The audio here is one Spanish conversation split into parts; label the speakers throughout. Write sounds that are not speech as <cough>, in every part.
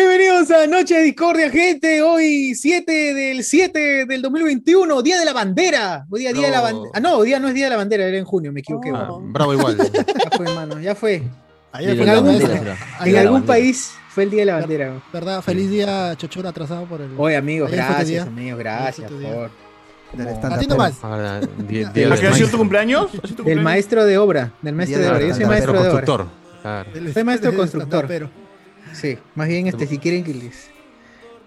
Speaker 1: Bienvenidos a Noche de Discordia, gente. Hoy 7 del 7 del 2021, Día de la Bandera. Hoy día, día de la
Speaker 2: No.
Speaker 1: bandera. Ah, no, hoy día no es Día de la Bandera, era en junio, me equivoqué.
Speaker 2: Ah,
Speaker 1: weón.
Speaker 2: bravo igual.
Speaker 1: Ya fue, hermano, ya fue.
Speaker 3: Ayer
Speaker 1: Dile
Speaker 3: fue
Speaker 1: la
Speaker 3: la
Speaker 1: bandera.
Speaker 3: bandera,
Speaker 1: En
Speaker 2: de la
Speaker 1: algún
Speaker 2: bandera.
Speaker 1: país fue el Día de la Bandera. weón.
Speaker 3: ¿verdad? Feliz día, Chochura, atrasado por el.
Speaker 1: Oye, amigos,
Speaker 3: Ahí fue tu
Speaker 1: gracias,
Speaker 3: día.
Speaker 1: amigos, gracias
Speaker 3: Ahí fue tu
Speaker 1: por.
Speaker 4: Del
Speaker 1: Como-
Speaker 3: A
Speaker 4: stand-up.
Speaker 3: ti nomás.
Speaker 2: Ahora, di-
Speaker 3: ¿A
Speaker 2: día
Speaker 5: ¿A
Speaker 2: del
Speaker 5: qué ha sido tu
Speaker 2: maestro.
Speaker 5: cumpleaños? ¿Ha sido tu
Speaker 1: Del
Speaker 5: cumpleaños?
Speaker 1: maestro de obra, del maestro de
Speaker 4: de
Speaker 1: obra.
Speaker 4: obra,
Speaker 1: Yo soy
Speaker 4: del
Speaker 1: maestro de obra.
Speaker 2: constructor. Claro.
Speaker 1: Soy maestro constructor.
Speaker 3: Pero
Speaker 1: Sí, más bien, este, si quieren que les,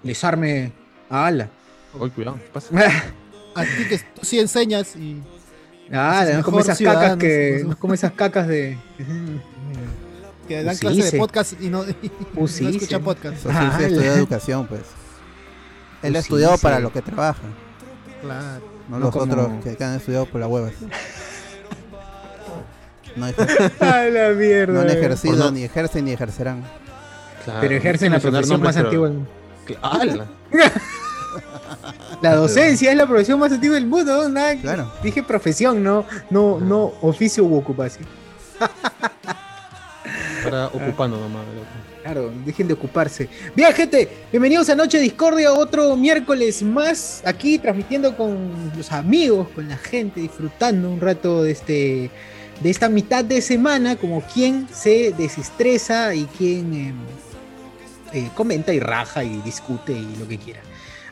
Speaker 1: les arme a ala.
Speaker 2: Uy, cuidado, ¿qué pasa?
Speaker 1: <laughs>
Speaker 3: a ti que tú sí enseñas y.
Speaker 1: Ah,
Speaker 3: Esos
Speaker 1: no es como
Speaker 3: mejor
Speaker 1: esas cacas
Speaker 3: ciudadanos,
Speaker 1: que.
Speaker 3: ¿no?
Speaker 1: No es como esas cacas de.
Speaker 3: <laughs> Que dan
Speaker 1: Usice.
Speaker 3: clase de podcast y no, <laughs> y
Speaker 1: Usice.
Speaker 3: no escuchan podcast.
Speaker 4: O sea, Pues sí, sí,
Speaker 1: Ah,
Speaker 4: estudió
Speaker 1: la-
Speaker 4: educación, pues. Él ha
Speaker 1: Pues sí,
Speaker 4: estudiado para
Speaker 1: sí.
Speaker 4: lo que trabaja,
Speaker 3: Claro.
Speaker 4: no,
Speaker 1: No
Speaker 4: los
Speaker 1: como-
Speaker 4: otros que que han estudiado por la hueva. No, ejer-
Speaker 1: <laughs> A la mierda.
Speaker 4: no han
Speaker 1: güey.
Speaker 4: ejercido,
Speaker 2: Por no-
Speaker 4: ni ejercen, ni ejercerán.
Speaker 2: Claro,
Speaker 1: Pero ejercen la
Speaker 2: no sé mencionar
Speaker 1: profesión más
Speaker 2: nombres,
Speaker 1: antigua
Speaker 2: pero-
Speaker 1: del mundo.
Speaker 2: Cla- ¡Hala!
Speaker 1: <laughs> La docencia es la profesión más antigua del mundo. ¿no? Nada-
Speaker 4: Claro.
Speaker 1: Dije profesión, no, no, no oficio u ocupación.
Speaker 2: Ahora ocupando nomás. loco.
Speaker 1: Claro, dejen de ocuparse. Bien, gente, bienvenidos a Noche Discordia, otro miércoles más aquí transmitiendo con los amigos, con la gente, disfrutando un rato de este de esta mitad de semana, como quien se desestresa y quien eh, eh, comenta y raja y discute y lo que quiera.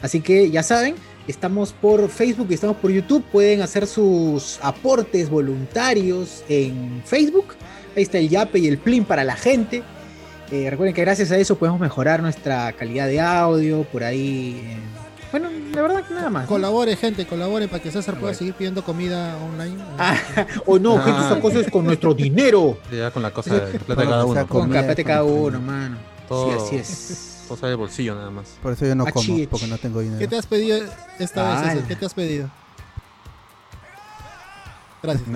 Speaker 1: Así que ya saben, estamos por Facebook, estamos por YouTube, pueden hacer sus aportes voluntarios en Facebook. Ahí está el Yape y el Plin para la gente. Eh, recuerden que gracias a eso podemos mejorar nuestra calidad de audio, por ahí... eh, bueno, la verdad que nada más. ¿no?
Speaker 3: Colabore, gente, colabore para que César pueda seguir pidiendo comida online.
Speaker 1: Ah, o no, gente, esa cosa es con nuestro dinero.
Speaker 2: Ya con la cosa de plata de
Speaker 4: Con
Speaker 2: cada
Speaker 4: lo que
Speaker 2: uno.
Speaker 4: sea
Speaker 2: Con
Speaker 1: Con
Speaker 5: pues.
Speaker 4: Comida,
Speaker 1: capete cada
Speaker 4: con-
Speaker 1: uno, mano.
Speaker 2: Todo.
Speaker 1: Sí, así es. Ah,
Speaker 2: cosa de bolsillo nada más.
Speaker 4: Por eso yo no
Speaker 1: Achich.
Speaker 4: como, porque no tengo
Speaker 3: ¿Qué te
Speaker 4: dinero.
Speaker 3: has pedido esta vez,
Speaker 1: Ala.
Speaker 3: César? ¿Qué te has pedido? Gracias.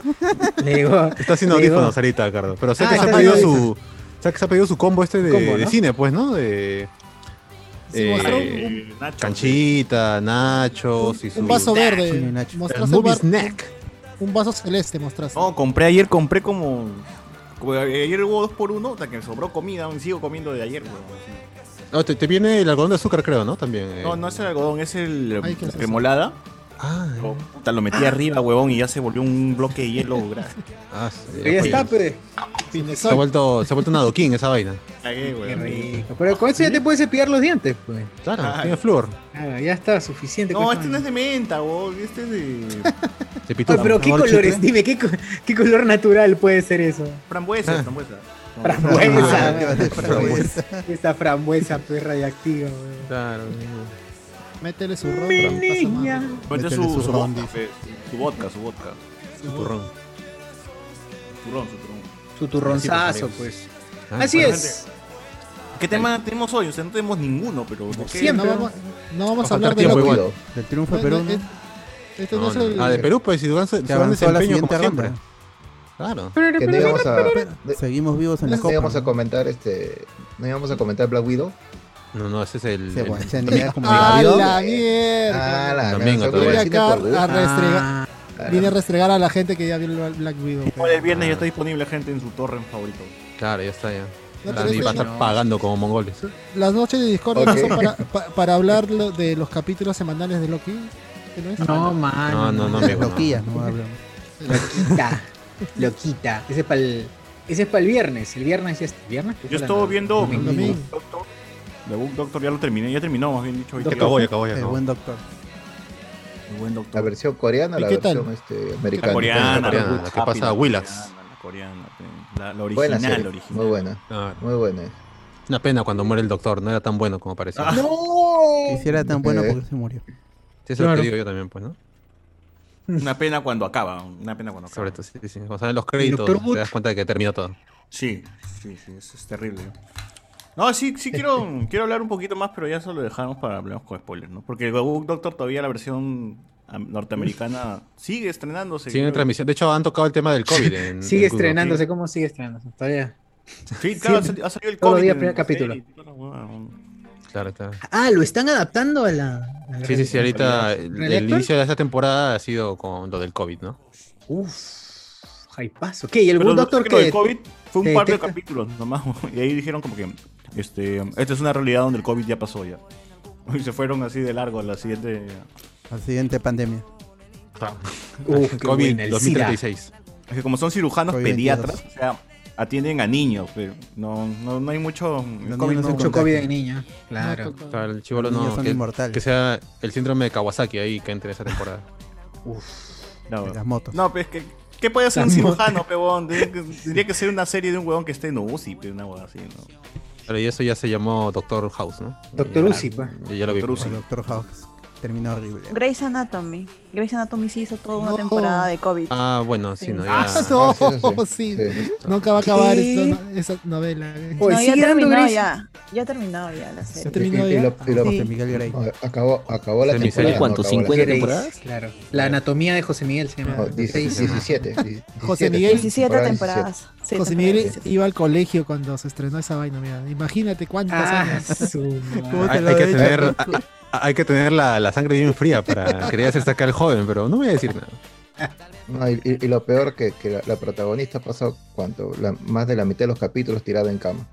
Speaker 1: Le digo,
Speaker 5: Está haciendo
Speaker 1: le digo,
Speaker 5: audífonos ahorita, Cardo. Pero sé
Speaker 1: Ah,
Speaker 5: que se ha
Speaker 1: está
Speaker 5: pedido
Speaker 1: haciendo
Speaker 5: su. sé que se ha pedido su combo este de,
Speaker 1: Combo,
Speaker 5: de
Speaker 1: ¿no?
Speaker 5: cine, pues, ¿no? De.
Speaker 3: Sí,
Speaker 5: eh,
Speaker 3: mostró un-
Speaker 5: Nacho, canchita, nachos y su.
Speaker 3: Un vaso
Speaker 4: Chino y
Speaker 3: verde.
Speaker 4: Nacho.
Speaker 5: el
Speaker 3: Mostraste un,
Speaker 5: movie
Speaker 3: bar-
Speaker 5: snack.
Speaker 3: un vaso celeste, mostraste.
Speaker 6: No, compré ayer, compré como. como ayer hubo dos por uno, hasta que me sobró comida, aún sigo comiendo de ayer, weón.
Speaker 2: Ah, te, te viene el algodón de azúcar, creo, ¿no? También. eh.
Speaker 6: No, no es el algodón, es el
Speaker 3: Ay, qué
Speaker 6: la
Speaker 3: es eso.
Speaker 6: remolada.
Speaker 2: Ah,
Speaker 6: Oh, puta, lo metí arriba, huevón, y ya se volvió un bloque de hielo. gra-
Speaker 2: <laughs> ah, sí,
Speaker 1: pero ya
Speaker 2: pues,
Speaker 1: está, pero,
Speaker 2: Se ha vuelto, se ha vuelto un adoquín esa vaina.
Speaker 6: Cagué,
Speaker 1: qué
Speaker 6: huevón.
Speaker 1: rico. Pero con eso ya te puedes cepillar los dientes, pues.
Speaker 2: Claro,
Speaker 6: Ah.
Speaker 2: tiene flúor.
Speaker 1: Claro, ya está suficiente.
Speaker 6: No,
Speaker 1: pues,
Speaker 6: este no es de menta, huevón, este es de
Speaker 2: Se
Speaker 1: Oye,
Speaker 2: pitura.
Speaker 5: Ah,
Speaker 1: pero qué
Speaker 2: Sabor
Speaker 1: colores,
Speaker 2: chicle.
Speaker 1: dime, ¿qué, co- qué color natural puede ser eso.
Speaker 5: Ah.
Speaker 6: frambuesa, frambuesa. No,
Speaker 1: Frambuesa,
Speaker 4: Ah, ¿qué va a ser
Speaker 2: Frambuesa.
Speaker 4: frambuesa?
Speaker 1: esta frambuesa pues radiactiva, weón.
Speaker 2: Claro.
Speaker 3: Métele su ron.
Speaker 1: Mi
Speaker 3: pasa
Speaker 1: niña.
Speaker 3: mano.
Speaker 5: Pues
Speaker 6: Mete
Speaker 4: Métele
Speaker 6: su,
Speaker 4: su
Speaker 6: su
Speaker 4: ron,
Speaker 6: vodka, fe, su vodka, su vodka.
Speaker 3: Su
Speaker 2: Turrón.
Speaker 6: Turrón, su turrón.
Speaker 1: Su turronzazo,
Speaker 2: Así,
Speaker 1: pues.
Speaker 2: pues, Ah,
Speaker 1: Así
Speaker 2: bueno.
Speaker 1: es.
Speaker 6: ¿Qué tema tenemos hoy? O sea, no tenemos ninguno, pero. ¿por qué?
Speaker 1: Siempre.
Speaker 3: No vamos, no vamos
Speaker 2: Va
Speaker 3: a
Speaker 2: a faltar
Speaker 3: hablar de
Speaker 2: tiempo
Speaker 3: Loki.
Speaker 2: igual.
Speaker 4: Del triunfo
Speaker 3: No,
Speaker 4: de
Speaker 3: no,
Speaker 4: Perú,
Speaker 3: es-
Speaker 4: ¿no?
Speaker 3: Este no,
Speaker 2: No,
Speaker 3: es
Speaker 2: no.
Speaker 3: el.
Speaker 2: Ah, de Perú, pues, si duran su
Speaker 4: que
Speaker 2: su gran
Speaker 4: avanzó a la
Speaker 2: desempeño
Speaker 4: siguiente
Speaker 2: como siempre.
Speaker 4: ronda.
Speaker 2: Claro.
Speaker 1: Pero-
Speaker 7: que
Speaker 1: pero-
Speaker 7: no íbamos a,
Speaker 4: Seguimos vivos en la
Speaker 7: no íbamos a
Speaker 4: copa.
Speaker 7: comentar este no íbamos a comentar Black Widow
Speaker 2: No, no, ese es el.
Speaker 4: Se
Speaker 2: el- Ah,
Speaker 4: guanchanea como
Speaker 3: ¡A
Speaker 4: gavión.
Speaker 3: la mierda!
Speaker 7: ah la
Speaker 2: También
Speaker 7: mierda,
Speaker 2: otro
Speaker 7: solo
Speaker 3: Vine
Speaker 2: día.
Speaker 7: al cine
Speaker 3: acá a
Speaker 7: por
Speaker 6: ¿eh?
Speaker 7: Widow.
Speaker 3: restregar.
Speaker 1: Ah,
Speaker 7: Claro.
Speaker 3: Vine a restregar a la gente que ya vio el Black Widow. pues.
Speaker 6: Hoy el viernes ya está disponible gente en su torre favorito.
Speaker 2: Claro, ya está, ya.
Speaker 3: No,
Speaker 2: Claro,
Speaker 3: pero
Speaker 2: y
Speaker 3: es
Speaker 2: va a
Speaker 3: bueno.
Speaker 2: estar pagando como mongoles.
Speaker 3: Las noches de Discord no
Speaker 7: Ok.
Speaker 3: son
Speaker 7: <laughs>
Speaker 3: para, pa- para hablar lo- de los capítulos semanales de Loki. ¿Qué no es?
Speaker 1: No,
Speaker 2: No,
Speaker 1: mano.
Speaker 2: no, no,
Speaker 4: Las
Speaker 2: amigo. no.
Speaker 4: loquillas, no hablo.
Speaker 1: Loquita. Loquita. Ese es para el. Ese es para el viernes. El viernes ya está. ¿Viernes?
Speaker 6: Yo estuve viendo
Speaker 1: Domingo.
Speaker 6: The Book Doctor. The Book Doctor ya lo terminé, ya terminó, más bien dicho. ahorita.
Speaker 1: Doctor Who.
Speaker 5: Acabó, ya acabó, ya
Speaker 4: El
Speaker 5: acabó.
Speaker 4: buen doctor.
Speaker 6: El buen
Speaker 7: la
Speaker 6: doctor.
Speaker 7: versión coreana o
Speaker 3: ¿Y
Speaker 7: la
Speaker 3: qué tal?
Speaker 7: versión este,
Speaker 6: La
Speaker 7: americana
Speaker 6: coreana,
Speaker 2: La coreana, la que
Speaker 6: Happy,
Speaker 2: pasa a
Speaker 6: la
Speaker 2: Willax.
Speaker 6: coreana, La coreana, pe. la, la
Speaker 7: buena
Speaker 6: original,
Speaker 7: serie,
Speaker 6: la original.
Speaker 7: muy buena
Speaker 2: Ah,
Speaker 7: muy buena
Speaker 2: una pena cuando muere el doctor, no era tan bueno como parecía.
Speaker 6: Ah.
Speaker 1: ¡No!
Speaker 4: Quisiera tan bueno
Speaker 7: Eh.
Speaker 4: porque se murió.
Speaker 2: Sí, eso es lo
Speaker 1: Claro.
Speaker 2: que digo yo también, pues, ¿no?
Speaker 6: <laughs> Una pena cuando acaba, una pena cuando acaba.
Speaker 2: Sobre todo, sí, sí. Cuando salen los créditos,
Speaker 1: Doctor Wood.
Speaker 2: te das cuenta de que terminó todo.
Speaker 6: Sí, sí, sí, eso es terrible. No, sí, sí
Speaker 7: <laughs>
Speaker 6: quiero, <laughs> quiero hablar un poquito más, pero ya eso lo dejamos para hablar con spoilers, ¿no? Porque el Book Doctor todavía la versión am- norteamericana sigue estrenándose.
Speaker 2: Sigue en
Speaker 6: creo.
Speaker 2: transmisión. De hecho, han tocado el tema del COVID. En,
Speaker 1: Sigue
Speaker 2: en Good Doctor.
Speaker 1: estrenándose. ¿Cómo sigue estrenándose? Todavía.
Speaker 6: Sí, claro, ha salido el
Speaker 1: Todos los
Speaker 6: COVID.
Speaker 1: días,
Speaker 6: en
Speaker 1: primer
Speaker 6: la
Speaker 1: capítulo.
Speaker 6: serie y toda la hueá, ¿no?
Speaker 2: Claro, claro.
Speaker 1: Ah, lo están adaptando a la. a la
Speaker 2: Sí, sí, sí. Ahorita el,
Speaker 1: ¿El
Speaker 2: el
Speaker 1: actor?
Speaker 2: inicio de esta temporada ha sido con lo del COVID, ¿no?
Speaker 1: Uf. Jaipazo. ¿Qué? ¿Y el
Speaker 6: Pero
Speaker 1: Good
Speaker 6: lo
Speaker 1: Doctor
Speaker 6: que lo del
Speaker 1: qué?
Speaker 6: COVID Fue un
Speaker 1: Te
Speaker 6: par de
Speaker 1: detecta-
Speaker 6: capítulos nomás. <laughs> Y ahí dijeron como que este, esta es una realidad donde el COVID ya pasó ya. <laughs> Y se fueron así de largo a la siguiente.
Speaker 4: Al siguiente pandemia.
Speaker 5: <laughs>
Speaker 1: Uf, qué
Speaker 5: Ah. COVID
Speaker 1: buena, el SIDA.
Speaker 5: 2036.
Speaker 6: Es que como son cirujanos
Speaker 4: COVID-22.
Speaker 6: pediatras, o sea, atienden a niños, pero no, no, no hay mucho.
Speaker 4: niños
Speaker 6: COVID
Speaker 4: no
Speaker 6: no-
Speaker 4: se
Speaker 1: Mucho
Speaker 4: contagio.
Speaker 1: COVID en niño, claro.
Speaker 3: No,
Speaker 5: O
Speaker 3: toca-
Speaker 5: sea, el chivolo
Speaker 4: Los niños
Speaker 5: no.
Speaker 4: son
Speaker 5: Que,
Speaker 4: inmortales.
Speaker 5: que sea el síndrome de Kawasaki ahí que entre esa temporada.
Speaker 6: no,
Speaker 4: Las motos.
Speaker 6: No, pues que. ¿Qué puede hacer un
Speaker 1: Las
Speaker 6: cirujano, pebón? Tendría
Speaker 1: <laughs>
Speaker 6: que, tendría que ser una serie de un huevón que esté en UCI, pe, una huevada así, ¿no?
Speaker 5: Pero y eso ya se llamó Doctor House, ¿no?
Speaker 1: Doctor
Speaker 5: Ya-
Speaker 1: Uzi, pues.
Speaker 5: ya- ya lo vi.
Speaker 6: Doctor Uzi.
Speaker 4: El Doctor House terminó horrible.
Speaker 8: Grey's Anatomy. Grey's Anatomy sí hizo toda una
Speaker 3: No.
Speaker 8: temporada de COVID.
Speaker 5: Ah, bueno, sí, no.
Speaker 3: Ah,
Speaker 5: Ya.
Speaker 3: no,
Speaker 7: Ah, sí, sí, Sí.
Speaker 3: sí.
Speaker 7: Pues
Speaker 3: Nunca va a acabar
Speaker 1: ¿Qué?
Speaker 3: esa no- esa novela. eh. güey.
Speaker 1: Oye,
Speaker 8: no, ya
Speaker 1: sigue dando
Speaker 8: terminó
Speaker 1: Grey's-
Speaker 8: ya. Ya ha terminado ya la
Speaker 3: Se
Speaker 8: serie.
Speaker 3: terminó
Speaker 7: Y- y
Speaker 3: ya.
Speaker 7: la- y la-
Speaker 4: José Miguel Grey.
Speaker 7: no, Acabó, acabó la
Speaker 5: ¿Semiserie
Speaker 7: temporada.
Speaker 5: cuánto?
Speaker 7: no, acabó la-
Speaker 5: ¿cincuenta?
Speaker 1: Grey's,
Speaker 5: temporadas?
Speaker 1: Claro. La anatomía de José Miguel se llama.
Speaker 7: no, dieciséis, 17. di-
Speaker 3: José
Speaker 7: 17,
Speaker 3: Miguel.
Speaker 8: 17
Speaker 7: temporada
Speaker 8: temporadas. Sí,
Speaker 3: José
Speaker 8: temporadas.
Speaker 3: Miguel iba al colegio cuando se estrenó esa vaina, mira. Imagínate cuántos
Speaker 1: Ah,
Speaker 3: años.
Speaker 1: <laughs> su
Speaker 3: ¿Cómo
Speaker 1: madre.
Speaker 3: te
Speaker 5: Hay,
Speaker 3: lo
Speaker 5: hay que
Speaker 3: he dicho?
Speaker 5: tener, hay- hay que tener la, la sangre bien fría para querer hacer sacar al joven, pero no voy a decir nada.
Speaker 7: No, y, y- y lo peor que, que la, la protagonista pasa cuánto, la- más de la mitad de los capítulos tirada en cama.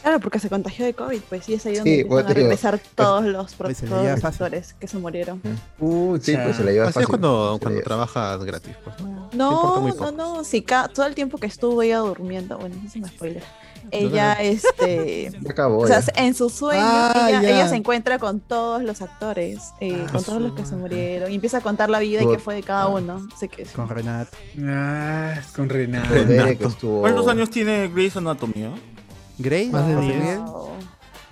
Speaker 8: Claro, porque se contagió de COVID, pues, y es ahí
Speaker 7: Sí,
Speaker 8: donde empiezan
Speaker 7: bueno,
Speaker 8: a
Speaker 7: te digo,
Speaker 8: regresar todos los, pro-
Speaker 4: pues, se le
Speaker 8: todos
Speaker 4: lleva
Speaker 8: los
Speaker 4: fácil.
Speaker 8: actores que se murieron.
Speaker 7: Sí,
Speaker 1: Pucha.
Speaker 7: pues se la lleva
Speaker 5: Así es
Speaker 7: fácil.
Speaker 5: cuando,
Speaker 7: Se la
Speaker 5: cuando
Speaker 7: lleva-
Speaker 5: trabajas gratis. Pues, ¿no? importa
Speaker 8: No,
Speaker 5: muy
Speaker 8: no,
Speaker 5: poco.
Speaker 8: no, sí, ca- todo el tiempo que estuvo ella durmiendo, bueno, eso es un spoiler. Ella, este,
Speaker 7: Ya
Speaker 9: Ah,
Speaker 7: acabó.
Speaker 8: o sea,
Speaker 7: ya.
Speaker 8: en su sueño,
Speaker 3: Ah,
Speaker 8: ella,
Speaker 3: ya.
Speaker 8: ella se encuentra con todos los actores, eh,
Speaker 3: Ah,
Speaker 8: con todos
Speaker 3: su
Speaker 8: los que se
Speaker 3: madre.
Speaker 8: murieron, y empieza a contar la vida y
Speaker 7: Todo-
Speaker 8: qué fue de cada
Speaker 7: ah.
Speaker 8: uno. Así que,
Speaker 4: Con Renato.
Speaker 1: Ah, con Renato.
Speaker 7: Con Derek
Speaker 5: Renato.
Speaker 7: estuvo-
Speaker 6: ¿Cuántos años tiene Grey's Anatomy? eh? no?
Speaker 4: Grey,
Speaker 3: Más de
Speaker 4: José
Speaker 3: diez.
Speaker 4: Miguel,
Speaker 8: wow.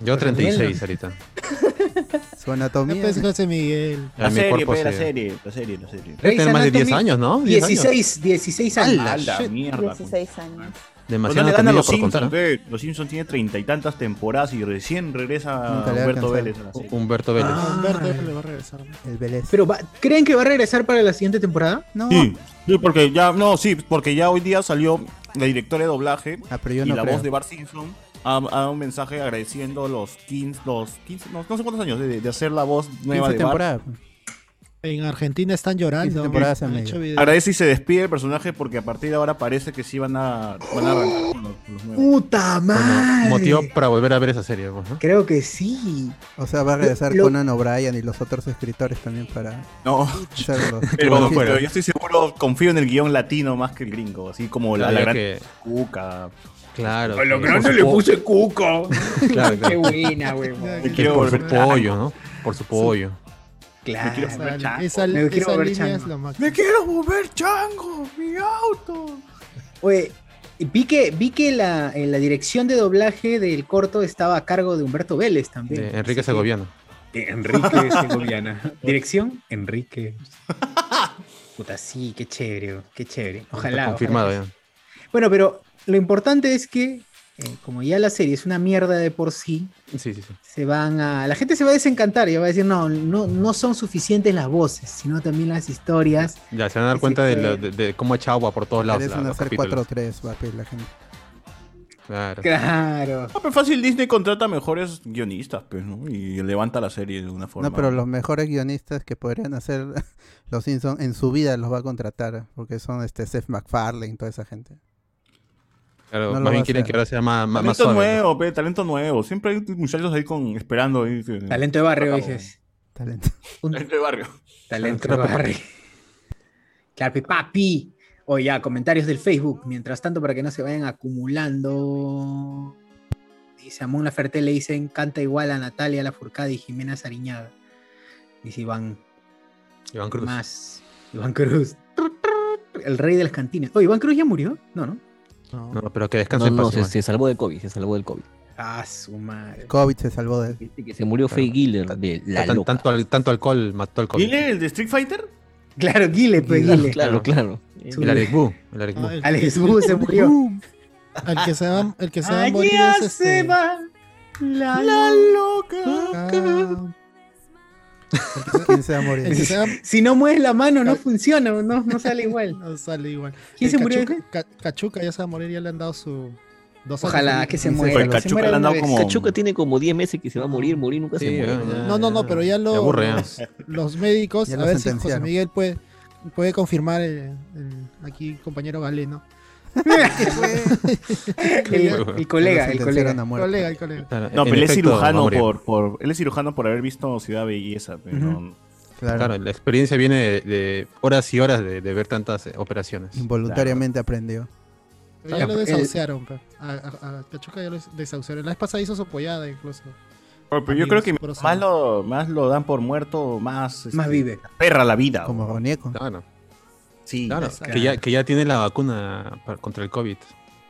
Speaker 5: Yo 36 ahorita.
Speaker 4: su
Speaker 3: No,
Speaker 4: anatomía.
Speaker 3: pues, José Miguel.
Speaker 5: Ya
Speaker 6: La
Speaker 5: mi
Speaker 6: serie,
Speaker 5: cuerpo
Speaker 6: pe, la
Speaker 5: se-
Speaker 6: serie, la serie, la serie.
Speaker 5: Debe tener este más de 10
Speaker 1: Anatomy,
Speaker 5: años, ¿no? 10 años.
Speaker 1: 16, 16 años.
Speaker 6: A la mierda.
Speaker 8: 16 años.
Speaker 6: Pues no
Speaker 5: Demasiado
Speaker 6: le dan a
Speaker 5: anatomía
Speaker 6: los
Speaker 5: por
Speaker 6: Simpsons,
Speaker 5: contar. ¿eh?
Speaker 6: pe. Los Simpsons tiene treinta y tantas temporadas y recién regresa
Speaker 4: Nunca le va a
Speaker 6: Humberto
Speaker 4: alcanzar.
Speaker 6: Vélez a la serie.
Speaker 5: Humberto Vélez.
Speaker 1: Ah.
Speaker 3: Humberto le va a regresar.
Speaker 4: El Vélez.
Speaker 1: Pero va- ¿creen que va a regresar para la siguiente temporada?
Speaker 4: no.
Speaker 6: Sí, sí, porque ya, no, sí, porque ya hoy día salió la directora de doblaje
Speaker 4: Ah, pero yo
Speaker 6: y
Speaker 4: no
Speaker 6: la
Speaker 4: creo.
Speaker 6: voz de Bart Simpson ha, ha dado un mensaje agradeciendo los 15, los 15 no, no sé cuántos años de, de hacer la voz
Speaker 4: 15
Speaker 6: nueva de Bart.
Speaker 4: temporada.
Speaker 3: En Argentina están llorando.
Speaker 4: Quince temporadas en
Speaker 3: Han
Speaker 4: medio.
Speaker 3: hecho video.
Speaker 6: Agradece y se despide el personaje porque a partir de ahora parece que sí van a, van a arrancar con los, con los nuevos.
Speaker 1: ¡Puta madre!
Speaker 5: Bueno, motivo para volver a ver esa serie. pues, ¿no?
Speaker 1: Creo que sí.
Speaker 4: O sea, va a regresar
Speaker 1: Lo-
Speaker 4: Conan O'Brien y los otros escritores también para
Speaker 6: No,
Speaker 5: <laughs>
Speaker 6: <laughs>
Speaker 4: hacerlo.
Speaker 6: pero,
Speaker 5: fuera.
Speaker 6: pero yo estoy seguro, confío en el guión latino más que el gringo, así como la,
Speaker 5: Claro,
Speaker 6: la
Speaker 5: ya
Speaker 6: gran
Speaker 5: que-
Speaker 6: cuca.
Speaker 5: Claro.
Speaker 10: A lo
Speaker 5: que-
Speaker 10: grande
Speaker 5: por
Speaker 10: le
Speaker 5: su po-
Speaker 10: puse
Speaker 1: <laughs>
Speaker 10: cuco.
Speaker 5: Claro,
Speaker 1: Qué
Speaker 5: claro.
Speaker 1: buena, weón.
Speaker 3: Ay,
Speaker 5: Que
Speaker 6: Quiero
Speaker 5: por su
Speaker 6: volver.
Speaker 5: pollo, ¿no? Por su pollo. Ah,
Speaker 1: Claro.
Speaker 3: Esa-
Speaker 6: volver chango.
Speaker 3: Esa,
Speaker 1: Me quiero
Speaker 3: esa
Speaker 1: volver
Speaker 3: línea
Speaker 1: chango.
Speaker 3: es lo máximo.
Speaker 6: ¡Me quiero mover chango! ¡Mi auto!
Speaker 1: Oye, vi que, vi que la, en la dirección de doblaje del corto estaba a cargo de Humberto Vélez también.
Speaker 5: De Enrique
Speaker 1: Así que-
Speaker 5: Segoviano.
Speaker 10: De
Speaker 5: <laughs>
Speaker 10: Enrique Segoviana. Dirección, Enrique.
Speaker 1: Puta, sí, qué chévere, weón, qué chévere. Ojalá.
Speaker 5: Está Confirmado
Speaker 1: ojalá.
Speaker 5: ya.
Speaker 1: Bueno, pero lo importante es que, eh, como ya la serie es una mierda de por sí,
Speaker 5: Sí, sí, sí.
Speaker 1: se van a. La gente se va a desencantar y va a decir, no, no, no son suficientes las voces, sino también las historias.
Speaker 5: Ya se van a dar
Speaker 1: Sí,
Speaker 5: cuenta de,
Speaker 1: sí.
Speaker 5: la- de- de cómo echa agua por todos lados. la-
Speaker 4: Parecen
Speaker 5: los
Speaker 4: hacer
Speaker 5: capítulos.
Speaker 4: 4 o 3, va a pedir la gente.
Speaker 5: Claro.
Speaker 1: Claro.
Speaker 6: Ah, pero fácil, Disney contrata mejores guionistas, pues, ¿no? Y levanta la serie de una forma.
Speaker 4: No, pero los mejores guionistas que podrían hacer <laughs> los Simpsons en su vida los va a contratar, porque son este Seth MacFarlane, toda esa gente.
Speaker 5: Claro,
Speaker 4: No lo
Speaker 5: más
Speaker 4: va
Speaker 5: bien
Speaker 4: a
Speaker 5: quieren
Speaker 4: hacer.
Speaker 5: que ahora sea más, más, más
Speaker 6: Talento
Speaker 5: suave. ¿no?
Speaker 6: nuevo, pe, talento nuevo. Siempre hay muchachos ahí con, esperando. Ahí, que-
Speaker 1: Mm. Talento de barrio, dices.
Speaker 4: Talento.
Speaker 1: Un
Speaker 6: Talento de barrio.
Speaker 1: talento de barrio. Claro, pe, papi. O ya, comentarios del Facebook. Mientras tanto, para que no se vayan acumulando. Dice a Mon Laferte le dicen canta igual a Natalia Lafourcade y Jimena Sariñada. Dice Iván
Speaker 5: Iván Cruz.
Speaker 1: Más. Iván Cruz. El rey de las cantinas. Oh, Iván Cruz ya murió. No, no.
Speaker 3: No.
Speaker 5: No, pero que descanse
Speaker 11: No,
Speaker 5: en
Speaker 11: no,
Speaker 5: paz.
Speaker 11: se,
Speaker 5: igual.
Speaker 11: se salvó del COVID, se salvó del COVID.
Speaker 1: Ah, su madre.
Speaker 4: COVID se salvó de él.
Speaker 11: Este que se murió fue Giller de la
Speaker 5: Tan-
Speaker 11: loca.
Speaker 5: tanto, al- tanto alcohol mató al COVID.
Speaker 6: ¿Dile el de Street Fighter?
Speaker 1: Claro, Guile, pues
Speaker 11: Claro,
Speaker 1: Guile.
Speaker 11: claro, claro.
Speaker 5: El Alex Bu, el Alex Bu.
Speaker 3: Ah, el,
Speaker 1: Alex Bu se murió.
Speaker 3: al que se va, el que se va a
Speaker 1: Allá
Speaker 3: morir es este,
Speaker 1: va la,
Speaker 3: ah,
Speaker 1: loca.
Speaker 4: ¿Quién se va a
Speaker 1: <laughs>
Speaker 4: morir?
Speaker 3: el que se va
Speaker 1: Si no mueves la mano, no funciona, no, no sale igual.
Speaker 3: <laughs> no sale igual.
Speaker 1: ¿Quién
Speaker 3: El
Speaker 1: se murió?
Speaker 3: Cachuca, Ca- Cachuca ya se va a morir, ya le han dado su dos años de
Speaker 1: Ojalá
Speaker 3: vida.
Speaker 1: que se
Speaker 4: Dice
Speaker 1: muera.
Speaker 4: que
Speaker 1: que se
Speaker 6: Cachuca
Speaker 1: muera
Speaker 6: le han
Speaker 1: de
Speaker 6: dado
Speaker 1: una
Speaker 6: como-
Speaker 1: vez.
Speaker 11: Cachuca tiene como 10 meses que se va a morir, morir, nunca se
Speaker 5: Sí,
Speaker 11: muere.
Speaker 5: ya, ya,
Speaker 3: No, no, no,
Speaker 5: ya.
Speaker 3: pero ya lo
Speaker 5: Te aburre, ¿eh?
Speaker 3: <laughs> los, los médicos,
Speaker 4: Ya
Speaker 3: a
Speaker 4: lo
Speaker 3: ver si José
Speaker 4: sentenciaron.
Speaker 3: eh, Miguel puede, puede confirmar el- el- aquí compañero Galeno. <laughs>
Speaker 10: El- el colega, el colega.
Speaker 3: Colega, el colega.
Speaker 6: No, pero él es
Speaker 5: efecto, va a
Speaker 6: cirujano
Speaker 5: morir.
Speaker 6: por, por. Él es cirujano por haber visto Ciudad Belleza, pero
Speaker 4: Ujú.
Speaker 6: no-
Speaker 5: Claro. la experiencia viene de, de horas y horas de, de ver tantas eh, operaciones.
Speaker 4: Involuntariamente aprendió.
Speaker 3: Pero
Speaker 1: Ah,
Speaker 3: ya lo
Speaker 1: eh,
Speaker 3: desahuciaron, pe. A, a, a Tachuca ya lo desahuciaron. La vez pasada hizo su pollada incluso.
Speaker 6: Pero, yo creo
Speaker 3: Amigos,
Speaker 6: que
Speaker 3: por
Speaker 6: más lo, más lo dan por muerto, más. este,
Speaker 10: Más vive.
Speaker 6: Perra la vida.
Speaker 4: Como
Speaker 6: weón.
Speaker 4: Ronieco.
Speaker 5: Claro,
Speaker 6: Sí,
Speaker 5: claro,
Speaker 6: exacto.
Speaker 5: que ya, que ya tiene la vacuna para- contra el COVID.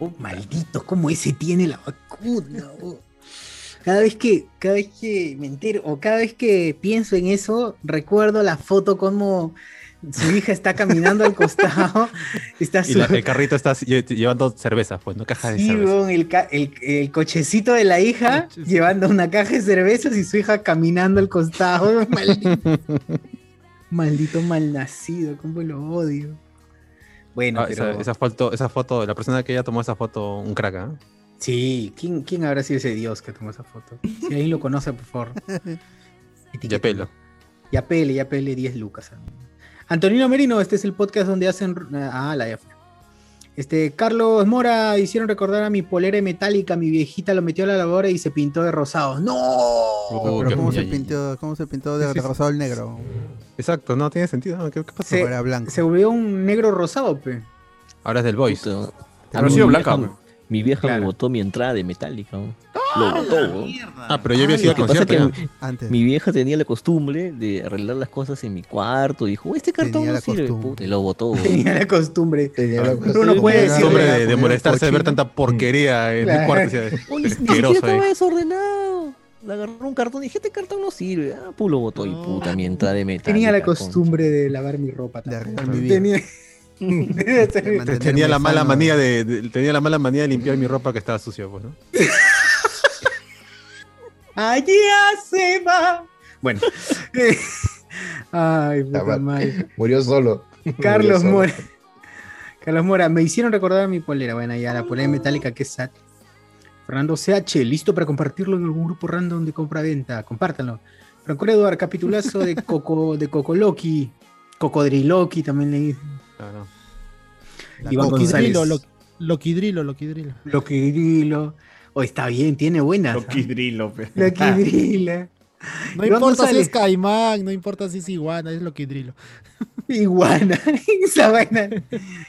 Speaker 10: Oh, maldito, ¿cómo ese tiene la vacuna? oh. Cada vez que, cada vez que me entero, o cada vez que pienso en eso, recuerdo la foto como su hija está caminando al <laughs> costado, está
Speaker 5: Y
Speaker 10: su,
Speaker 5: la- el carrito está lle- llevando cervezas, pues, no caja de
Speaker 10: Sí,
Speaker 5: cerveza.
Speaker 10: weón, el, ca- el- el cochecito de la hija llevando una caja de cervezas y su hija caminando al costado. <laughs> Maldito, maldito malnacido, cómo lo odio. Bueno,
Speaker 5: Ah,
Speaker 10: pero...
Speaker 5: esa, esa foto, esa foto, la persona que ella tomó esa foto, un crack, ¿ah?
Speaker 10: Sí, ¿quién, ¿quién habrá sido ese dios que tomó esa foto? Si alguien lo conoce, por favor. <laughs>
Speaker 5: Ya pelo.
Speaker 10: Ya pele, ya pele 10 lucas. amigo. Antonino Merino, este es el podcast donde hacen... Ah, la ya fue.
Speaker 1: Este, Carlos Mora hicieron recordar a mi polera metálica, mi viejita lo metió a la lavadora y se pintó de rosado. ¡No!
Speaker 5: Oh,
Speaker 4: Pero
Speaker 5: qué-
Speaker 4: ¿cómo se,
Speaker 5: ya-
Speaker 4: pintó, ¿cómo se pintó de rosado el negro?
Speaker 5: Exacto, no tiene sentido. ¿no? ¿Qué, qué pasó?
Speaker 1: Sí.
Speaker 4: Era blanco.
Speaker 1: Se volvió un negro rosado, pe.
Speaker 5: Ahora es del Voice.
Speaker 11: Puta.
Speaker 6: Habrá
Speaker 11: Mi
Speaker 6: sido
Speaker 11: vieja-
Speaker 6: blanca, weón.
Speaker 11: Mi vieja
Speaker 10: Claro.
Speaker 11: me botó mi entrada de Metallica. weón. Lo botó, weón.
Speaker 5: Ah, pero yo había
Speaker 10: Ah,
Speaker 5: sido al
Speaker 11: Lo que pasa es
Speaker 5: concierto.
Speaker 11: que
Speaker 5: ya.
Speaker 11: mi-
Speaker 4: Antes.
Speaker 11: mi vieja tenía la costumbre de arreglar las cosas en mi cuarto. Dijo, este cartón
Speaker 4: Tenía
Speaker 11: no
Speaker 4: la
Speaker 11: sirve.
Speaker 4: costumbre.
Speaker 11: puta, y lo botó.
Speaker 5: Oh.
Speaker 11: weón.
Speaker 10: Tenía la costumbre.
Speaker 5: Ah.
Speaker 7: Tenía la cosa-
Speaker 10: Uno puede
Speaker 4: Era-
Speaker 10: decir...
Speaker 5: Hombre
Speaker 4: era
Speaker 5: de, de
Speaker 4: poner un
Speaker 5: molestarse de ver
Speaker 4: cochino.
Speaker 5: tanta porquería <laughs> en
Speaker 10: Claro.
Speaker 5: el cuarto. o <laughs> sea,
Speaker 9: <laughs>
Speaker 11: Oh, ni, ni siquiera
Speaker 5: asqueroso,
Speaker 11: estaba
Speaker 5: eh.
Speaker 11: desordenado. Le agarró un cartón y dije, este cartón no sirve. Ah, pues lo botó y puta, mi entrada de metal.
Speaker 1: Tenía la costumbre de lavar mi ropa
Speaker 4: De
Speaker 1: también.
Speaker 4: arreglar mi vida.
Speaker 1: Tenía... Debe ser-
Speaker 4: De mantenerme
Speaker 5: Tenía la mala
Speaker 4: sano.
Speaker 5: manía de, de- tenía la mala manía de limpiar mi ropa que estaba sucia, pues, ¿no?
Speaker 1: Allá se va. <laughs> Bueno. Ay,
Speaker 7: Está
Speaker 1: puta
Speaker 7: mal. <laughs>
Speaker 1: madre.
Speaker 7: Murió solo. Murió
Speaker 1: Carlos
Speaker 7: solo.
Speaker 1: Mora. Carlos Mora, me hicieron recordar a mi polera. Bueno, ya la polera metálica que es sad. Fernando CH, listo para compartirlo en algún grupo random de compra-venta. Compártanlo. Franco Eduard, capitulazo de Coco, de Cocoloqui. Cocodriloqui también le dice.
Speaker 5: Claro.
Speaker 4: La
Speaker 1: Iván
Speaker 4: coca.
Speaker 1: González.
Speaker 3: Loquidrilo, lo- loquidrilo, loquidrilo.
Speaker 1: Loquidrilo. Oh, está bien, tiene buenas.
Speaker 6: Loquidrilo, pe.
Speaker 1: Loquidrila.
Speaker 3: Ah. No
Speaker 1: Iván
Speaker 3: importa si
Speaker 1: González.
Speaker 3: es caimán, no importa si es iguana, es loquidrilo.
Speaker 1: Iguana. <laughs> Esa vaina.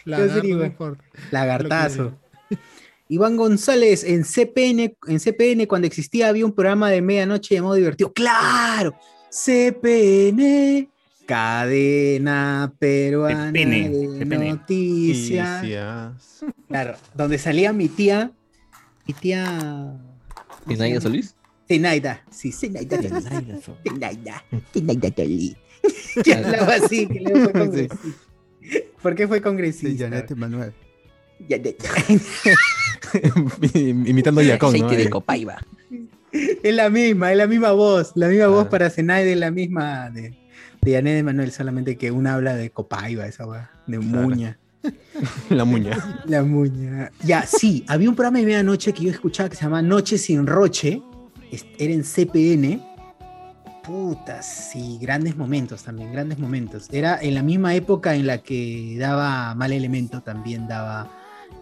Speaker 3: Lagarto, no
Speaker 1: Iván?
Speaker 3: importa.
Speaker 1: Lagartazo. <laughs> Iván González, en CPN, en CPN cuando existía había un programa de medianoche de modo divertido. ¡Claro! CPN, cadena peruana
Speaker 6: CPN,
Speaker 1: de
Speaker 6: CPN.
Speaker 1: noticias.
Speaker 5: Noticias.
Speaker 1: Claro, donde salía mi tía, mi tía
Speaker 11: ¿Y nadie Solís?
Speaker 1: Zenaida. Sí, Zenaida Solís. Zenaida, Zenaida Solís. <laughs> Que hablaba así, que luego
Speaker 4: <laughs>
Speaker 1: fue congresista. ¿Por qué fue congresista?
Speaker 4: Sí, Janet Manuel.
Speaker 1: Janet.
Speaker 5: <laughs> Imitando a Yacón, ¿no? Eh,
Speaker 11: Aceite de
Speaker 5: Ahí.
Speaker 11: Copaiba.
Speaker 1: <laughs> Es la misma, es la misma voz, la misma
Speaker 5: Ah.
Speaker 1: voz para Zenaide, es la misma de, de Yané de Manuel, solamente que una habla de Copaiba, esa weá, de
Speaker 5: Claro.
Speaker 1: Muña,
Speaker 5: <laughs> La muña.
Speaker 1: la Muña. Ya, sí, había un programa de medianoche que yo escuchaba que se llamaba Noche sin Roche, es- era en CPN. Puta, sí, grandes momentos también, grandes momentos. Era en la misma época en la que daba Mal Elemento, también daba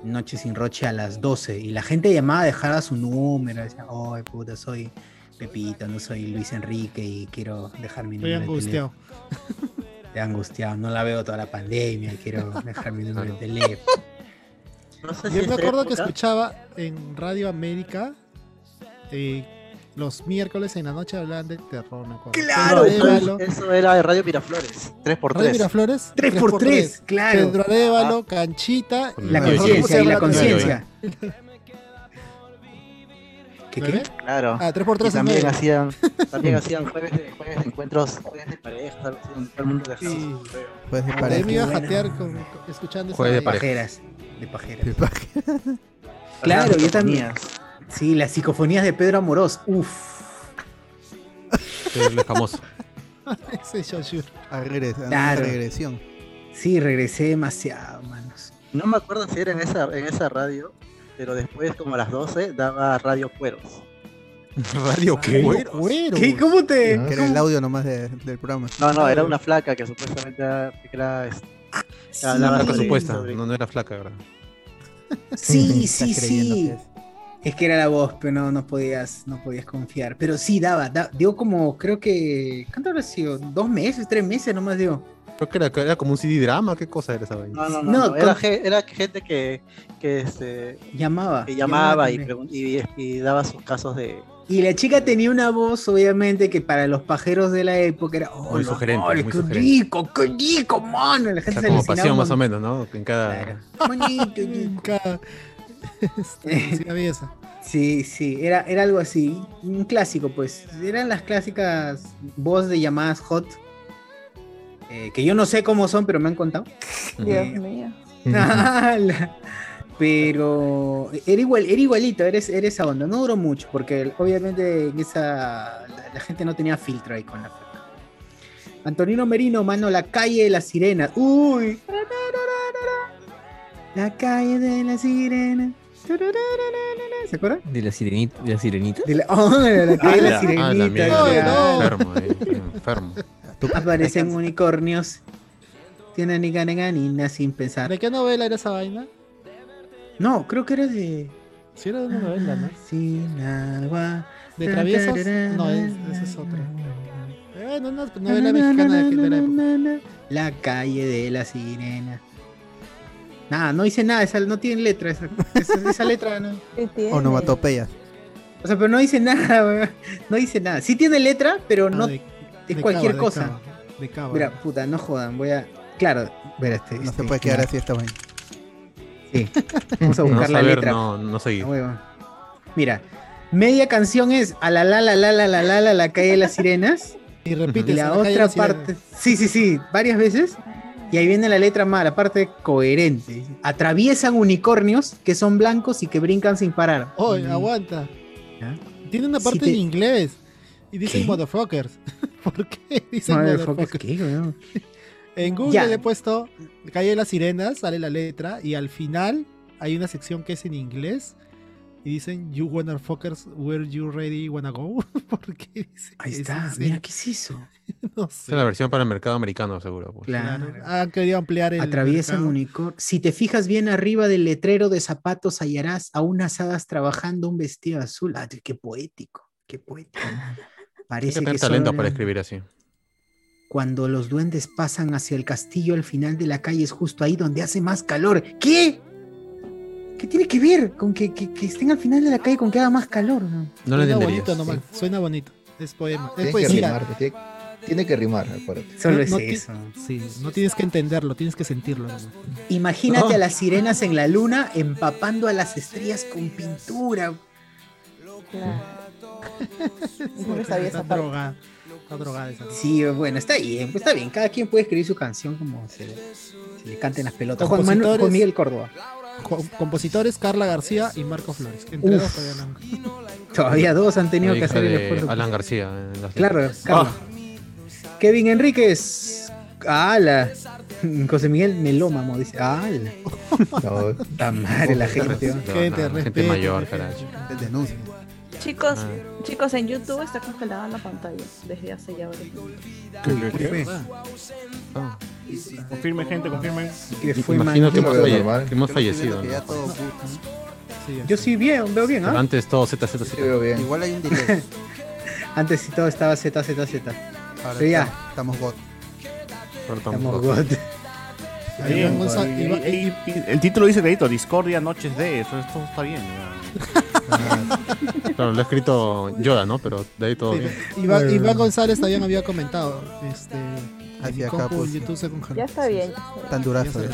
Speaker 1: Noche sin Roche a las 12 y la gente llamaba, dejaba su número, decía, ay puta, soy Pepito, no soy Luis Enrique y quiero dejar mi
Speaker 3: Estoy
Speaker 1: número. de
Speaker 3: angustiado.
Speaker 1: teléfono". Estoy angustiado, no la veo toda la pandemia, quiero dejar mi número de teléfono.
Speaker 3: Yo me acuerdo que escuchaba en Radio América eh, los miércoles en la noche hablaban de terror, me acuerdo.
Speaker 1: ¡Claro! pues,
Speaker 3: Pedro Arevalo,
Speaker 9: Eso era de Radio Miraflores. 3x3.
Speaker 3: Radio Miraflores.
Speaker 1: 3x3, claro.
Speaker 3: Pedro Arevalo, Canchita. y-
Speaker 1: La
Speaker 5: Oye, oye,
Speaker 1: conciencia y la
Speaker 5: oye,
Speaker 1: conciencia. ¿Qué,
Speaker 3: ¿Me
Speaker 1: qué?
Speaker 3: ve?
Speaker 9: Claro.
Speaker 3: Ah,
Speaker 9: Y
Speaker 3: 3x3
Speaker 9: también
Speaker 3: en
Speaker 9: hacían, también hacían jueves de, jueves de encuentros, jueves de parejas, algo así, donde todo el mundo dejaba
Speaker 3: Sí.
Speaker 9: su correo.
Speaker 4: Pues de
Speaker 3: Para
Speaker 4: pareja.
Speaker 3: mí iba a jatear con- con- escuchando esa
Speaker 5: Jueves de
Speaker 3: vaina.
Speaker 5: pareja.
Speaker 1: Pajeras, de pajeras.
Speaker 9: Hacían
Speaker 1: Claro, yo también.
Speaker 9: sinfonías.
Speaker 1: Sí, las psicofonías de Pedro Amorós, uff.
Speaker 5: Pedro es <laughs> famoso.
Speaker 3: <laughs> Ese Yoshur.
Speaker 4: Regresa,
Speaker 1: Claro.
Speaker 4: una regresión.
Speaker 1: Sí, regresé demasiado, manos.
Speaker 9: No me acuerdo si era en esa, en esa radio, pero después, como a las 12, daba Radio Cueros.
Speaker 5: <laughs> ¿Radio qué?
Speaker 3: Cuero.
Speaker 1: ¿Qué? ¿Cómo te...?
Speaker 4: Que era el audio nomás de- del programa.
Speaker 9: No, no, era una flaca que supuestamente era. que era, este, hablaba
Speaker 5: Flaca
Speaker 9: sobre-
Speaker 5: supuesta.
Speaker 9: sobre-
Speaker 5: No, no era flaca, ¿verdad? <laughs>
Speaker 1: Sí,
Speaker 4: Estás
Speaker 1: sí,
Speaker 4: creyendo
Speaker 1: sí. Es que era la voz, pero no, no podías, no podías confiar. Pero sí daba, da- dio como, creo que, ¿cuánto habrá sido? ¿Dos meses? ¿Tres meses nomás dio?
Speaker 5: Creo que era, era como un CD drama, ¿qué cosa era esa vaina?
Speaker 9: No, no, no.
Speaker 1: No,
Speaker 9: no, Era,
Speaker 1: con-
Speaker 9: ge- era gente que, que este,
Speaker 1: llamaba.
Speaker 9: que llamaba y,
Speaker 1: también.
Speaker 9: pregun- y, y daba sus casos de.
Speaker 1: Y la chica tenía una voz, obviamente, que para los pajeros de la época era, oh,
Speaker 5: Muy
Speaker 1: lo-
Speaker 5: sugerente,
Speaker 1: ay,
Speaker 5: muy
Speaker 1: qué
Speaker 5: sugerente.
Speaker 1: rico, qué rico, mano. La
Speaker 5: O
Speaker 1: gente
Speaker 5: sea,
Speaker 1: se
Speaker 5: como
Speaker 1: alucinaba
Speaker 5: pasión
Speaker 1: un
Speaker 5: más o
Speaker 1: montón.
Speaker 5: menos, ¿no? En cada...
Speaker 1: Bonito,
Speaker 3: Nunca.
Speaker 1: <laughs> Sí, sí, era, era algo así, un clásico, pues. Eran las clásicas voz de llamadas hot, eh, que yo no sé cómo son, pero me han contado.
Speaker 8: Dios
Speaker 1: Eh,
Speaker 8: mío.
Speaker 1: <laughs> ala. pero era igual, era igualito, eres, eres esa onda. No duró mucho, porque obviamente en esa la, la gente no tenía filtro ahí con la flaca. Antonino Merino, mano, la calle de las sirenas. Uy. La calle de las sirenas. ¿Se acuerdan?
Speaker 12: ¿De la sirenita? ¿De la sirenita?
Speaker 1: De la, <laughs> oh, de la calle de la sirenita. claro. eh,
Speaker 5: enfermo.
Speaker 1: Aparecen unicornios. Tienen ni gananina sin pensar.
Speaker 3: ¿De qué novela era esa vaina?
Speaker 1: No, creo que era de.
Speaker 3: Sí, era de una novela, ¿no?
Speaker 1: Sin agua.
Speaker 3: ¿De traviesos? No, es- esa es otra. Eh, Bueno, una novela mexicana de, de la época.
Speaker 1: La calle de la sirena. Nada, no hice nada, esa, no tiene letra. Esa, esa- esa letra Oh, no.
Speaker 4: Onomatopeyas.
Speaker 1: O sea, pero no dice nada, weón. No dice nada. Sí tiene letra, pero no. es
Speaker 3: Ah, de
Speaker 1: cualquier
Speaker 3: cava, de
Speaker 1: cosa.
Speaker 3: cava, de cava.
Speaker 1: Mira, puta, no jodan, voy a. Claro, mira, este.
Speaker 4: No
Speaker 1: este,
Speaker 4: se puede quedar
Speaker 1: mira.
Speaker 4: así esta vaina.
Speaker 1: Sí. Vamos a
Speaker 5: No
Speaker 1: buscar la
Speaker 5: saber,
Speaker 1: letra.
Speaker 5: No, no seguir.
Speaker 1: Ah, huevón. Mira, media canción es a la la la la la la la la la calle de las sirenas.
Speaker 3: Y repite.
Speaker 1: y la otra parte, sí, sí, sí, varias veces. Y ahí viene la letra más, la parte coherente. Atraviesan unicornios que son blancos y que brincan sin parar.
Speaker 3: Oh,
Speaker 1: Mm.
Speaker 3: aguanta.
Speaker 1: ¿Ah?
Speaker 3: Tiene una
Speaker 1: Si
Speaker 3: parte
Speaker 1: te-
Speaker 3: en inglés. Y dicen
Speaker 1: ¿Qué?
Speaker 3: motherfuckers. <laughs> ¿Por qué dicen
Speaker 1: Madre,
Speaker 3: motherfuckers?
Speaker 1: fuck, ¿qué, weón?
Speaker 3: En Google
Speaker 1: Ya.
Speaker 3: he puesto Calle de las Sirenas, sale la letra y al final hay una sección que es en inglés y dicen You wanna fuckers, where you ready wanna go? <laughs> ¿Por qué dicen
Speaker 1: Ahí
Speaker 3: eso?
Speaker 1: está,
Speaker 3: Sí,
Speaker 1: mira, ¿qué
Speaker 3: <laughs>
Speaker 1: es eso?
Speaker 3: <laughs> no
Speaker 5: Esa es
Speaker 3: sé.
Speaker 5: la versión para el mercado americano, seguro. pues.
Speaker 1: Claro.
Speaker 3: Ah, Han querido ampliar el
Speaker 1: Atraviesan
Speaker 3: mercado.
Speaker 1: unicornios. Si te fijas bien arriba del letrero de zapatos, hallarás a unas hadas trabajando un vestido azul. Ah, qué poético, qué poético.
Speaker 5: Hay que
Speaker 1: Parece
Speaker 5: tener
Speaker 1: que
Speaker 5: talento
Speaker 1: solo-
Speaker 5: para escribir así.
Speaker 1: Cuando los duendes pasan hacia el castillo, al final de la calle es justo ahí donde hace más calor. ¿Qué? ¿Qué tiene que ver con que, que- que estén al final de la calle con que haga más calor? no? ¿eh?
Speaker 5: No lo
Speaker 3: Suena
Speaker 5: entenderías.
Speaker 3: bonito nomás, suena bonito. Es poema, es
Speaker 7: Tiene que
Speaker 3: poesía.
Speaker 7: rimar, pues, tiene, tiene que rimar, acuérdate.
Speaker 1: Solo
Speaker 3: No-
Speaker 1: es
Speaker 3: no ti-
Speaker 1: eso.
Speaker 3: Sí, no tienes que entenderlo, tienes que sentirlo. nomás.
Speaker 1: Imagínate
Speaker 5: No.
Speaker 1: a las sirenas en la luna empapando a las estrellas con pintura.
Speaker 8: Claro. <laughs> Yo no
Speaker 3: <laughs> Está
Speaker 8: sabía esa parte.
Speaker 3: drogada. Está drogada esa.
Speaker 1: Sí, eh, bueno, está bien, pues está bien. Cada quien puede escribir su canción como se le, se le canten las pelotas. Juan, Manuel-
Speaker 3: Compositores.
Speaker 1: Juan Miguel Córdoba.
Speaker 3: Co- Compositores Carla García y Marco Flores. Entre
Speaker 1: Uf.
Speaker 3: dos todavía no.
Speaker 1: Todavía dos han tenido
Speaker 5: La
Speaker 1: que
Speaker 5: hija
Speaker 1: hacer el
Speaker 5: de
Speaker 1: esfuerzo.
Speaker 5: Alan García. en las Ah,
Speaker 1: Claro,
Speaker 5: letras.
Speaker 1: Carlos. Kevin Enríquez. Ala. <laughs> José Miguel Melómamo dice. Ala.
Speaker 5: <laughs>
Speaker 7: No,
Speaker 1: La madre la gente. ¿no?
Speaker 5: No,
Speaker 3: Gente,
Speaker 5: no, gente
Speaker 3: respete,
Speaker 5: mayor,
Speaker 3: respete.
Speaker 5: carajo.
Speaker 4: Denuncia.
Speaker 8: Chicos,
Speaker 5: Ah.
Speaker 8: chicos, en YouTube está congelada la pantalla desde hace ya varios minutos.
Speaker 5: Ah,
Speaker 6: Confirme, gente, confirme.
Speaker 1: Que fue
Speaker 5: Imagino que
Speaker 7: Yo lo
Speaker 5: hemos,
Speaker 7: veo
Speaker 5: falle-
Speaker 7: normal.
Speaker 5: que hemos
Speaker 4: Yo no estoy viendo
Speaker 5: fallecido.
Speaker 4: que
Speaker 5: ¿no?
Speaker 4: ya todo puto,
Speaker 3: Sí, ya.
Speaker 1: Yo sí bien, veo bien,
Speaker 5: Pero
Speaker 1: ¿ah?
Speaker 5: Antes todo ZZZ.
Speaker 7: sí veo
Speaker 4: ¿no?
Speaker 7: bien.
Speaker 4: Igual hay un delay.
Speaker 1: <laughs> Antes sí todo estaba Z, Z, Z.
Speaker 4: Ahora
Speaker 1: Pero ya.
Speaker 4: estamos- Estamos got.
Speaker 5: pero
Speaker 1: Estamos
Speaker 5: tampoco.
Speaker 1: god.
Speaker 3: Ahí
Speaker 6: Bien,
Speaker 3: vamos a-
Speaker 6: y-
Speaker 3: y va-
Speaker 6: y- y- el título dice crédito, Discordia, Noches de, eso esto está bien. ¿no?
Speaker 5: Claro, lo ha escrito Yoda, ¿no? Pero de ahí todo
Speaker 3: Sí,
Speaker 5: bien.
Speaker 3: Iván, Iván González también había comentado. Este, en mi
Speaker 4: acá
Speaker 3: compu
Speaker 4: puse.
Speaker 3: YouTube se congeló.
Speaker 8: Ya está bien.
Speaker 4: Tan
Speaker 3: Ya
Speaker 4: durazo.
Speaker 3: se-
Speaker 4: ¿eh?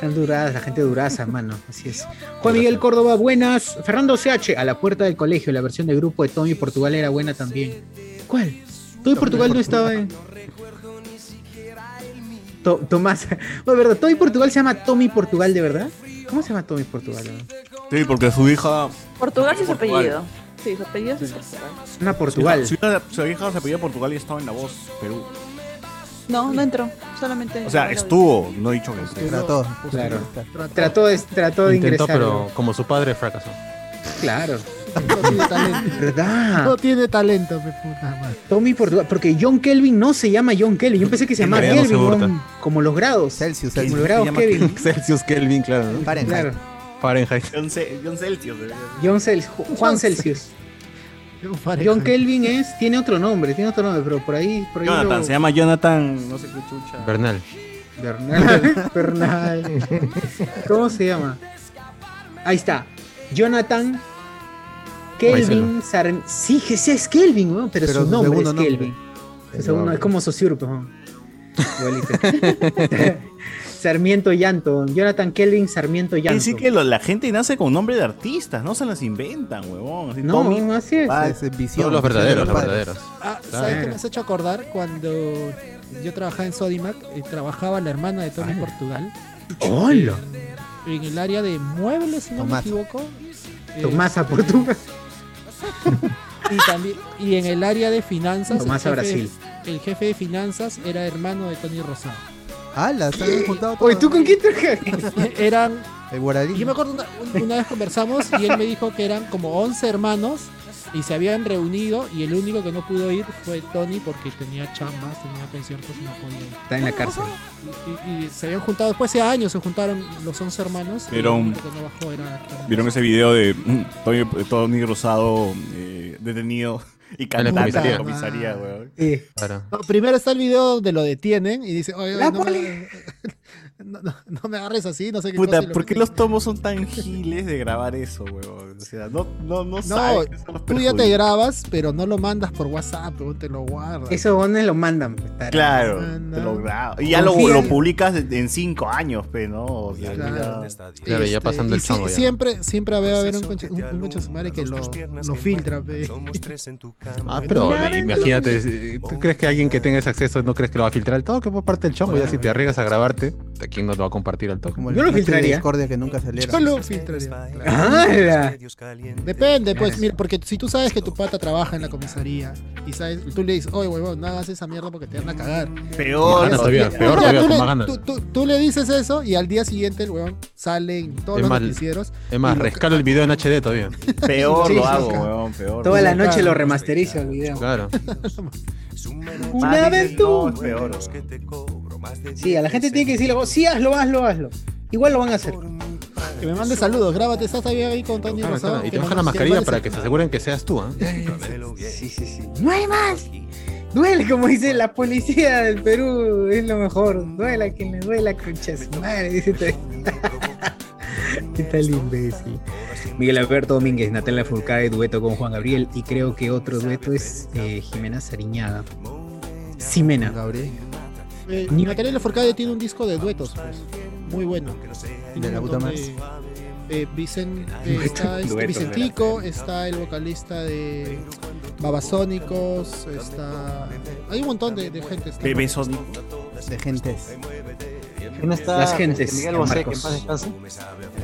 Speaker 1: Tan duradas, la gente duraza, mano. Así es. Juan Miguel Córdoba, buenas. Fernando CH, a la puerta del colegio. La versión de grupo de Tommy Portugal era buena también. ¿Cuál? Tommy Portugal no estaba en. To- Tomás. <laughs> No, de verdad, Tommy Portugal se llama Tommy Portugal, de verdad. ¿Cómo se llama Tommy Portugal? weón?
Speaker 6: Sí, porque su hija.
Speaker 8: Portugal sí es su
Speaker 6: Portugal.
Speaker 8: apellido. Sí, su apellido es Portugal.
Speaker 1: Una Portugal.
Speaker 6: Su hija, su hija se pidió Portugal y estaba en la voz, Perú.
Speaker 8: No, no entró. Solamente.
Speaker 6: O sea, estuvo, no he dicho que esté.
Speaker 4: Trató.
Speaker 1: Claro.
Speaker 3: Trató.
Speaker 1: Trató de, trató de
Speaker 5: Intentó,
Speaker 1: ingresar.
Speaker 5: pero
Speaker 1: weón.
Speaker 5: como su padre fracasó.
Speaker 1: Claro.
Speaker 3: No tiene talento.
Speaker 1: ¿Verdad?
Speaker 3: No tiene talento, pe puta madre.
Speaker 1: Ah. Tommy Portugal. Porque John Kelvin no se llama John Kelvin. Yo pensé que se
Speaker 5: En
Speaker 1: llamaba
Speaker 5: realidad no
Speaker 1: Kelvin.
Speaker 5: se
Speaker 1: weón, como los grados.
Speaker 4: Celsius,
Speaker 1: Como los
Speaker 4: Celsius.
Speaker 1: grados Kevin.
Speaker 5: Celsius Kelvin, claro. ¿no?
Speaker 4: Fahrenheit.
Speaker 1: Claro.
Speaker 5: Fahrenheit.
Speaker 6: John, Ce- John Celsius. eh.
Speaker 1: John Celsius. Juan Celsius. John Kelvin es, tiene otro nombre, tiene otro nombre, pero por ahí, por ahí lo-
Speaker 6: Jonathan, se llama Jonathan, no sé qué chucha.
Speaker 5: Bernal.
Speaker 1: Bernal, <laughs> Bernal. ¿Cómo se llama? Ahí está. Jonathan Kelvin Sarn... Sí, que sí es Kelvin, weón, pero,
Speaker 4: Pero
Speaker 1: su
Speaker 4: su
Speaker 1: nombre es
Speaker 4: segundo nombre.
Speaker 1: Kelvin. Su
Speaker 4: El
Speaker 1: segundo-
Speaker 4: nombre.
Speaker 1: es como Sosur, weón. Igualito. <laughs> Sarmiento Llanto, weón. Jonathan Kelvin Sarmiento
Speaker 6: Es
Speaker 1: Llanto.
Speaker 6: decir, que lo- la gente nace con nombre de artistas, no se las inventan, huevón. Así,
Speaker 1: No,
Speaker 6: Tommy,
Speaker 1: no, así es.
Speaker 6: Val.
Speaker 1: Es, es visión.
Speaker 5: Todos los verdaderos, los verdaderos.
Speaker 3: Ah, ¿sabes
Speaker 5: Claro.
Speaker 3: qué me has hecho acordar? Cuando yo trabajaba en Sodimac, eh, trabajaba la hermana de Tommy Portugal.
Speaker 1: ¡Hola!
Speaker 3: En el área de muebles, si no
Speaker 1: Tomasa.
Speaker 3: me equivoco. Eh,
Speaker 1: Tomasa Portugal.
Speaker 3: <laughs> Y, también, y en el área de finanzas.
Speaker 1: Tomasa
Speaker 3: el
Speaker 1: Brasil.
Speaker 3: El jefe de finanzas era hermano de Tony Rosado.
Speaker 4: ¡Hala! Se han juntado
Speaker 1: Oye, ¿tú con quién traje?
Speaker 3: Eran.
Speaker 4: El guaraní.
Speaker 3: Yo me acuerdo una, un- una vez conversamos y él me dijo que eran como 11 hermanos y se habían reunido y el único que no pudo ir fue Tony porque tenía chambas, tenía conciertos y no podía ir.
Speaker 1: Está en la cárcel.
Speaker 3: Y, y se habían juntado, después de años se juntaron los 11 hermanos. y
Speaker 6: Pero,
Speaker 3: el único que no bajó era Tony.
Speaker 6: ¿Vieron ese video de mm, Tony, Tony Rosado eh, detenido y cantando en
Speaker 3: comisaría.
Speaker 6: la comisaría, huevón?
Speaker 1: Ah, Sí.
Speaker 5: Claro.
Speaker 3: No, primero está el video donde lo detienen y dice, oye, oye,
Speaker 6: La
Speaker 3: no, me, <laughs> no, no- no me agarres así, no sé qué
Speaker 6: Puta,
Speaker 3: cosa", y lo
Speaker 6: ¿por qué
Speaker 3: meten.
Speaker 6: los tomos son tan giles de grabar eso, huevón? O sea, no, no, no,
Speaker 3: No,
Speaker 6: sabes. eso los
Speaker 3: tú ya te
Speaker 6: perjudica.
Speaker 3: grabas, pero no lo mandas por WhatsApp, pero te lo guardas.
Speaker 1: Esos bones lo mandan. pues, tarados.
Speaker 6: Claro, te lo grabo. Y ya lo,
Speaker 1: Confía
Speaker 6: lo
Speaker 1: en-
Speaker 6: publicas en cinco años, pe, ¿no? O sea,
Speaker 3: Claro.
Speaker 6: ya- Este,
Speaker 5: Claro, ya pasando el
Speaker 3: y sí-
Speaker 5: chongo ya.
Speaker 3: Siempre, siempre va a haber un conche, un, un conche su madre que Pues lo, lo filtra, pe.
Speaker 5: Ah, pero imagínate, si- ¿tú crees que alguien que tenga ese acceso no crees que lo va a filtrar al toque por parte del chongo? ya si te arriesgas a grabarte, ¿a quién no lo va a compartir al toque?
Speaker 4: Como el Yo lo chat de filtraría. Discordia que nunca salieron.
Speaker 3: Yo lo filtraría.
Speaker 1: ¡Hala!
Speaker 3: Depende, pues, mira, porque si tú sabes que tu pata trabaja en la comisaría y sabes, tú le dices, oye, huevón, no hagas esa mierda porque te van a cagar.
Speaker 6: Peor
Speaker 3: Y al-
Speaker 5: todavía,
Speaker 3: y-
Speaker 5: peor
Speaker 3: ya,
Speaker 5: todavía,
Speaker 3: tú
Speaker 5: con
Speaker 3: le-
Speaker 5: más ganas.
Speaker 3: tú- tú- Tú le dices eso y al día siguiente el huevón sale en todos
Speaker 5: Es
Speaker 3: los
Speaker 5: más, <laughs>
Speaker 3: noticieros.
Speaker 5: es más, rescalo el video en HD todavía.
Speaker 6: Peor
Speaker 3: Sí,
Speaker 6: lo
Speaker 3: sí,
Speaker 6: hago,
Speaker 3: sí.
Speaker 6: huevón, peor.
Speaker 1: Toda la
Speaker 6: Claro.
Speaker 1: noche lo remasteriza el video.
Speaker 5: Claro.
Speaker 1: Una
Speaker 6: Ah,
Speaker 1: vez
Speaker 6: dices,
Speaker 1: tú.
Speaker 6: no, es peor, huevón.
Speaker 1: Sí, a la gente tiene que decirle, "Oh, sí, hazlo, hazlo, hazlo. Igual lo van a hacer.
Speaker 3: Que me mande saludos, grábate, estás ahí, ahí con Tony
Speaker 5: Claro,
Speaker 3: Rosado.
Speaker 5: claro, Y
Speaker 3: que
Speaker 5: te bajan
Speaker 3: nos-
Speaker 5: la mascarilla
Speaker 3: que
Speaker 5: para que se aseguren que seas tú, ¿ah?
Speaker 1: Sí, sí, sí. ¡No hay más! Duele, como dice la policía del Perú, es lo mejor. Duela a quien le duela, concha de su madre, dice todo. ¿Qué tal imbécil? Miguel Alberto Domínguez, Natalia Furcade, dueto con Juan Gabriel. Y creo que otro dueto es eh, Jimena Sariñada. Simena. Gabriel.
Speaker 3: Eh,
Speaker 1: Ni-
Speaker 3: Natalia Lafourcade tiene un disco de duetos, pues, muy bueno. Tiene
Speaker 4: De la
Speaker 3: un
Speaker 4: puta
Speaker 3: montón de- eh, Vicen- <laughs> eh, está este
Speaker 4: Duetos,
Speaker 3: Vicentico, está el vocalista de Babasónicos, está... Hay un montón de, de gente. está-
Speaker 6: Bebé Sonic.
Speaker 4: De gentes.
Speaker 9: ¿Quién está?
Speaker 1: Las gentes,
Speaker 9: Miguel Bosé, que en
Speaker 1: Marcos.
Speaker 9: paz descanse.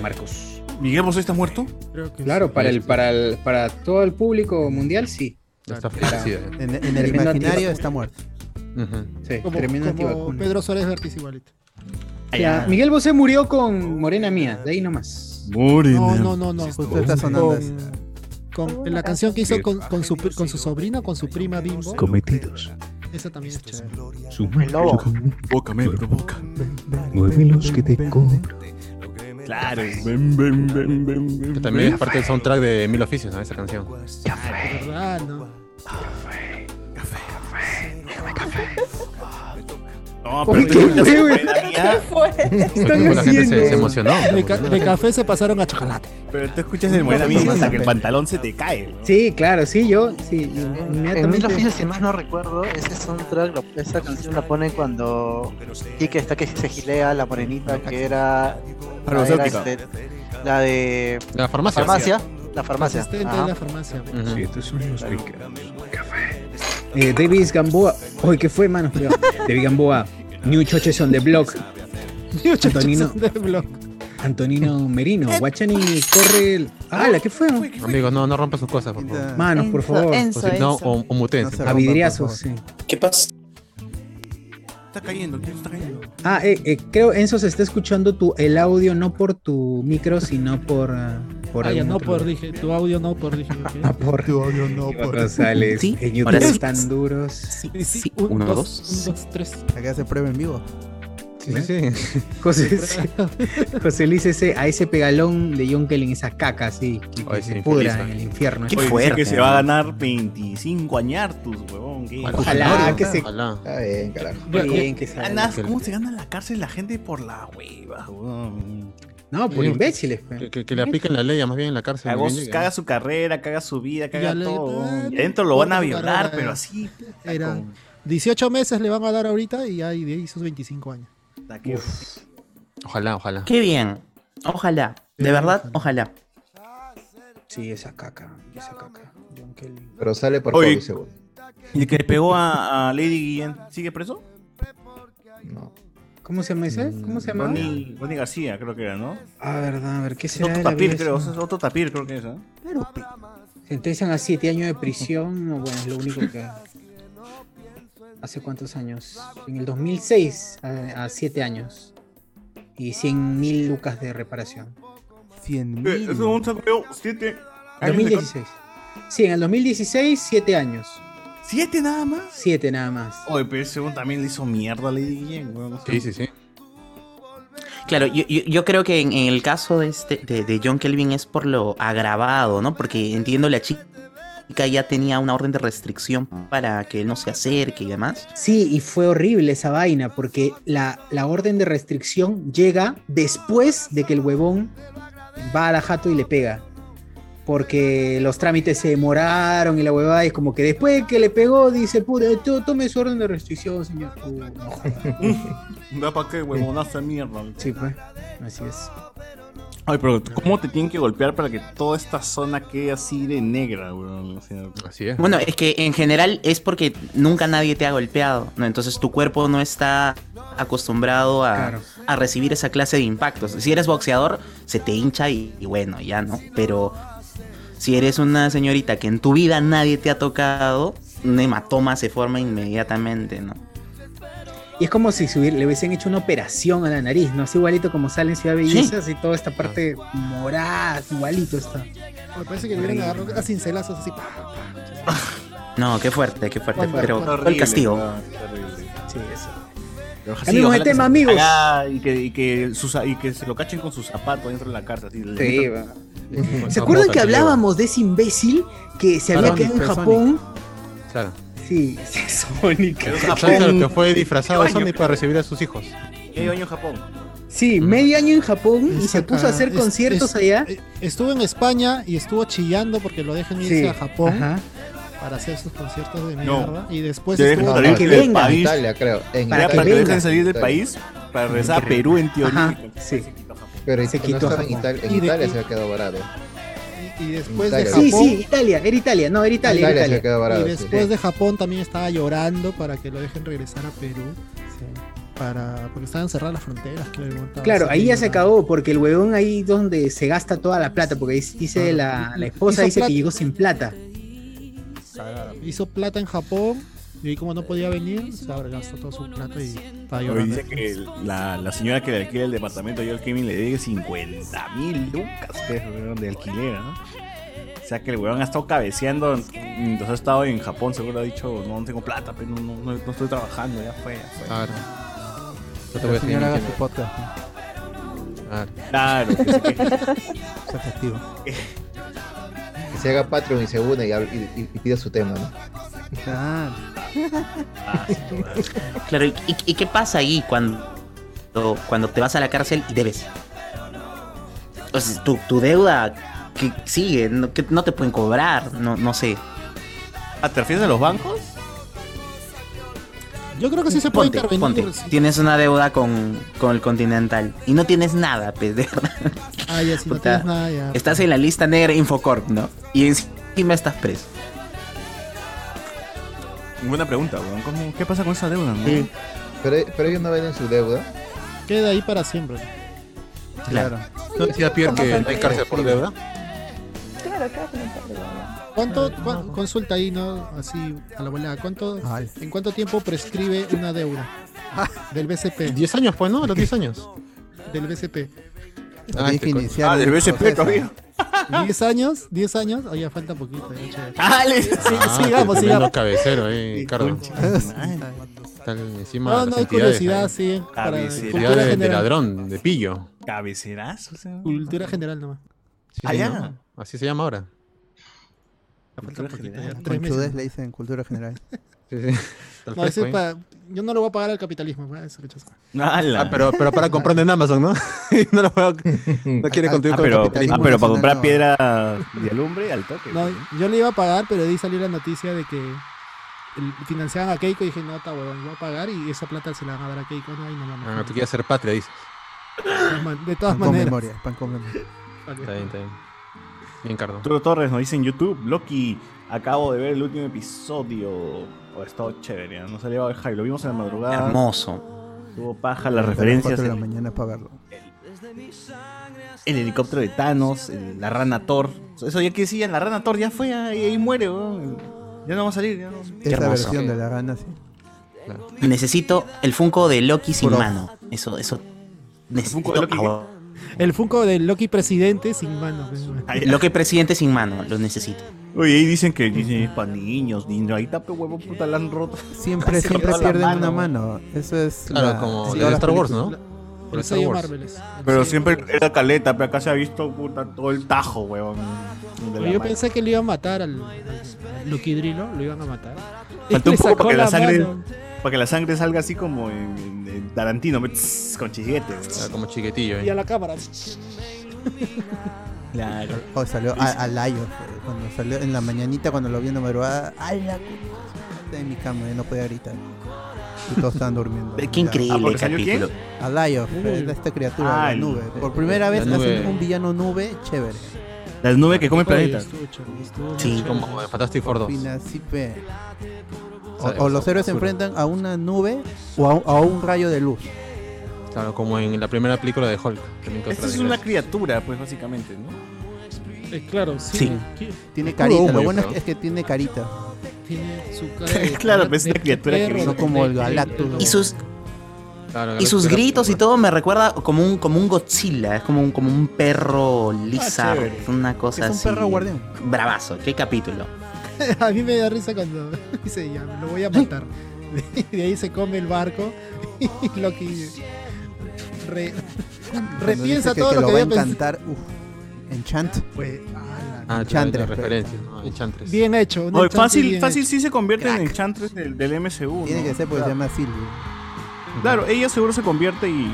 Speaker 1: Marcos.
Speaker 6: Miguel Bosé está muerto.
Speaker 1: Claro, para, el, para, el- para todo el público mundial, sí.
Speaker 5: Está
Speaker 1: Claro.
Speaker 5: fallecido.
Speaker 4: En, en el
Speaker 1: Tremendo
Speaker 4: imaginario
Speaker 1: antivacuna.
Speaker 4: está muerto.
Speaker 1: Sí,
Speaker 3: Como,
Speaker 1: tremendo
Speaker 3: como
Speaker 1: antivacuna.
Speaker 3: Pedro Suárez Vértiz igualito.
Speaker 1: O sea, Miguel Bosé murió con Morena Mía, de ahí nomás.
Speaker 3: No, no, no, no.
Speaker 4: Justo está sonando
Speaker 3: Con, con- en la canción que hizo con, con su, pri- con su sobrina, con su prima Bimbo.
Speaker 13: Cometidos.
Speaker 3: Esa también es chévere.
Speaker 13: Su
Speaker 9: El lobo.
Speaker 6: Boca, me provoca.
Speaker 13: Mueve los que te cobro.
Speaker 6: Claro.
Speaker 5: Que también es parte del soundtrack de Mil Oficios, ¿no? Esa canción.
Speaker 3: De verdad, ¿no?
Speaker 6: No,
Speaker 3: Uy,
Speaker 6: pero
Speaker 3: qué feo.
Speaker 6: ¿Qué
Speaker 8: fue?
Speaker 5: la gente se, se emocionó.
Speaker 3: De, ca- de café se pasaron a chocolate.
Speaker 6: Pero tú escuchas Este el Morena Mía hasta que el pantalón se te cae. ¿no?
Speaker 1: Sí, claro, sí, yo, sí,
Speaker 9: En Mil
Speaker 1: inmediatamente.
Speaker 9: Oficios, si más no recuerdo, ese soundtrack, lo- esa canción la ponen cuando Kike está que se gilea la morenita que era.
Speaker 5: Farmacéutica.
Speaker 9: la era este- La de.
Speaker 5: La farmacia.
Speaker 9: La farmacia.
Speaker 3: Asistente
Speaker 9: ajá.
Speaker 3: de la farmacia.
Speaker 5: Ujú.
Speaker 1: Eh, Davis Gamboa. Uy, ¿qué fue, mano? Cuidado. David Gamboa. New Choches on the Block. Antonino, Antonino Merino. Guachani corre. El... ah, ¡Hala! ¿Qué fue? man?
Speaker 5: Amigos, no, no rompan sus cosas, por favor.
Speaker 1: Manos, por favor.
Speaker 5: O si no, o, o mutense.
Speaker 1: A vidriazos, sí.
Speaker 6: ¿Qué pasa? Está cayendo, ¿quién está cayendo?
Speaker 1: Ah, eh, eh, creo Enzo se está escuchando tu, el audio no por tu micro, sino por. ah, por
Speaker 3: Ah, ya
Speaker 1: algún
Speaker 3: no
Speaker 1: otro-
Speaker 3: por dije, tu audio no por dije. ok.
Speaker 1: <laughs> Ah, por tu audio no
Speaker 4: por-
Speaker 1: González.
Speaker 4: Sí,
Speaker 1: En YouTube
Speaker 4: ahora sí.
Speaker 1: están duros.
Speaker 3: Sí, sí, un,
Speaker 4: Uno,
Speaker 3: dos, un, dos, tres.
Speaker 4: Acá se prueba en vivo. ¿Eh?
Speaker 5: Sí, sí, sí.
Speaker 1: José, José Luis, ese, a ese pegalón de John Kellen, esa caca así, que, que
Speaker 6: Ay,
Speaker 1: se
Speaker 6: sí,
Speaker 1: pudra
Speaker 6: infeliz,
Speaker 1: en el infierno.
Speaker 6: Oye, dice que se va a ganar 25 añartus, huevón. ¿qué?
Speaker 1: Ojalá Ah, que se.
Speaker 7: Está bien, carajo.
Speaker 1: Está bien que salga.
Speaker 6: Ganas- ¿Cómo se gana en la cárcel la gente por la hueva, huevón?
Speaker 1: No, por
Speaker 6: Sí.
Speaker 1: imbéciles.
Speaker 3: pues.
Speaker 5: Que, que- que le apliquen la ley, más bien en la cárcel.
Speaker 6: Cagó-
Speaker 5: bien,
Speaker 6: caga su carrera, caga su vida, caga
Speaker 3: Ya le-
Speaker 6: todo.
Speaker 3: ah,
Speaker 6: Y adentro lo van a
Speaker 3: puta
Speaker 6: violar,
Speaker 3: carrera.
Speaker 6: pero así.
Speaker 3: Era 18 meses le van a dar ahorita y hay de ahí sus 25 años.
Speaker 6: Uf.
Speaker 5: Ojalá, ojalá.
Speaker 14: Qué bien. Ojalá. De verdad, ojalá.
Speaker 1: Sí, esa caca. Esa caca. John Kelly.
Speaker 7: Pero sale por
Speaker 6: Oye.
Speaker 7: Kobe, seguro.
Speaker 6: El que le pegó a, a Lady Guillén, ¿sigue preso?
Speaker 1: ¿Cómo se llama ese? ¿Cómo se llama?
Speaker 6: Ronnie, Ronnie García, creo que era, ¿no?
Speaker 1: Ah, verdad, a ver, ¿qué será
Speaker 6: Otto
Speaker 1: de la
Speaker 6: Tapir,
Speaker 1: vida
Speaker 6: creo.
Speaker 1: esa?
Speaker 6: es Otto Tapir, creo que es, ¿eh?
Speaker 1: Sentencian a 7 años de prisión. No, bueno, es lo único que. ¿Hace cuántos años? En el 2006, a 7 años. Y 100 mil lucas de reparación.
Speaker 4: 100
Speaker 6: Eh, Es un saqueo 7
Speaker 1: 2016. Sí, en el 2016, 7 años.
Speaker 6: ¿Siete nada más?
Speaker 1: 7 nada más.
Speaker 6: Oye, pero ese weón también le hizo mierda a Lady Guillén, weón.
Speaker 5: Sí, sí, sí.
Speaker 14: Claro, yo, yo- yo creo que en, en el caso de, este, de, de John Kelvin es por lo agravado, ¿no? Porque entiendo la chica ya tenía una orden de restricción para que él no se acerque y demás.
Speaker 1: Sí, y fue horrible esa vaina, porque la, la orden de restricción llega después de que el huevón va a la jato y le pega. Porque los trámites se demoraron y la huevada es como que después de que le pegó, dice, puta, to- tome su orden de restricción, señor. Uh, no jodas.
Speaker 6: Da pa' qué, huevonazo de mierda.
Speaker 1: Sí, pues. Así es.
Speaker 6: Ay, pero ¿cómo te tienen que golpear para que toda esta zona quede así de negra, weón?
Speaker 5: así es.
Speaker 14: Bueno, es que en general es porque nunca nadie te ha golpeado, ¿no? Entonces tu cuerpo no está acostumbrado a, a recibir esa clase de impactos. Si eres boxeador, se te hincha y, y bueno, ya no. Pero si eres una señorita que en tu vida nadie te ha tocado, un hematoma se forma inmediatamente, ¿no?
Speaker 1: Y es como si se hubiera- le hubiesen hecho una operación a la nariz, ¿no? Es igualito como sale en Ciudad Belleza, y toda esta parte morada, igualito está.
Speaker 3: Me parece que le hubieran agarrado a cincelazos así. pa.
Speaker 14: No, qué fuerte, qué fuerte.
Speaker 3: Cuando-
Speaker 14: pero
Speaker 3: cuando-
Speaker 14: todo el castigo.
Speaker 1: Sí, eso.
Speaker 6: el
Speaker 1: Cambiemos de tema, amigos.
Speaker 6: Y que, y, que sus- y que se lo cachen con sus zapatos dentro de la cárcel. así, le
Speaker 1: Sí,
Speaker 6: metan-
Speaker 1: va.
Speaker 6: le metan
Speaker 1: ¿Se acuerdan
Speaker 6: botas,
Speaker 1: que
Speaker 6: le-
Speaker 1: hablábamos de ese imbécil que se había
Speaker 5: Sonic,
Speaker 1: quedado en
Speaker 5: fue
Speaker 1: Japón?
Speaker 5: Claro.
Speaker 1: Sí, sí,
Speaker 3: <laughs>
Speaker 1: Sonic.
Speaker 5: Claro, que fue disfrazado de Sonic para recibir a sus hijos.
Speaker 6: Medio año en Japón.
Speaker 1: Sí, medio año en Japón y se puso a hacer
Speaker 3: Ah, Es-
Speaker 1: conciertos
Speaker 3: es-
Speaker 1: allá.
Speaker 3: eh, Estuvo en España y estuvo chillando porque lo dejan irse
Speaker 1: Sí,
Speaker 3: a Japón
Speaker 1: ajá.
Speaker 3: para hacer sus conciertos de
Speaker 6: No.
Speaker 3: mierda. Y después
Speaker 6: Te
Speaker 3: estuvo
Speaker 6: dejan salir del país.
Speaker 7: Italia, creo. En
Speaker 6: Para,
Speaker 7: Italia.
Speaker 6: que
Speaker 7: Italia.
Speaker 6: dejen salir del
Speaker 7: Italia.
Speaker 6: país para regresar a Perú en teoría.
Speaker 1: Ajá, sí.
Speaker 7: Pero
Speaker 1: Se
Speaker 7: no
Speaker 1: quitó
Speaker 7: estaba en
Speaker 1: Japón.
Speaker 7: Italia, en
Speaker 1: Y de-
Speaker 7: Italia
Speaker 1: y-
Speaker 7: se ha quedado barato.
Speaker 3: Y después
Speaker 7: Italia.
Speaker 3: de
Speaker 1: Sí,
Speaker 3: Japón.
Speaker 1: sí, Italia, era Italia, no, era Italia, era
Speaker 7: Italia se
Speaker 1: Italia.
Speaker 7: quedó barato.
Speaker 3: y después de Japón también estaba llorando para que lo dejen regresar a Perú. Para, porque estaban cerradas las fronteras. creo, y estaba
Speaker 1: Claro, ahí
Speaker 3: así
Speaker 1: ya se
Speaker 3: llorando.
Speaker 1: acabó, porque el huevón ahí donde se gasta toda la plata, porque dice- dice la, la esposa,
Speaker 3: Hizo
Speaker 1: dice
Speaker 3: plata.
Speaker 1: que llegó sin Ah, plata.
Speaker 3: Hizo plata en Japón. Y ahí como no podía venir, se habrá gastado toda su plata y estaba
Speaker 6: Oye,
Speaker 3: llorando.
Speaker 6: dice que la, la señora que le alquila el departamento de Joel Kevin le debe 50 mil lucas pues, weón, de alquiler, ¿no? O sea que el weón ha estado cabeceando mientras ha estado en Japón, seguro ha dicho, no, no tengo plata, pero no, no- no- no estoy trabajando, ya fue, ya fue.
Speaker 5: Claro. Yo te
Speaker 4: La
Speaker 5: voy a seguir
Speaker 4: señora haga su podcast.
Speaker 5: mintiendo.
Speaker 4: ¿no?
Speaker 5: Claro.
Speaker 6: Claro, que se queje.
Speaker 4: Es efectivo.
Speaker 7: Que se haga Patreon y se une y, hable- y- y- y pida su tema, ¿no?
Speaker 5: Ah,
Speaker 14: Claro, ¿y, y- y qué pasa ahí cuando, cuando te vas a la cárcel y debes? O sea, tu, tu deuda que sigue, no, que no te pueden cobrar, no, no sé.
Speaker 6: Ah, ¿te refieres a los bancos?
Speaker 3: Yo creo que sí se puede
Speaker 14: Ponte,
Speaker 3: intervenir.
Speaker 14: ponte,
Speaker 3: sí.
Speaker 14: Tienes una deuda con, con el Continental y no tienes nada, pues, de verdad.
Speaker 3: Ah, ya, si no
Speaker 14: Puta,
Speaker 3: tienes nada, ya.
Speaker 14: Estás en la lista negra Infocorp, ¿no? Y encima estás preso.
Speaker 6: Buena pregunta, weón. ¿Cómo- ¿Qué pasa con esa deuda, no?
Speaker 7: Sí. Pero, pero ellos no venden su deuda.
Speaker 3: Queda ahí para siempre.
Speaker 14: Claro.
Speaker 5: ¿No decía Pierre que no hay cárcel por deuda?
Speaker 3: <laughs>
Speaker 8: Claro, claro, claro.
Speaker 3: ¿Cuánto, cua- consulta ahí, ¿no? Así, a la volada. ¿Cuánto,
Speaker 4: Ay.
Speaker 3: ¿En cuánto tiempo prescribe
Speaker 5: <laughs>
Speaker 3: una deuda? Del BCP.
Speaker 5: 10 años, pues, ¿no? A los 10 años.
Speaker 3: Del BCP.
Speaker 4: Ah, Tienes que este co- iniciar
Speaker 6: Ah, del
Speaker 4: el
Speaker 6: BCP
Speaker 4: proceso.
Speaker 6: todavía.
Speaker 3: 10 años, 10 años, oye,
Speaker 6: <laughs>
Speaker 3: falta
Speaker 5: Ah,
Speaker 3: poquito. ya, chévere.
Speaker 6: ¡Ale!
Speaker 3: Sí, sigamos, sigamos.
Speaker 5: cabecero, eh, Carlos. están encima
Speaker 3: No,
Speaker 5: de las
Speaker 3: no hay
Speaker 5: entidades,
Speaker 3: curiosidad,
Speaker 5: ahí.
Speaker 3: sí, para
Speaker 5: Curiosidad
Speaker 3: cultura
Speaker 5: de, de
Speaker 3: general.
Speaker 5: ladrón, de pillo.
Speaker 6: ¿Cabeceras? O sea,
Speaker 3: Cultura general nomás.
Speaker 5: Sí,
Speaker 3: Ah,
Speaker 5: sí,
Speaker 3: ya.
Speaker 5: ¿no? Así se llama ahora.
Speaker 3: Cultura general. Tres meses.
Speaker 4: Conchudez le dicen cultura general.
Speaker 5: Tal
Speaker 3: No,
Speaker 5: cual,
Speaker 3: ese es
Speaker 5: pues.
Speaker 3: para- Yo no lo voy a pagar al capitalismo, pa, eso rechazo.
Speaker 6: ¡Hala!
Speaker 5: Ah, pero, pero para comprar en Amazon, ¿no? <laughs> no lo
Speaker 3: <laughs>
Speaker 5: puedo. No quiere contribuir
Speaker 6: ah,
Speaker 5: con el
Speaker 6: pero,
Speaker 5: capitalismo
Speaker 6: ah, pero para
Speaker 5: nacional,
Speaker 6: comprar
Speaker 5: no.
Speaker 6: piedra de alumbre al toque.
Speaker 3: No, yo le iba a pagar, pero ahí salió la noticia de que el- financiaban a Keiko y dije, no, está huevón, voy a pagar y esa plata se la van a dar a Keiko, no, y no mames.
Speaker 5: Ah, tú quieres ser patria, dices.
Speaker 3: De todas
Speaker 4: Pan con
Speaker 3: maneras.
Speaker 4: memoria, pan con memoria.
Speaker 5: Está bien, está bien. Bien, Cardo.
Speaker 6: Arturo Torres nos dice en YouTube, Loki, acabo de ver el último episodio. O ha estado chévere, ¿no? nos ha llevado el hype. Lo vimos en la madrugada.
Speaker 14: Hermoso.
Speaker 6: Tuvo paja las
Speaker 4: A las
Speaker 6: referencias.
Speaker 4: cuatro de
Speaker 6: el-
Speaker 4: la mañana para verlo.
Speaker 6: el helicóptero de Thanos, el- la rana Thor. Eso ya que decían, la rana Thor ya fue, ahí, ahí muere, weón. Ya no va a salir. ya no.
Speaker 4: Esa
Speaker 14: hermoso.
Speaker 4: versión de la gana, sí.
Speaker 14: Necesito el Funko de Loki sin
Speaker 4: Puro.
Speaker 14: mano. Eso, eso. Necesito
Speaker 6: de Loki.
Speaker 14: ahora.
Speaker 3: <laughs> El Funko del Loki presidente sin mano. pues, bueno.
Speaker 14: Loki presidente sin mano, lo necesito.
Speaker 6: Oye, ahí dicen que dicen es para niños, niños. Ahí tape huevo, puta, la han roto.
Speaker 4: Siempre,
Speaker 6: Se
Speaker 4: siempre
Speaker 6: quebró la
Speaker 4: pierden una mano. Eso es.
Speaker 5: Claro,
Speaker 4: la-
Speaker 5: como
Speaker 4: sí,
Speaker 5: de
Speaker 4: todas las
Speaker 5: Star Wars, ¿no?
Speaker 4: películas.
Speaker 5: Por
Speaker 3: El
Speaker 5: Star
Speaker 3: sello
Speaker 5: Wars.
Speaker 3: Marvel es-
Speaker 6: Pero siempre era caleta, pero acá se ha visto puta, todo el tajo, weón. de la
Speaker 3: Yo
Speaker 6: mano.
Speaker 3: pensé que le iban a matar al, al Luquidrilo, lo iban a matar.
Speaker 6: Faltó
Speaker 3: Le
Speaker 6: un poco
Speaker 3: sacó
Speaker 6: para que la,
Speaker 3: la
Speaker 6: sangre.
Speaker 3: mano.
Speaker 6: Para que la sangre salga así como en, en- en Tarantino, pe, tss, con chiquete.
Speaker 5: Ah, como chiquetillo,
Speaker 3: Y
Speaker 5: ¿eh?
Speaker 3: a la cámara.
Speaker 6: Claro.
Speaker 4: Oh, salió a- al Layo. fue, Cuando salió en la mañanita, cuando lo vi en la madrugada, ¡ay, la puta! en mi cama, yo no podía gritar. Y todos estaban durmiendo.
Speaker 14: Qué increíble capítulo.
Speaker 4: Alayo, esta criatura,
Speaker 14: Ah,
Speaker 4: la
Speaker 14: el-
Speaker 4: nube. Por primera
Speaker 14: la
Speaker 4: vez
Speaker 14: nube.
Speaker 4: hacen un villano nube chévere.
Speaker 6: Las nubes que come
Speaker 4: Oye,
Speaker 6: planetas.
Speaker 4: estuvo chévere, estuvo
Speaker 5: Sí,
Speaker 4: chévere.
Speaker 5: como en Fantastic Four 2.
Speaker 4: Fina, sí, pe. O,
Speaker 5: Sabe,
Speaker 4: eh, o los
Speaker 5: basura.
Speaker 4: héroes se enfrentan a una nube o a un, a un rayo de luz.
Speaker 5: Claro, como en la primera película de Hulk. también
Speaker 6: Esta
Speaker 5: que otra
Speaker 6: es
Speaker 5: desgracia.
Speaker 6: una criatura, pues, básicamente, ¿no?
Speaker 3: Eh, claro, sí.
Speaker 5: Sí.
Speaker 3: ¿Qué-
Speaker 4: Tiene
Speaker 5: Puro
Speaker 4: carita,
Speaker 5: humo,
Speaker 4: lo
Speaker 5: yo
Speaker 4: bueno es
Speaker 5: creo.
Speaker 4: que, es que tiene carita.
Speaker 3: Tiene su cara de-
Speaker 6: Claro, pues, es una
Speaker 3: de
Speaker 6: criatura que
Speaker 3: perro,
Speaker 6: viene-
Speaker 4: No como el
Speaker 3: de- de-
Speaker 4: Galactus.
Speaker 14: Y sus,
Speaker 5: Claro,
Speaker 14: y
Speaker 5: la
Speaker 14: sus
Speaker 5: criatura-
Speaker 14: gritos y todo me recuerda como un, como un Godzilla. Es como un, como un perro lizardo.
Speaker 3: chévere.
Speaker 14: es una cosa
Speaker 4: Es un
Speaker 14: así.
Speaker 4: perro guardián.
Speaker 14: Bravazo, qué capítulo.
Speaker 3: <laughs> a mí me da risa cuando <laughs> dice, ya, lo voy a matar. <laughs> De, ahí se come el barco <laughs> y Loki re-
Speaker 4: Cuando dice
Speaker 3: repiensa
Speaker 4: que-
Speaker 3: todo
Speaker 4: que
Speaker 3: lo que
Speaker 4: va a
Speaker 3: había pensado.
Speaker 4: encantar. Uf, Enchant.
Speaker 3: Pues,
Speaker 5: Ah,
Speaker 4: Enchantress,
Speaker 5: Enchantress.
Speaker 4: pero-
Speaker 5: Referencias, ¿no? Enchantress.
Speaker 3: Bien hecho. un
Speaker 6: Pues, Oye,
Speaker 3: enchantress
Speaker 6: fácil,
Speaker 3: bien
Speaker 6: fácil
Speaker 3: hecho.
Speaker 6: sí se convierte en enchantress del, del MCU.
Speaker 4: Tiene
Speaker 6: ¿no?
Speaker 4: que ser porque se
Speaker 6: Claro.
Speaker 4: llama Silvio.
Speaker 6: Claro, ella seguro se convierte y,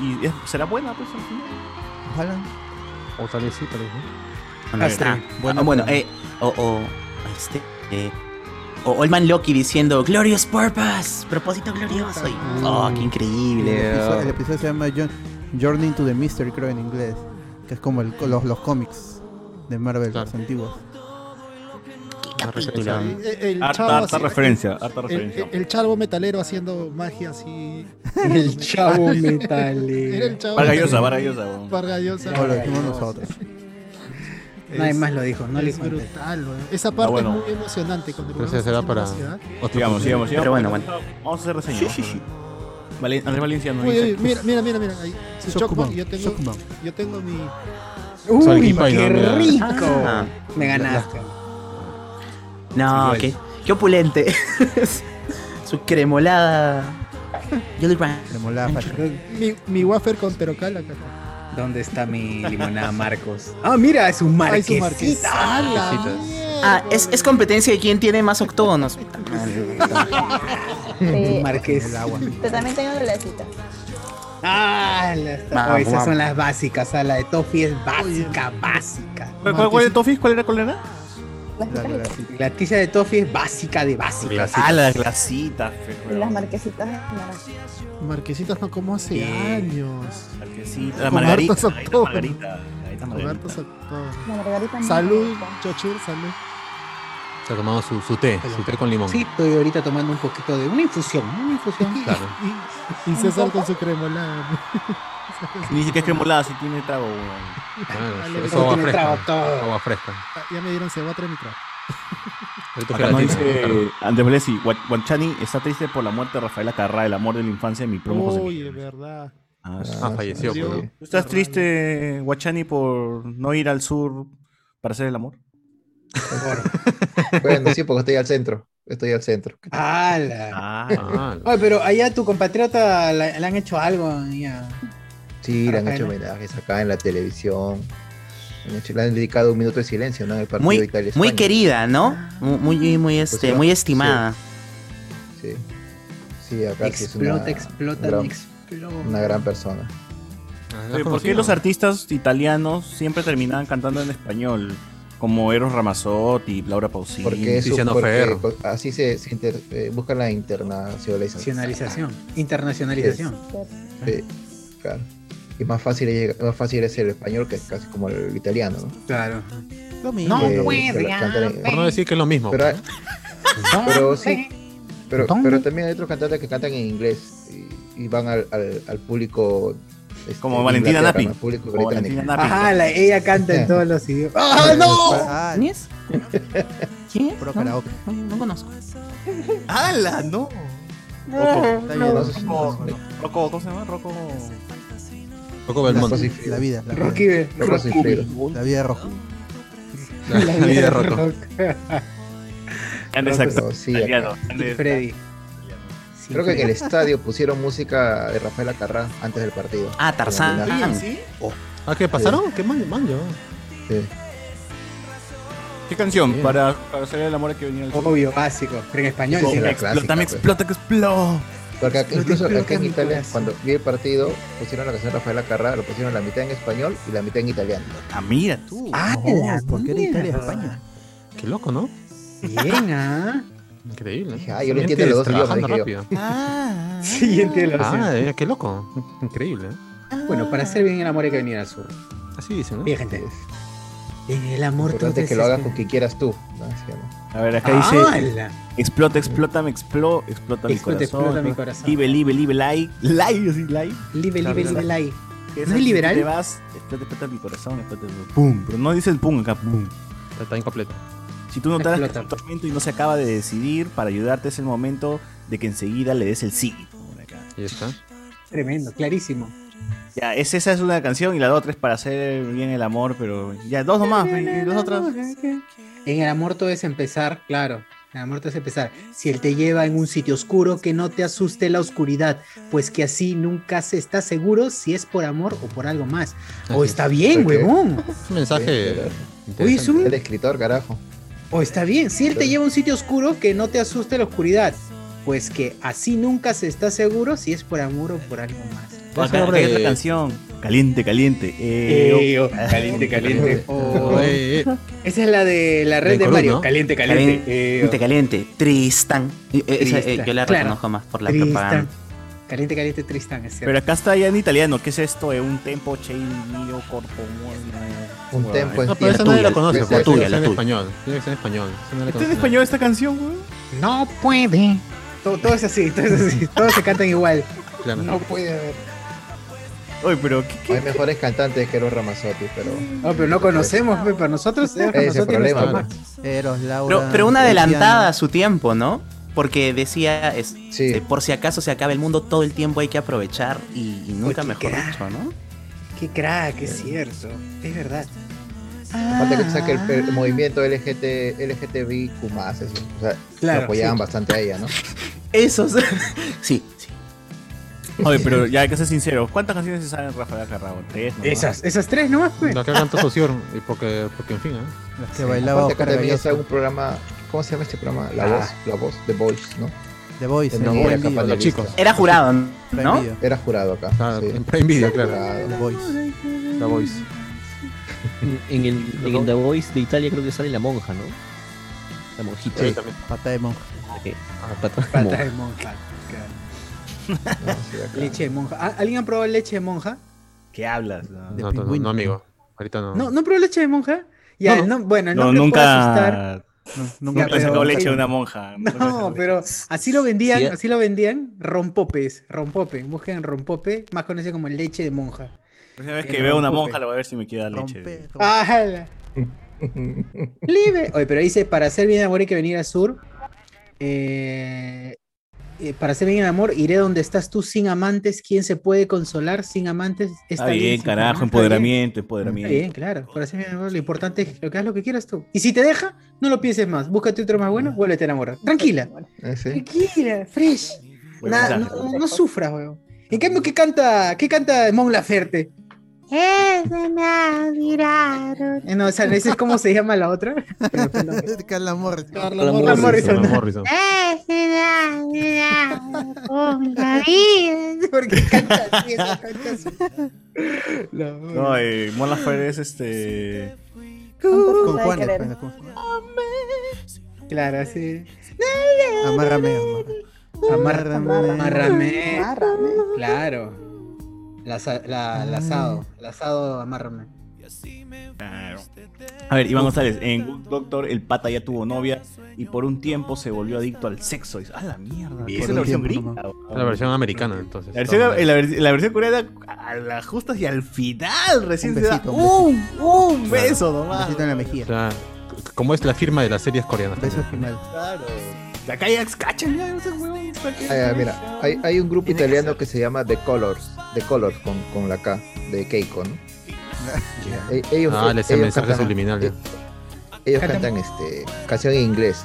Speaker 6: y- y es- será buena, pues al final.
Speaker 4: Ojalá.
Speaker 5: O tal vez sí, tal vez no.
Speaker 14: Bueno,
Speaker 6: Astre,
Speaker 14: ah,
Speaker 6: buena
Speaker 14: ah, bueno,
Speaker 6: pregunta.
Speaker 14: eh, o, o, este, eh, o o el man Loki diciendo Glorious Purpose, propósito glorioso. Y- oh, qué increíble.
Speaker 4: El episodio, el
Speaker 14: weón.
Speaker 4: episodio se llama Jo- Journey to the Mystery, creo en inglés. Que es como el- los, los cómics de Marvel, los antiguos.
Speaker 14: Una referencia.
Speaker 3: El- el
Speaker 6: Harta-
Speaker 3: chavo
Speaker 6: harta
Speaker 3: así-
Speaker 6: referencia, harta
Speaker 3: el-
Speaker 6: referencia.
Speaker 3: El, el chavo metalero haciendo magia así.
Speaker 1: <laughs> El
Speaker 3: <laughs>
Speaker 1: chavo metalero.
Speaker 3: Era el chavo
Speaker 6: Vargas Llosa,
Speaker 3: metalero.
Speaker 6: Vargas Llosa, weón.
Speaker 3: Vargas Llosa.
Speaker 4: O lo dijimos nosotros.
Speaker 1: Nadie más lo dijo, no le
Speaker 3: Es
Speaker 1: conté.
Speaker 3: brutal, weón. Esa parte
Speaker 6: bueno.
Speaker 3: es muy emocionante. Cuando
Speaker 5: Pero
Speaker 3: volvamos
Speaker 5: ese será
Speaker 3: a
Speaker 5: para.
Speaker 3: la ciudad.
Speaker 5: otro
Speaker 6: Sigamos, sigamos, sigamos.
Speaker 14: Pero bueno, bueno.
Speaker 6: Vamos a hacer reseña. vamos a hacer reseña. Valen- Andrés Valencia nos
Speaker 3: Uy,
Speaker 6: dice.
Speaker 3: uy, mira, mira, mira, mira. Ahí, su
Speaker 4: Shokuman,
Speaker 3: Chocman, yo tengo,
Speaker 4: Shokuman.
Speaker 3: yo tengo mi.
Speaker 14: Uh.
Speaker 1: Uy,
Speaker 5: Solkipai,
Speaker 1: qué
Speaker 5: ¿no? Mira.
Speaker 1: rico.
Speaker 14: Ah.
Speaker 1: Me ganaste. pues.
Speaker 14: No, qué, qué opulente. <laughs> Su cremolada. Yo le
Speaker 4: Remolada fácil.
Speaker 3: Mi, mi wafer con perocal acá.
Speaker 1: ¿Dónde está mi limonada Marcos? Ah, mira, es un
Speaker 3: Ay, su
Speaker 1: marquesita. Ah,
Speaker 3: marquesita. ¡A la
Speaker 5: Marquesitas.
Speaker 3: mierda!
Speaker 14: Ah, es, es competencia de quién tiene más octógonos. Puta madre.
Speaker 1: Un
Speaker 8: Sí,
Speaker 1: marqués.
Speaker 4: El agua.
Speaker 8: pero también tengo la cita.
Speaker 1: Ah, la-
Speaker 14: Vamos,
Speaker 1: oh, esas
Speaker 14: vamos.
Speaker 1: son las básicas. ah, la de Toffee es básica, básica.
Speaker 6: ¿Cuál, cuál, cuál era Tofis? ¿Cuál era? ¿Cuál era?
Speaker 8: Las
Speaker 4: La- la-
Speaker 8: marquesitas,
Speaker 1: La tiza de Toffee es básica de básica.
Speaker 6: Ah, la glacita. fe, weón.
Speaker 8: las marquesitas de naranja.
Speaker 3: Marquesitas no como hace años.
Speaker 6: Marquesita, La
Speaker 3: Con
Speaker 6: margarita.
Speaker 3: hartos
Speaker 6: La
Speaker 3: actores.
Speaker 6: margarita. Gaita
Speaker 3: Con
Speaker 6: margarita.
Speaker 3: hartos actores.
Speaker 8: La margarita más
Speaker 3: Salud,
Speaker 8: rica.
Speaker 3: chochur, salud.
Speaker 5: Se ha tomado su, su té, su té con limón.
Speaker 1: Sí, estoy ahorita tomando un poquito de una infusión, una infusión.
Speaker 5: Claro.
Speaker 3: Y, y César con su cremolada. <laughs>
Speaker 6: Ni siquiera es cremolada, si tiene trago. weón.
Speaker 5: Claro,
Speaker 3: Dale,
Speaker 5: eso agua
Speaker 1: tiene
Speaker 5: fresca.
Speaker 1: trago todo.
Speaker 5: Agua fresca.
Speaker 3: Ah, Ya me dieron cebotra en mi trago.
Speaker 5: Esto
Speaker 6: Acá nos
Speaker 5: gelatina,
Speaker 6: dice
Speaker 5: Cardo.
Speaker 6: Andrés Blesi, Guanchani está triste por la muerte de Rafaela Carrá, el amor de la infancia de mi promo José.
Speaker 3: Uy,
Speaker 6: Miguel.
Speaker 3: es verdad.
Speaker 6: Ah, sí.
Speaker 5: Ah, falleció.
Speaker 3: Dios.
Speaker 5: pues, ¿no?
Speaker 6: ¿Tú estás triste, Guachani, este por no ir al sur para hacer el amor? <laughs>
Speaker 7: <laughs> Bueno, sí, porque estoy al centro. Estoy al centro.
Speaker 1: ¡Hala!
Speaker 6: Ah.
Speaker 1: Oye, pero allá tu compatriota la- le han hecho algo. ya.
Speaker 7: Sí, le han
Speaker 1: Rafael.
Speaker 7: hecho homenajes acá en la televisión. Han hecho- le han dedicado un minuto de silencio, ¿no? En el partido
Speaker 14: Muy,
Speaker 7: de Italia.
Speaker 14: muy querida, ¿no? Mu- Muy, muy,
Speaker 1: Pues
Speaker 14: este, muy estimada.
Speaker 7: Sí. Sí, acá sí es
Speaker 1: Explota,
Speaker 7: una
Speaker 1: explota,
Speaker 7: gran-
Speaker 1: explota.
Speaker 7: Una gran persona.
Speaker 6: Oye, ¿Por qué los artistas italianos siempre terminaban cantando en español? Como Eros Ramazzotti, Laura Pausini,
Speaker 7: Porque, eso, porque co- así se, se inter- eh, busca la internacionalización.
Speaker 1: Nacionalización, internacionalización.
Speaker 7: Sí, claro. Y más fácil, es, más fácil es el español que es casi como el italiano, ¿no?
Speaker 1: Claro.
Speaker 7: mismo. No puede
Speaker 5: Por no decir que es lo mismo. pues,
Speaker 7: Pero,
Speaker 5: ¿no?
Speaker 7: <laughs> pero sí. Pero, pero también hay otros cantantes que cantan en inglés y, y van al, al, al público. este,
Speaker 6: Como Valentina
Speaker 7: Inglaterra,
Speaker 6: Napi.
Speaker 7: ¿no? Al público
Speaker 6: Como
Speaker 7: británico.
Speaker 6: Valentina
Speaker 1: Ajá, la- ella canta en todos los idiomas.
Speaker 6: <laughs>
Speaker 1: ¡Ah, no!
Speaker 14: ¿Quién es? ¿Quién es?
Speaker 8: Puro
Speaker 14: No,
Speaker 8: karaoke.
Speaker 14: no, no
Speaker 1: <laughs>
Speaker 14: conozco.
Speaker 6: ¡Hala! ¡No!
Speaker 8: No,
Speaker 6: Rocco,
Speaker 8: no.
Speaker 6: Rocco, Rocco, ¿cómo se llama? Rocco.
Speaker 5: Rocco Belmonte.
Speaker 8: La, la vida. La vida.
Speaker 1: Rocky Bel-
Speaker 8: La vida
Speaker 1: Rocky
Speaker 8: Rocky.
Speaker 1: Belmonte.
Speaker 8: La vida de Rocky.
Speaker 5: La vida de Rocco.
Speaker 6: Grandes
Speaker 7: Creo que
Speaker 6: actores
Speaker 7: no, sí,
Speaker 6: italianos,
Speaker 7: acá.
Speaker 6: grandes-
Speaker 7: Creo que en el estadio pusieron música de Rafael Acarrá antes del partido.
Speaker 14: Ah, Tarzán.
Speaker 7: Final.
Speaker 6: ¿Sí?
Speaker 5: ¿Ah, qué pasaron? ¿Qué man, man yo?
Speaker 7: Sí.
Speaker 6: ¿Qué canción?
Speaker 7: Bien.
Speaker 6: Para, para hacer el amor que venía el
Speaker 1: Obvio, básico. Pero en español
Speaker 7: Sí,
Speaker 1: sí.
Speaker 7: la clásica,
Speaker 6: Explota, me
Speaker 7: pues.
Speaker 6: explota, que explota.
Speaker 7: Porque acá- incluso
Speaker 1: explota
Speaker 7: acá en
Speaker 1: mi
Speaker 7: Italia,
Speaker 1: corazón.
Speaker 7: cuando vi el partido, pusieron la canción de Rafael Acarrá, lo pusieron la mitad en español y la mitad en italiano.
Speaker 6: Ah, mira tú.
Speaker 1: ¡Ah, la
Speaker 8: Porque era
Speaker 1: mierda!
Speaker 8: Italia y España.
Speaker 5: Qué loco, ¿no?
Speaker 1: Bien, ¿ah?
Speaker 5: Increíble.
Speaker 7: Dije, ah, yo lo entiendo los dos idiomas,
Speaker 5: Trabajando
Speaker 7: dije yo.
Speaker 5: rápido.
Speaker 1: Ah. <laughs> Sí, entiendo.
Speaker 5: Ah,
Speaker 1: sí.
Speaker 5: eh, qué loco. Increíble. ¿eh?
Speaker 1: Bueno, para hacer bien el amor hay que venir al sur.
Speaker 5: Así dicen, ¿no?
Speaker 1: Bien, gente. En el amor todo
Speaker 7: Importante es que lo hagas con quien quieras tú. ¿no? Así, ¿no?
Speaker 6: A ver, acá dice.
Speaker 1: ¡Hala!
Speaker 6: Explota, explota, me explo, explota, mi
Speaker 1: Explota,
Speaker 6: corazón.
Speaker 1: explota mi corazón.
Speaker 6: Live, live, live, live. Live, así, live.
Speaker 1: Live, live,
Speaker 6: Esa
Speaker 1: live, live. ¿No
Speaker 6: que
Speaker 1: es
Speaker 6: Te
Speaker 1: liberal?
Speaker 6: vas, explota, explota mi corazón, explota. Pum. Pero no dice el pum acá, pum.
Speaker 5: Está- Está incompleto.
Speaker 6: Si tú notaras que es un
Speaker 1: Explota.
Speaker 6: tormento y no se acaba de decidir, para ayudarte es el momento de que enseguida le des el sí. Por acá.
Speaker 5: Y está.
Speaker 1: Tremendo, clarísimo.
Speaker 6: Ya, es, esa es una canción y la otra es para hacer bien el amor, pero ya, dos
Speaker 1: Ah,
Speaker 6: nomás, y las otras.
Speaker 1: En el amor todo es empezar, claro. En el amor todo es empezar. Si él te lleva en un sitio oscuro, que no te asuste la oscuridad, pues que así nunca se está seguro si es por amor o por algo más. O está bien,
Speaker 7: Porque-
Speaker 1: huevón.
Speaker 5: Es un mensaje.
Speaker 1: Uy, es un-
Speaker 7: El escritor, carajo.
Speaker 1: O está bien. Si él te
Speaker 7: Claro.
Speaker 1: lleva a un sitio oscuro, que no te asuste la oscuridad, pues que así nunca se está seguro si es por amor o por algo más.
Speaker 6: O Pues, acá, acá hay otra <laughs>
Speaker 14: eh,
Speaker 6: canción. Caliente, caliente. Eh,
Speaker 1: Eh,
Speaker 14: <laughs>
Speaker 1: oh, caliente, caliente. oh.
Speaker 5: Eh, eh,
Speaker 1: Esa es la de la red
Speaker 5: De
Speaker 1: de,
Speaker 5: Corú,
Speaker 1: Mario.
Speaker 5: ¿no?
Speaker 1: Caliente, caliente. eh, oh.
Speaker 14: Caliente, caliente. Tristan. Eh, eh, esa, eh,
Speaker 1: Tristan,
Speaker 14: yo la
Speaker 1: claro.
Speaker 14: reconozco más por la
Speaker 1: Tristan.
Speaker 14: propaganda.
Speaker 1: Caliente, caliente, Tristan, es cierto.
Speaker 6: Pero acá está ya en italiano. ¿Qué es esto? Eh? Un tempo, eh, che, mio corpo,
Speaker 7: Un
Speaker 6: Bueno,
Speaker 7: tempo
Speaker 6: eh,
Speaker 7: es
Speaker 5: No, pero esa nadie la conoce.
Speaker 7: Esa-
Speaker 5: pues,
Speaker 7: esa-
Speaker 5: tiene que ser
Speaker 14: la
Speaker 5: en
Speaker 14: tuya.
Speaker 5: español. Tiene que ser en español. Esa nadie la
Speaker 6: ¿Está en
Speaker 5: conoce.
Speaker 6: español esta canción, güey?
Speaker 1: No puede. Todo, todo es así, todo es así. <laughs> Todos se cantan igual.
Speaker 5: Claro.
Speaker 1: No puede haber.
Speaker 6: Oye, pero ¿qué, qué-
Speaker 7: Hay mejores cantantes que los Ramazzotti, pero.
Speaker 1: No, Ah, pero no conocemos, pues, para nosotros. eh,
Speaker 7: Ese
Speaker 1: para
Speaker 7: es el
Speaker 1: nosotros
Speaker 7: problema,
Speaker 1: no está
Speaker 7: pues.
Speaker 1: mal.
Speaker 8: Eros, Laura.
Speaker 14: Pero, pero una
Speaker 8: Luciano.
Speaker 14: adelantada a su tiempo, ¿no? Porque decía, es-
Speaker 7: Sí.
Speaker 14: eh, por si acaso se acaba el mundo, todo el tiempo hay que aprovechar y, y nunca
Speaker 1: Oye,
Speaker 14: mejor
Speaker 1: ¿qué era?
Speaker 14: dicho, ¿no?
Speaker 1: Qué crack, es cierto. Es verdad. Ah.
Speaker 7: Falta que te saque
Speaker 1: <laughs>
Speaker 7: el, el movimiento LGT, LGTBIQ, más, eso. O sea,
Speaker 1: Claro,
Speaker 7: la apoyaban
Speaker 1: sí.
Speaker 7: bastante a ella, ¿no?
Speaker 14: Eso, <laughs> sí, sí.
Speaker 6: Oye, pero ya hay que ser sincero. ¿Cuántas canciones se saben Rafael Carrao? Tres, nomás?
Speaker 1: Esas, esas tres nomás, pues.
Speaker 5: La que canta Soción. y Porque, porque, en fin, ¿eh?
Speaker 8: Que bailaba
Speaker 7: Aparte acá
Speaker 8: Oscar
Speaker 7: también está
Speaker 8: Galloso.
Speaker 7: un programa. ¿Cómo se llama este programa? La
Speaker 1: Ah.
Speaker 7: voz, la voz, The Voice, ¿no?
Speaker 8: The Voice.
Speaker 7: Tenía
Speaker 8: en
Speaker 7: acá
Speaker 8: Prime Video.
Speaker 7: panelista.
Speaker 5: chicos.
Speaker 14: Era jurado,
Speaker 8: Prime
Speaker 14: ¿no?
Speaker 8: Video.
Speaker 7: Era jurado acá.
Speaker 5: Ah,
Speaker 7: sí.
Speaker 5: En Prime Video, claro.
Speaker 7: Jurado.
Speaker 8: The Voice.
Speaker 5: La voice.
Speaker 4: En el, en el The Voice de Italia creo que sale la monja, ¿no? La monjita.
Speaker 5: Sí, también.
Speaker 8: Pata de monja.
Speaker 4: Ok. Pata-
Speaker 1: Pata
Speaker 4: monja.
Speaker 1: de monja. claro.
Speaker 7: No, sí, acá.
Speaker 1: Leche de monja. ¿Ah, ¿Alguien ha probado leche de monja?
Speaker 6: ¿Qué hablas? No.
Speaker 8: De
Speaker 5: No, no, no,
Speaker 8: pingüino.
Speaker 5: no, amigo. Ahorita no.
Speaker 1: No, no probó leche de monja. Ya,
Speaker 5: No,
Speaker 1: el nom- bueno, el
Speaker 6: No,
Speaker 1: nombre puede asustar.
Speaker 6: nunca. no, Nunca
Speaker 1: Ya,
Speaker 6: he sacado
Speaker 1: pero-
Speaker 6: leche de una monja.
Speaker 1: <laughs> No, pero así lo vendían,
Speaker 4: Sí, ya.
Speaker 1: así lo vendían rompopes, rompope, busquen rompope, más conocido como leche de monja.
Speaker 6: La próxima vez
Speaker 1: que
Speaker 6: que veo una
Speaker 1: rompe.
Speaker 6: monja, la voy a ver si me queda leche.
Speaker 8: Rompe.
Speaker 1: ¡Hala! Libre. Oye, pero dice, para hacer bien amor hay que venir al sur. Eh, eh, para ser bien el amor, iré donde estás tú sin amantes. ¿Quién se puede consolar sin amantes?
Speaker 6: Está bien,
Speaker 1: sin
Speaker 6: carajo,
Speaker 1: amantes,
Speaker 6: empoderamiento,
Speaker 1: está bien.
Speaker 6: empoderamiento.
Speaker 1: Está bien, claro. Para ser bien el amor, lo importante es que hagas lo que quieras tú. Y si te deja, no lo pienses más. Búscate otro más bueno, vuélvete a enamorar. Tranquila.
Speaker 6: Ah,
Speaker 1: Tranquila, fresh.
Speaker 15: Buen
Speaker 1: Nada,
Speaker 15: mensaje.
Speaker 1: no, no sufras, weón. En cambio, ¿qué canta, qué canta Mon Laferte?
Speaker 16: Ese me admiraron.
Speaker 1: Eh, No, o sea, ese es como se llama la otra.
Speaker 4: <laughs> Carla Morrison.
Speaker 1: Carla Morrison. Carla Morrison.
Speaker 16: Ese me admiraron con David.
Speaker 1: ¿Por qué canta así? Esa canta así.
Speaker 6: No, eh, Mon Laferte es este.
Speaker 4: Con Juan.
Speaker 6: pues,
Speaker 1: Claro, sí.
Speaker 4: Amárrame,
Speaker 1: amárrame. Amárrame.
Speaker 8: Amárrame.
Speaker 1: Claro. La, sa- la, el asado. El asado, amárrame.
Speaker 6: Claro. A ver, Iván González, en Good Doctor el pata ya tuvo novia y por un tiempo se volvió adicto al sexo. Dice, ¡Ah, la mierda!
Speaker 5: Bien.
Speaker 6: Esa es la versión
Speaker 5: Por un tiempo
Speaker 6: gringa.
Speaker 5: nomás. La versión americana, entonces.
Speaker 6: La versión, eh, la vers- la versión coreana a las justas y al final recién
Speaker 5: Un
Speaker 6: se da
Speaker 5: besito,
Speaker 6: un,
Speaker 5: un
Speaker 6: un beso nomás.
Speaker 4: en la mejilla.
Speaker 5: como es la firma de las series coreanas. Eso es
Speaker 6: Claro. De acá ya cachan ya, no sé, huevón.
Speaker 7: Ah, ya, mira, hay, hay un grupo italiano que se llama The Colors, The Colors con, con la K, de Keiko, ¿no? E- ellos,
Speaker 5: Ah, le hacen
Speaker 7: ellos
Speaker 5: mensaje
Speaker 7: cantan-
Speaker 5: subliminal. ya.
Speaker 7: Ellos
Speaker 1: Cantan-
Speaker 7: cantan este canción en inglés.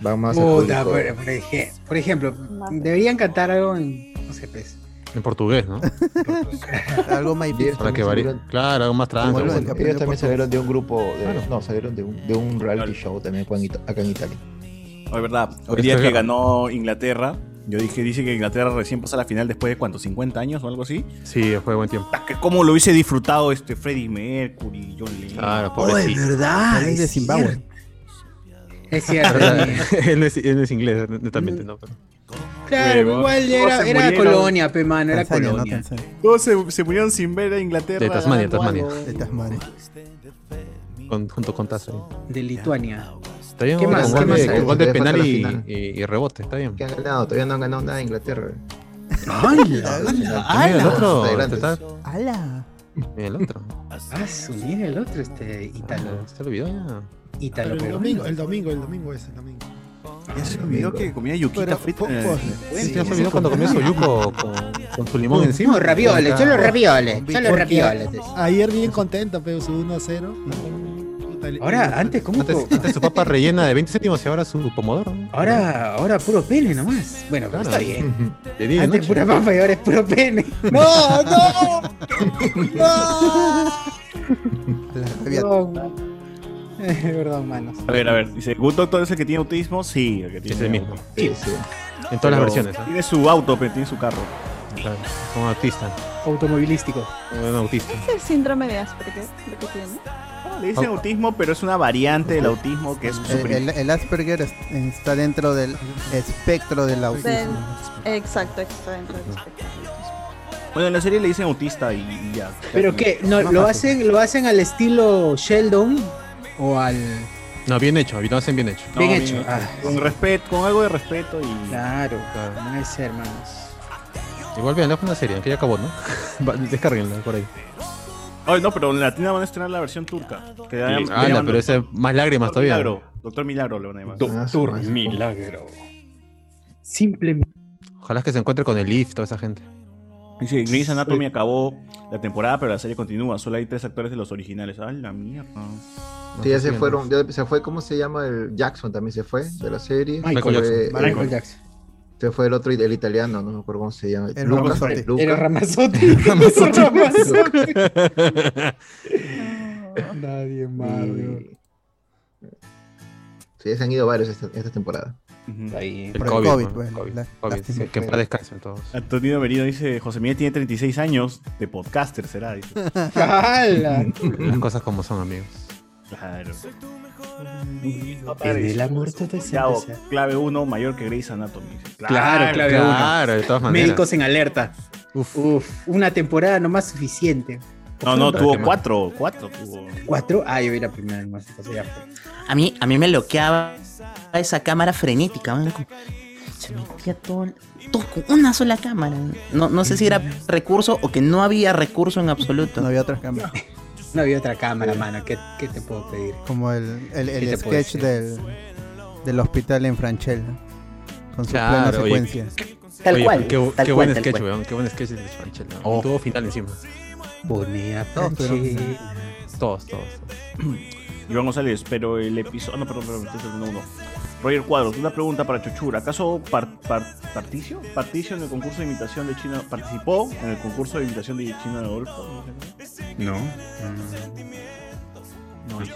Speaker 7: Van más al
Speaker 1: Puta,
Speaker 7: público.
Speaker 1: por, por ej- por ejemplo, deberían cantar algo en. No sé, pues.
Speaker 5: En portugués,
Speaker 1: <laughs>
Speaker 5: ¿no?
Speaker 4: Algo más
Speaker 5: Para que varíe. Claro, algo más trans.
Speaker 7: Como
Speaker 5: algo
Speaker 7: ellos-
Speaker 5: más-
Speaker 7: ellos también salieron de un grupo, de- no, salieron de un, de un reality show también acá en Ita- acá en Italia.
Speaker 6: Hoy, verdad, hoy día que ganó Inglaterra, yo dije, dice que Inglaterra recién pasa a la final después de cuánto, 50 años o algo así.
Speaker 5: Sí, fue buen tiempo.
Speaker 6: Ah, Que cómo lo hubiese disfrutado este Freddie Mercury, John Lennon.
Speaker 5: Claro, pobrecito.
Speaker 1: verdad,
Speaker 4: Ah, Es de Zimbabue.
Speaker 5: <laughs>
Speaker 1: Es
Speaker 5: él, no es, él no es inglés, netamente, ¿no? Pero-
Speaker 1: Claro,
Speaker 5: Huevón.
Speaker 1: igual
Speaker 6: Todos
Speaker 1: era,
Speaker 6: se
Speaker 1: era
Speaker 6: murieron.
Speaker 1: colonia, pe mano, era
Speaker 6: Tanzania, ¿no?
Speaker 1: colonia.
Speaker 6: Todos se, se murieron sin ver a Inglaterra.
Speaker 5: De Tasmania,
Speaker 6: ganando
Speaker 5: Tasmania.
Speaker 6: algo.
Speaker 4: De Tasmania.
Speaker 5: Con- junto con Taza. ahí.
Speaker 1: De Lituania.
Speaker 5: Está bien,
Speaker 1: ¿Qué
Speaker 5: con
Speaker 1: más?
Speaker 5: gol
Speaker 1: ¿Qué
Speaker 5: de-
Speaker 1: más
Speaker 5: con
Speaker 1: hay?
Speaker 5: gol de
Speaker 7: Todavía falta
Speaker 5: penal
Speaker 7: la
Speaker 5: y,
Speaker 7: final.
Speaker 5: y- y rebote, está bien.
Speaker 7: ¿Qué han ganado? Todavía no han ganado nada Inglaterra. <laughs>
Speaker 5: Mira, el otro. este está-
Speaker 4: ¡Hala!
Speaker 5: mira, el otro. Ah,
Speaker 1: Ah, su mira el otro, este Ítalo.
Speaker 5: Se olvidó ya.
Speaker 1: Ítalo,
Speaker 3: el
Speaker 1: pero Ah,
Speaker 3: domingo, el domingo, el domingo es el domingo.
Speaker 6: Ya se olvidó que comía yuquita
Speaker 3: Pero,
Speaker 6: frita.
Speaker 3: po- po-
Speaker 6: Eh,
Speaker 3: sí,
Speaker 5: Sí, ya se olvidó cuando comió su yuco con,
Speaker 6: <laughs>
Speaker 5: con su limón
Speaker 1: No,
Speaker 5: encima.
Speaker 1: no, ravioles,
Speaker 5: Acá.
Speaker 1: solo ravioles, solo
Speaker 3: Porque
Speaker 1: ravioles.
Speaker 3: Ayer bien contento, pero su 1 a 0. Puta, le-
Speaker 1: Ahora, antes, ¿cómo?
Speaker 5: Antes, antes su papa rellena de 20 céntimos y ahora su pomodoro. ¿no?
Speaker 1: Ahora, ahora puro pene nomás. Bueno, pero
Speaker 5: Claro.
Speaker 1: está bien.
Speaker 5: <laughs> De día y de
Speaker 1: Antes
Speaker 5: noche.
Speaker 1: pura papa y ahora es este puro pene. <laughs> ¡No, no! ¡No! Perdón, Eh, perdón, manos.
Speaker 6: A ver, a ver, dice, ¿Good Doctor es el que tiene autismo? Sí, el que tiene
Speaker 5: Es el mismo.
Speaker 6: autismo.
Speaker 5: Sí, sí. En todas las versiones, ¿eh?
Speaker 6: Tiene su auto, pero tiene su carro.
Speaker 5: Como autista.
Speaker 1: Automovilístico.
Speaker 5: Como un autista.
Speaker 8: Es el síndrome de Asperger lo que tiene.
Speaker 6: Ah, Le dicen autismo, pero es una variante del autismo que es
Speaker 4: El, el-
Speaker 6: súper...
Speaker 4: el Asperger es- está dentro del espectro del
Speaker 8: Del-
Speaker 4: autismo.
Speaker 8: Exacto, exacto. dentro del espectro.
Speaker 6: Bueno, en la serie le dicen autista y, y ya.
Speaker 1: ¿Pero qué? No, ¿lo, hacen, ¿Lo hacen al estilo Sheldon? ¿O al...?
Speaker 5: No, bien hecho, lo hacen bien hecho.
Speaker 1: Bien hecho. Ah,
Speaker 6: Con respeto, con algo de respeto y...
Speaker 1: Claro, no debe ser, hermanos.
Speaker 5: Igual vean, es una serie, que ya acabó,
Speaker 1: <laughs>
Speaker 5: ¿no? Va, Descárguenla por ahí.
Speaker 6: Ay, no, pero en Latina van a estrenar la versión turca. Que la- le
Speaker 5: Ah,
Speaker 6: llaman
Speaker 5: pero ese más lágrimas
Speaker 6: Doctor
Speaker 5: todavía.
Speaker 6: Milagro. Doctor Milagro le van a llamar.
Speaker 1: Ah,
Speaker 5: Doctor Milagro.
Speaker 1: Simplemente.
Speaker 5: Ojalá que se encuentre con el IF, toda esa gente.
Speaker 6: Dice, Grey's Anatomy acabó la temporada, pero la serie continúa. Solo hay tres actores de los originales. Ay, la mierda.
Speaker 7: Sí, ya se fueron, ya se fue, ¿cómo se llama? El Jackson también se fue de la serie.
Speaker 6: Michael
Speaker 7: Fue-
Speaker 6: Jackson.
Speaker 7: eh,
Speaker 6: Michael
Speaker 7: eh,
Speaker 6: Jackson.
Speaker 7: Se fue el otro, el italiano, no me acuerdo cómo se llama.
Speaker 4: Era
Speaker 7: Lucas,
Speaker 4: Ramazzotti.
Speaker 7: Lucas.
Speaker 4: Era
Speaker 7: <laughs>
Speaker 4: Ramazzotti.
Speaker 7: Ramazzotti. <laughs>
Speaker 4: Ramazzotti.
Speaker 1: Nadie más, weón.
Speaker 7: Y- Sí, se han ido varios esta, esta temporada.
Speaker 1: Está bien.
Speaker 5: El
Speaker 7: Por el
Speaker 5: COVID.
Speaker 7: COVID,
Speaker 5: ¿no?
Speaker 6: pues,
Speaker 7: bueno,
Speaker 5: COVID.
Speaker 7: la-
Speaker 5: COVID.
Speaker 7: lástima.
Speaker 5: Que- Que en paz descansen todos.
Speaker 6: Antonio Merino dice, José Miguel tiene 36 años de podcaster, será.
Speaker 7: <laughs>
Speaker 6: Dice.
Speaker 1: ¡Hala!
Speaker 5: Las cosas como son, amigos.
Speaker 6: Claro.
Speaker 1: En el amor todo es
Speaker 6: Chavo,
Speaker 1: empezar.
Speaker 6: clave 1 mayor que Grey's Anatomy. Dice,
Speaker 1: Claro, claro,
Speaker 5: claro, de todas maneras.
Speaker 1: Médicos en alerta.
Speaker 5: Uf.
Speaker 1: una temporada nomás suficiente.
Speaker 6: No, no,
Speaker 1: Ojalá.
Speaker 6: tuvo 4. 4 tuvo.
Speaker 1: ¿Cuatro? Ah, yo vi la primera nomás. entonces ya fue.
Speaker 14: A mí, a mí me bloqueaba esa cámara frenética. ¿no? Como- Se metía todo, todo con una sola cámara. No, no sé si era recurso o que no había recurso en absoluto.
Speaker 4: No había otras
Speaker 14: <laughs>
Speaker 4: cámaras.
Speaker 1: No había otra cámara, mano. ¿Qué, qué te puedo pedir?
Speaker 4: Como el, el,
Speaker 1: ¿Qué
Speaker 4: el
Speaker 1: te puedo
Speaker 4: sketch
Speaker 1: decir?
Speaker 4: del, del hospital en Franchella. con su plena
Speaker 5: Claro, oye.
Speaker 4: secuencia.
Speaker 5: Oye, Qué, qué buen sketch, weón. Qué buen sketch el de Franchella. Y tuvo final encima.
Speaker 1: Oh. Bonita
Speaker 5: Todos,
Speaker 1: Franchella.
Speaker 5: todos, todos.
Speaker 6: Iván González, pero el episodio. No, perdón, este perdón, estoy terminando uno. Roger Cuadros, una pregunta para Chochura. ¿Acaso par- par- Particio? Particio en el concurso de imitación de China. ¿Participó en el concurso de imitación de China de Adolfo?
Speaker 17: No.
Speaker 6: No, dice.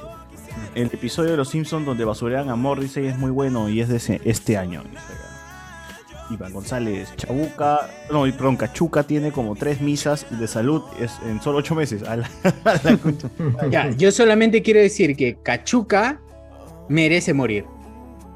Speaker 6: El episodio de Los Simpsons donde basurean a Morrissey es muy bueno y es de ese- este año. dice acá. Iván González, Chabuca, no, y perdón, Cachuca tiene como tres misas de salud es- en solo ocho meses. <laughs> A la- a la concha.
Speaker 1: Ya, yo solamente quiero decir que Cachuca merece morir.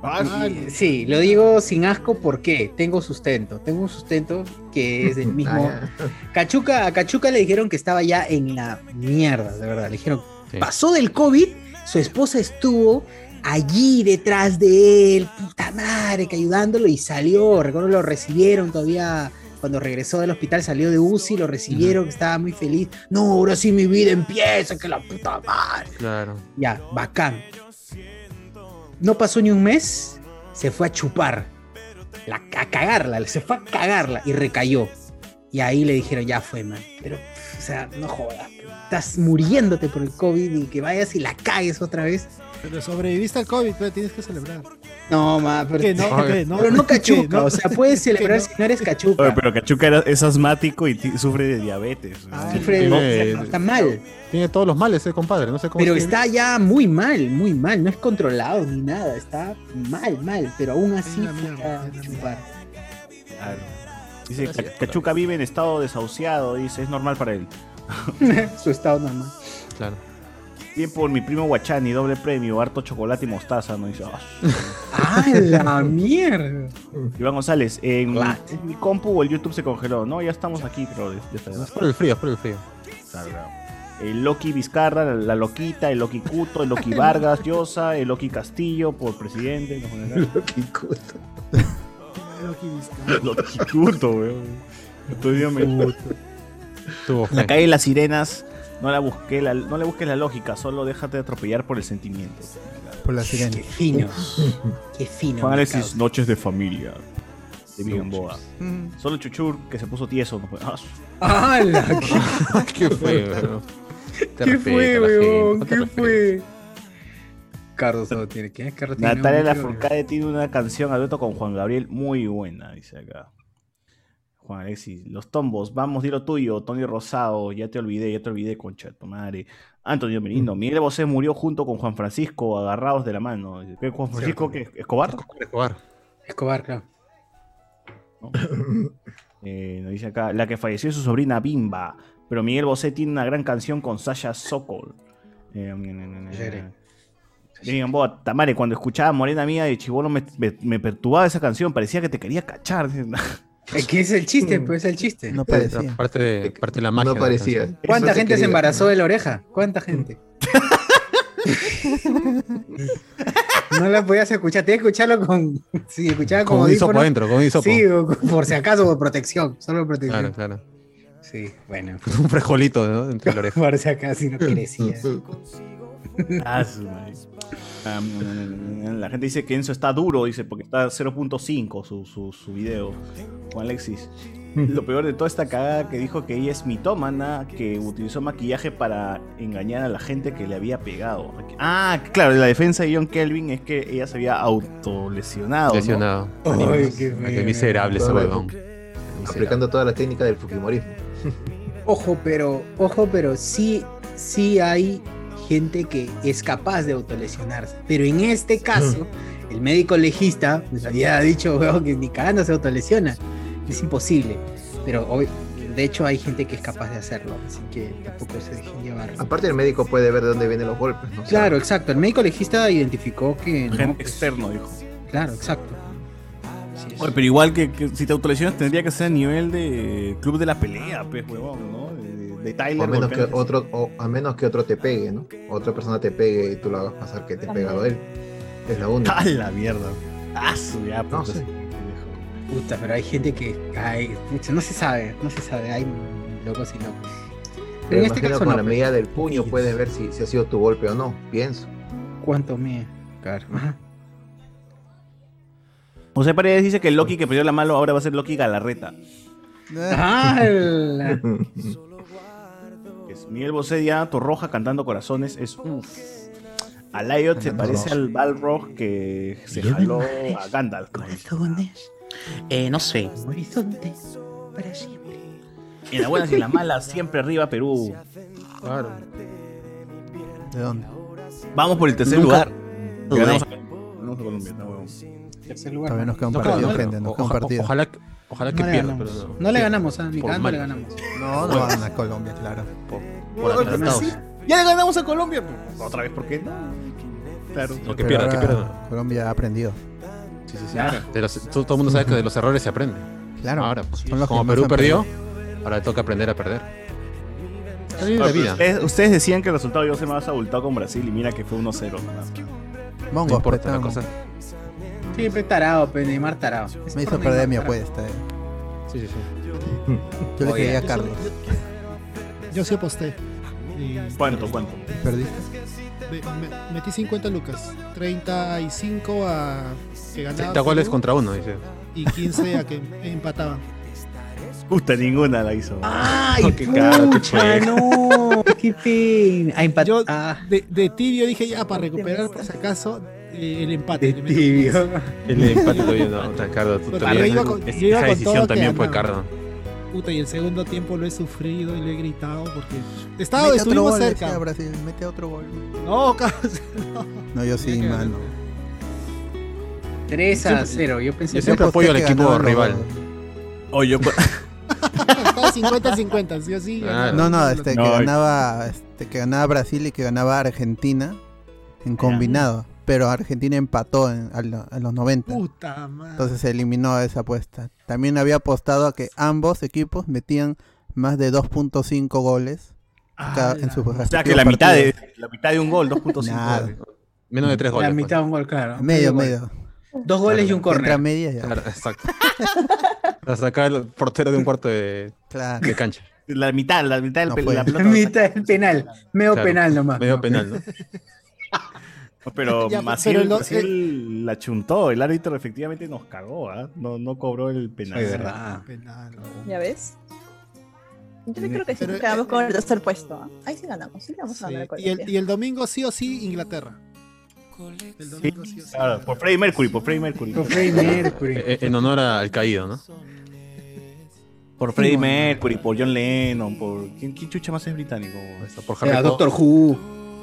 Speaker 6: Ah,
Speaker 1: Y- Sí, lo digo sin asco porque tengo sustento. Tengo un sustento que es el
Speaker 9: <laughs>
Speaker 1: mismo.
Speaker 9: Ah,
Speaker 1: Cachuca, a Cachuca le dijeron que estaba ya en la mierda, de verdad. Le dijeron, pasó del COVID, su esposa estuvo allí detrás de él, puta madre, que ayudándolo y salió. Recuerdo, lo recibieron todavía. Cuando regresó del hospital salió de UCI, lo recibieron, estaba muy feliz. No, ahora sí mi vida empieza, que la puta madre.
Speaker 5: Claro.
Speaker 1: Ya, bacán. No pasó ni un mes, se fue a chupar, la- a cagarla, se fue a cagarla y recayó. Y ahí le dijeron, ya fue, man. Pero, pf, o sea, no jodas. Estás muriéndote por el COVID y que vayas y la cagues otra vez.
Speaker 3: Pero sobreviviste al COVID, pero tienes que celebrar.
Speaker 1: No, ma, pero,
Speaker 3: Que no, que no.
Speaker 1: pero no
Speaker 3: Que
Speaker 1: cachuca.
Speaker 3: no.
Speaker 1: O sea,
Speaker 6: <laughs>
Speaker 1: puedes celebrar si no eres cachuca.
Speaker 6: Oye, pero Cachuca era- es asmático y ti- sufre de diabetes.
Speaker 1: Ah, Sufre de-
Speaker 6: No.
Speaker 1: está mal.
Speaker 5: Tiene todos los males, eh, compadre. No sé cómo.
Speaker 1: Pero
Speaker 5: sigue.
Speaker 1: está ya muy mal, muy mal. No es controlado ni nada. Está mal, mal. Pero aún así fue a chupar.
Speaker 6: Claro. Dice, "Ca- Cachuca vive en estado desahuciado, dice, es normal para él.
Speaker 1: <laughs> Su estado normal.
Speaker 5: Claro.
Speaker 6: Bien por mi primo Guachani, doble premio, harto chocolate y mostaza, ¿no? Dice, "Ah,
Speaker 1: ¡Ah, la mierda!
Speaker 6: Iván González, en, en mi compu o el YouTube se congeló, ¿no? Ya estamos aquí, creo. de- de esta edad.
Speaker 5: Es por el frío, es por el frío.
Speaker 6: Claro, claro. El Loki Vizcarra, la, la Loquita, el Loki Cuto, el Loki Vargas Llosa, el Loki Castillo por presidente.
Speaker 1: <laughs>
Speaker 6: Loki Cuto. <laughs> Loki Cuto, weón. Todavía me... La calle de las sirenas, no, la busqué, la- no le busques la lógica, solo déjate atropellar por el sentimiento.
Speaker 4: Por la sirena.
Speaker 1: Qué
Speaker 6: <laughs>
Speaker 1: fino. Qué fino.
Speaker 6: Juan Alexis,
Speaker 1: mercado.
Speaker 6: Noches de Familia. De Vivian Boa. Solo Chuchur, que se puso tieso. No puede- ¡Ah!
Speaker 1: ¡Hala!
Speaker 6: <laughs>
Speaker 5: ¿Qué fue, weón? Te
Speaker 1: ¿Qué
Speaker 5: respeta
Speaker 1: fue,
Speaker 5: la gente,
Speaker 1: weón?
Speaker 5: no te
Speaker 1: ¿Qué
Speaker 5: respeta.
Speaker 1: fue? Carlos solo tiene que. Carlos tiene
Speaker 6: Natalia
Speaker 1: un-
Speaker 6: Lafourcade tiene una canción a dueto con Juan Gabriel muy buena, dice acá. Juan Alexis, Los Tombos, vamos, di lo tuyo, Tony Rosado, ya te olvidé, ya te olvidé, concha de tu madre. Antonio Merino, Miguel Bosé murió junto con Juan Francisco, agarrados de la mano. ¿Qué, ¿Juan Francisco qué? ¿Escobar?
Speaker 5: Escobar.
Speaker 1: Escobar, claro.
Speaker 6: <coughs> Eh, nos dice acá, la que falleció es su sobrina Bimba, pero Miguel Bosé tiene una gran canción con Sasha Sokol. Eh, mm, mm, mm, mm. Vivian Boa, Tamare, cuando escuchaba Morena Mía de Chibolo me, me- me perturbaba esa canción, parecía que te quería cachar. <laughs>
Speaker 1: Es que es el chiste, pues es el chiste.
Speaker 4: No
Speaker 5: Parte, parte de, parte de la magia. de la
Speaker 7: parecía.
Speaker 5: canción.
Speaker 1: ¿Cuánta
Speaker 7: Eso te
Speaker 1: gente se
Speaker 7: quería.
Speaker 1: embarazó de la oreja?
Speaker 7: <laughs>
Speaker 1: ¿Cuánta gente? no la podías escuchar, tenías que escucharlo con. Sí, escuchaba
Speaker 5: Con
Speaker 1: como
Speaker 5: un hisopo adentro, con un hisopo.
Speaker 1: Sí, o con- por si acaso, por protección, solo protección.
Speaker 5: Claro, claro. <laughs>
Speaker 1: Sí, bueno.
Speaker 5: Un frejolito, ¿no?
Speaker 1: <laughs>
Speaker 5: Entre la oreja.
Speaker 1: Por si
Speaker 5: <laughs>
Speaker 1: acaso, si no crecía.
Speaker 6: Ah, su madre. Ah, mm, mm, mm, La gente dice que Enzo está duro, dice, porque está 0.5 su, su, su video. Juan Alexis. Lo peor de toda esta cagada que dijo que ella es mitómana, que utilizó maquillaje para engañar a la gente que le había pegado. Ah, claro, la defensa de John Kelvin es que ella se había autolesionado. ¿no?
Speaker 5: Lesionado. Ay, qué Ay, qué miserable ese
Speaker 7: Todo
Speaker 5: huevón.
Speaker 7: Aplicando toda la técnica del fujimorismo.
Speaker 1: Ojo, pero, ojo, pero sí, sí hay gente que es capaz de autolesionarse. Pero en este caso,
Speaker 7: Mm.
Speaker 1: el médico legista les había dicho "Weón, que ni cagando se autolesiona. Es imposible. Pero hoy, de hecho, hay gente que es capaz de hacerlo. Así que tampoco se dejen llevar.
Speaker 7: Aparte el médico puede ver de dónde vienen los golpes, ¿no?
Speaker 1: Claro, exacto. El médico legista identificó que no.
Speaker 6: Gente externo, dijo.
Speaker 1: Claro, exacto. Así es.
Speaker 6: Oye, pero igual que, que si te autolesionas tendría que ser a nivel de club de la pelea, pues, huevón, ¿no? De, de
Speaker 7: O a
Speaker 6: Tyler.
Speaker 7: menos que
Speaker 6: golpeando.
Speaker 7: otro, o a menos que otro te pegue, ¿no? Otra persona te pegue y tú lo hagas pasar que te ha pegado él. Es la única.
Speaker 6: ¡A la mierda! ¡Ah, su ya,
Speaker 7: No sé.
Speaker 1: Puta, pero hay gente que ay, pucha, no se sabe, no se sabe, hay locos y locos.
Speaker 7: Pero
Speaker 1: Pero en
Speaker 7: imagino
Speaker 1: este caso
Speaker 7: con
Speaker 1: no,
Speaker 7: la
Speaker 1: pues.
Speaker 7: medida del puño puedes ver si, si ha sido tu golpe o no, pienso.
Speaker 1: ¿Cuánto mide? Claro.
Speaker 6: José Paredes dice que el Loki que perdió la mano ahora va a ser Loki Galarreta.
Speaker 1: ¡Hala!
Speaker 6: Es Miguel Bosé ya, Torroja cantando corazones, es uff. A Lyot se parece al Balrog que se
Speaker 14: Yo me
Speaker 6: jaló
Speaker 14: imagino.
Speaker 6: a Gandalf.
Speaker 14: Eh, no sé.
Speaker 1: Horizonte para siempre.
Speaker 6: En las buenas y en las malas, siempre arriba Perú. Claro.
Speaker 4: ¿De dónde?
Speaker 6: Vamos por el tercer
Speaker 4: Nunca
Speaker 6: lugar.
Speaker 4: dudé.
Speaker 6: Ganamos a- ganamos a Colombia, no, huevón.
Speaker 1: Tercer lugar.
Speaker 4: Todavía nos queda un
Speaker 1: No,
Speaker 4: partido,
Speaker 1: no,
Speaker 4: gente. Nos queda un
Speaker 1: oja-
Speaker 4: partido.
Speaker 5: Ojalá, ojalá
Speaker 1: No le ganamos. No le ganamos, ah, ni
Speaker 4: Por
Speaker 1: cagando le
Speaker 4: mal.
Speaker 1: ganamos.
Speaker 4: No, no van a Colombia, claro.
Speaker 6: Por adelantados. Ya le ganamos a Colombia.
Speaker 1: pues.
Speaker 6: Otra vez, ¿por qué no? Claro.
Speaker 4: Pero
Speaker 5: que pierda, que
Speaker 4: ahora
Speaker 5: pierda.
Speaker 4: Colombia ha aprendido.
Speaker 5: Sí, sí, sí. De los- to- todo el mundo sabe que de los errores se aprende.
Speaker 4: Claro.
Speaker 5: Ahora, pues,
Speaker 4: Son los que
Speaker 5: como
Speaker 4: más
Speaker 5: Perú
Speaker 4: han
Speaker 5: perdió, ahora le toca aprender a perder. Así es
Speaker 6: Ahora,
Speaker 5: la
Speaker 6: pero
Speaker 5: vida.
Speaker 6: Ustedes, ustedes decían que el resultado iba a ser más abultado con Brasil y mira que fue 1-0.
Speaker 4: Mongo,
Speaker 5: No importa la
Speaker 4: petamos.
Speaker 5: cosa.
Speaker 1: Siempre tarado, pe, Neymar tarado.
Speaker 4: Me hizo perder mi apuesta. eh.
Speaker 5: Sí, sí, sí.
Speaker 4: Yo le
Speaker 1: Oye,
Speaker 4: quería a
Speaker 1: yo
Speaker 4: Carlos.
Speaker 3: Yo sí aposté. Y
Speaker 6: ¿Cuánto, cuánto?
Speaker 4: Perdiste.
Speaker 3: me- me- metí 50 lucas. 35 a que ganaba.
Speaker 5: 30 goles
Speaker 3: Perú
Speaker 5: contra uno, eh. dice.
Speaker 3: Y 15 a que empataban.
Speaker 6: Puta, ninguna la hizo.
Speaker 3: ¡Ay,
Speaker 6: qué caro, qué
Speaker 1: pucha, no! ¡Qué pena! Ah, empat-
Speaker 3: Yo
Speaker 1: ah,
Speaker 3: de, de tibio dije ya para recuperar por si acaso eh, el empate. Le meto
Speaker 1: tibio.
Speaker 3: 15.
Speaker 5: El empate lo vio, no, puta, Cardo. Tú
Speaker 3: Porque
Speaker 5: también.
Speaker 3: yo iba con-
Speaker 5: Esa
Speaker 3: yo iba con
Speaker 5: decisión
Speaker 3: todo
Speaker 5: también
Speaker 3: que
Speaker 5: fue
Speaker 3: ganaba.
Speaker 5: Cardo.
Speaker 3: Puta, y el segundo tiempo lo he sufrido y lo he gritado porque
Speaker 4: Mete
Speaker 3: estaba,
Speaker 4: otro
Speaker 3: estuvimos
Speaker 4: gol, decía
Speaker 3: cerca.
Speaker 4: Brasil, mete otro gol.
Speaker 3: No, cabrón.
Speaker 4: No, yo sí, mano.
Speaker 1: 3 a
Speaker 4: Siempre-
Speaker 1: 0. Yo pensé
Speaker 5: Yo siempre apoyo al
Speaker 4: que
Speaker 5: equipo
Speaker 4: ganaban los
Speaker 5: rival.
Speaker 6: Oye, yo.
Speaker 3: Estaba 50-50, sí o sí.
Speaker 5: Claro.
Speaker 4: No, no, este que
Speaker 6: No, y-
Speaker 4: ganaba este, que ganaba Brasil y que ganaba Argentina en combinado, pero Argentina empató en, a, lo- a los 90.
Speaker 3: Puta madre.
Speaker 4: Entonces se eliminó esa apuesta. También había apostado a que ambos equipos metían más de 2.5 goles cada- en sus
Speaker 6: O sea, que la mitad, de, la mitad de un gol, 2.5.
Speaker 4: Nada.
Speaker 6: goles.
Speaker 5: Menos de tres goles.
Speaker 1: La
Speaker 5: pues.
Speaker 1: mitad de un gol, claro.
Speaker 4: Medio,
Speaker 1: Gol.
Speaker 4: medio.
Speaker 1: Dos goles y un
Speaker 4: Contra
Speaker 1: córner.
Speaker 4: media ya.
Speaker 5: Claro, exacto. Para sacar el portero de un cuarto de,
Speaker 4: Claro.
Speaker 5: de cancha.
Speaker 6: La mitad, la mitad del
Speaker 4: No
Speaker 6: pe-
Speaker 4: fue.
Speaker 6: la
Speaker 4: <laughs>
Speaker 1: La
Speaker 6: pelota.
Speaker 1: <laughs> mitad del penal. Medio
Speaker 5: Claro.
Speaker 1: penal nomás.
Speaker 5: Medio penal, ¿no?
Speaker 6: <laughs> pues, Pero
Speaker 3: Ya,
Speaker 6: Maciel,
Speaker 3: pero lo-
Speaker 6: Maciel la chuntó. El árbitro efectivamente nos cagó, ¿ah? No, no cobró el penal.
Speaker 1: Es verdad.
Speaker 3: Penal, no.
Speaker 8: ¿Ya ves? Yo
Speaker 6: Sí.
Speaker 8: creo que sí
Speaker 3: Pero,
Speaker 8: nos quedamos con el tercer puesto. ¿ah? Ahí sí ganamos, sí le vamos a
Speaker 3: Sí,
Speaker 8: ganar a
Speaker 3: Eh, Y, el,
Speaker 8: Colombia.
Speaker 3: y el domingo sí o sí Inglaterra. El domingo sí, o sí.
Speaker 6: Claro, por Freddie Mercury, por Freddie Mercury.
Speaker 1: Por
Speaker 6: <laughs>
Speaker 1: Freddie Mercury.
Speaker 5: E- En honor al caído, ¿no?
Speaker 6: Por Freddie Mercury, por John Lennon, por. ¿Quién, quién chucha más es británico?
Speaker 5: Por
Speaker 1: O sea,
Speaker 5: Harry
Speaker 1: Eh, Doctor
Speaker 5: Potter.
Speaker 1: Who.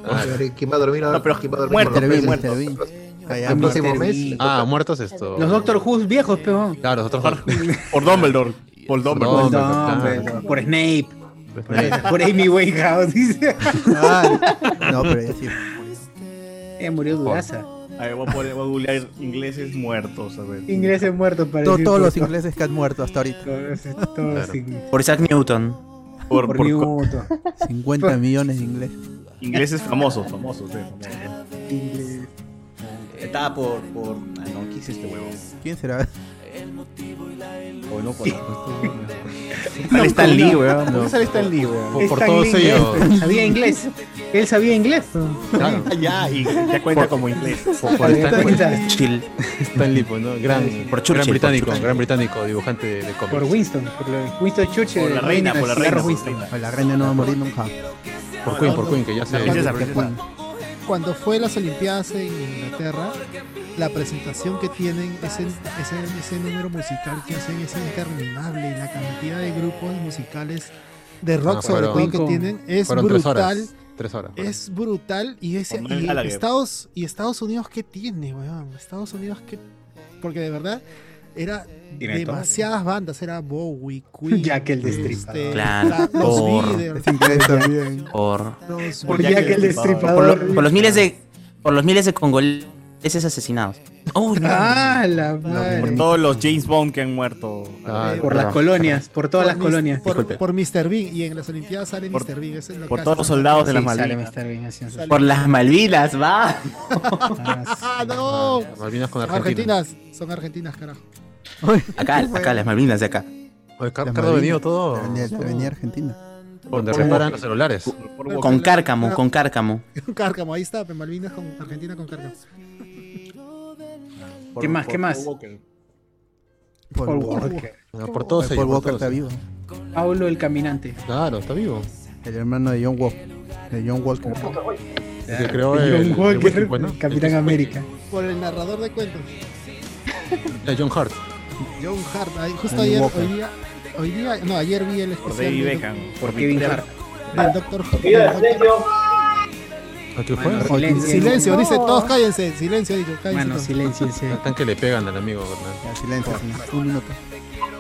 Speaker 5: Ah,
Speaker 7: ¿Quién va a dormir ahora?
Speaker 6: No, pero
Speaker 7: ¿Quién va a dormir
Speaker 1: pues,
Speaker 6: muerto,
Speaker 7: por los
Speaker 4: Tervin,
Speaker 7: meses?
Speaker 4: Tervin.
Speaker 7: El
Speaker 4: Callamar.
Speaker 7: próximo mes.
Speaker 1: Tervin.
Speaker 5: Ah, muertos esto.
Speaker 1: Los Doctor Who's viejos, peón.
Speaker 5: Claro, los otros
Speaker 6: Por Dumbledore. Por Dumbledore.
Speaker 5: Dumbledore.
Speaker 1: Por
Speaker 5: claro.
Speaker 1: Dumbledore, por Snape. Por Amy Winehouse. dice.
Speaker 4: Ah, no, pero ya sí.
Speaker 1: Eh, murió Duraza.
Speaker 6: A ver, voy a, poner- voy a googlear ingleses muertos. A ver.
Speaker 1: Ingleses muertos para
Speaker 4: To-
Speaker 1: decir
Speaker 4: todos los
Speaker 1: por-
Speaker 4: ingleses que han muerto hasta ahorita.
Speaker 1: Todos, todos ingleses.
Speaker 14: Por Isaac Newton.
Speaker 6: Por,
Speaker 1: Por
Speaker 6: por-
Speaker 4: <laughs>
Speaker 1: Newton.
Speaker 4: 50 millones de ingleses.
Speaker 6: ingleses famosos, famosos. eh, sí, famosos.
Speaker 1: Inglés.
Speaker 6: Estaba por. por... Ah, no, ¿quién es este huevo?
Speaker 4: ¿Quién será?
Speaker 6: O no
Speaker 4: <laughs>
Speaker 6: conozco. Sale Stan Lee, weón. ¿Por qué sale Stan Lee, weón?
Speaker 5: Por, por
Speaker 1: Stan
Speaker 5: todos
Speaker 1: Lee
Speaker 5: ellos.
Speaker 1: inglés, Sabía inglés. Él sabía inglés. peón. <laughs>
Speaker 5: Claro.
Speaker 6: Ah, ya, y ya cuenta como inglés.
Speaker 5: Por, por
Speaker 1: Está
Speaker 5: Stan,
Speaker 1: bien.
Speaker 14: Chill.
Speaker 5: Stan Lee, pues, ¿no? Gran,
Speaker 14: Por Churchill,
Speaker 5: gran británico,
Speaker 14: por Churchill.
Speaker 5: gran británico, dibujante de, de cómics.
Speaker 1: Por Winston. Por lo- Winston Churchill.
Speaker 6: Por la reina,
Speaker 1: de
Speaker 6: por la reina.
Speaker 1: Cigarro
Speaker 6: por la
Speaker 1: Winston.
Speaker 6: reina.
Speaker 4: La reina no va a morir nunca.
Speaker 5: Por Queen,
Speaker 4: Ah,
Speaker 5: por Queen, que ya se.
Speaker 6: La princesa,
Speaker 4: Porque
Speaker 6: princesa.
Speaker 4: Queen.
Speaker 3: Cuando fue las Olimpiadas en Inglaterra, la presentación que tienen, ese, ese, ese número musical que hacen es interminable y la cantidad de grupos musicales de rock
Speaker 5: Ah,
Speaker 3: sobre
Speaker 5: fueron-
Speaker 3: todo que tienen es
Speaker 5: Fueron tres
Speaker 3: brutal.
Speaker 5: horas. Tres horas. fueron.
Speaker 3: Es brutal y, ese-
Speaker 6: Con Noel
Speaker 3: y
Speaker 6: Gallagher.
Speaker 3: Estados y Estados Unidos qué tiene, weón. Estados Unidos qué porque de verdad era
Speaker 1: Tiene todo.
Speaker 3: demasiadas bandas, era Bowie, Queen,
Speaker 1: Jack el Destripador.
Speaker 14: Claro.
Speaker 3: la- los
Speaker 14: Por-
Speaker 3: Beatles,
Speaker 4: Inglés también.
Speaker 14: Por,
Speaker 3: los
Speaker 1: Por
Speaker 6: Jack
Speaker 1: Jack el
Speaker 6: el Destripador.
Speaker 14: por,
Speaker 1: Destripador.
Speaker 14: lo- por los miles de. Por los miles de congoleses asesinados. Uy, no.
Speaker 1: Ah, la
Speaker 6: Por
Speaker 1: madre.
Speaker 6: todos los James Bond que han muerto.
Speaker 5: Ah,
Speaker 1: Por las
Speaker 5: perdón.
Speaker 1: colonias. Por todas las
Speaker 3: mis-
Speaker 1: colonias.
Speaker 3: Por,
Speaker 5: Disculpe.
Speaker 3: por Mr. Bean. Y en las Olimpiadas sale
Speaker 6: Por-
Speaker 3: Mr. Bean. Ese es lo
Speaker 6: por
Speaker 3: que
Speaker 6: todos los
Speaker 3: hace.
Speaker 6: soldados de las
Speaker 1: Sí, sale
Speaker 6: Malvinas.
Speaker 1: Mr. Bean haciendo sus-
Speaker 14: Por las Malvinas, va.
Speaker 3: ¡Ah, no!
Speaker 5: Malvinas con
Speaker 3: Son
Speaker 5: Argentina.
Speaker 3: argentinas. Son argentinas, carajo.
Speaker 14: Acá, acá, las Malvinas de acá.
Speaker 5: Oye, Car-
Speaker 4: La
Speaker 5: Cardo ha
Speaker 4: Malvina.
Speaker 5: venido todo.
Speaker 4: Venía, venía Argentina.
Speaker 5: Donde reparan los celulares.
Speaker 6: Por-
Speaker 14: Con cárcamo, con cárcamo.
Speaker 3: Cárcamo, ahí está. pues, Malvinas con Argentina con Cárcamo.
Speaker 6: por-
Speaker 1: ¿Qué más?
Speaker 6: por
Speaker 1: ¿Qué más?
Speaker 6: Paul Walker.
Speaker 4: Paul Walker.
Speaker 2: No, Ah, por todos
Speaker 4: Paul
Speaker 2: ellos, por
Speaker 4: Walker
Speaker 2: todos
Speaker 4: está vivo.
Speaker 10: Paulo el caminante.
Speaker 2: Claro, está vivo.
Speaker 4: El hermano de John Walker. De John Walker.
Speaker 2: El que creó el- el Whisky, pues, ¿no?
Speaker 10: Capitán
Speaker 2: El-
Speaker 10: América.
Speaker 3: Por el narrador de cuentos.
Speaker 2: Eh, John Hart.
Speaker 3: John Hart. ahí- Justo
Speaker 2: Johnny
Speaker 3: ayer,
Speaker 2: Walker.
Speaker 3: hoy día, hoy día, no, ayer vi el especial.
Speaker 6: David
Speaker 3: de-
Speaker 6: Beckham, por
Speaker 3: de-
Speaker 6: Kevin
Speaker 3: del-
Speaker 6: Hart.
Speaker 3: Del Doctor
Speaker 2: ¿A qué fue?
Speaker 3: Silencio, silencio, dice todos cállense, silencio, digo, cállense.
Speaker 2: Bueno,
Speaker 3: todos.
Speaker 10: silencio.
Speaker 2: Están que le pegan al amigo, ¿verdad?
Speaker 4: silencio, un minuto.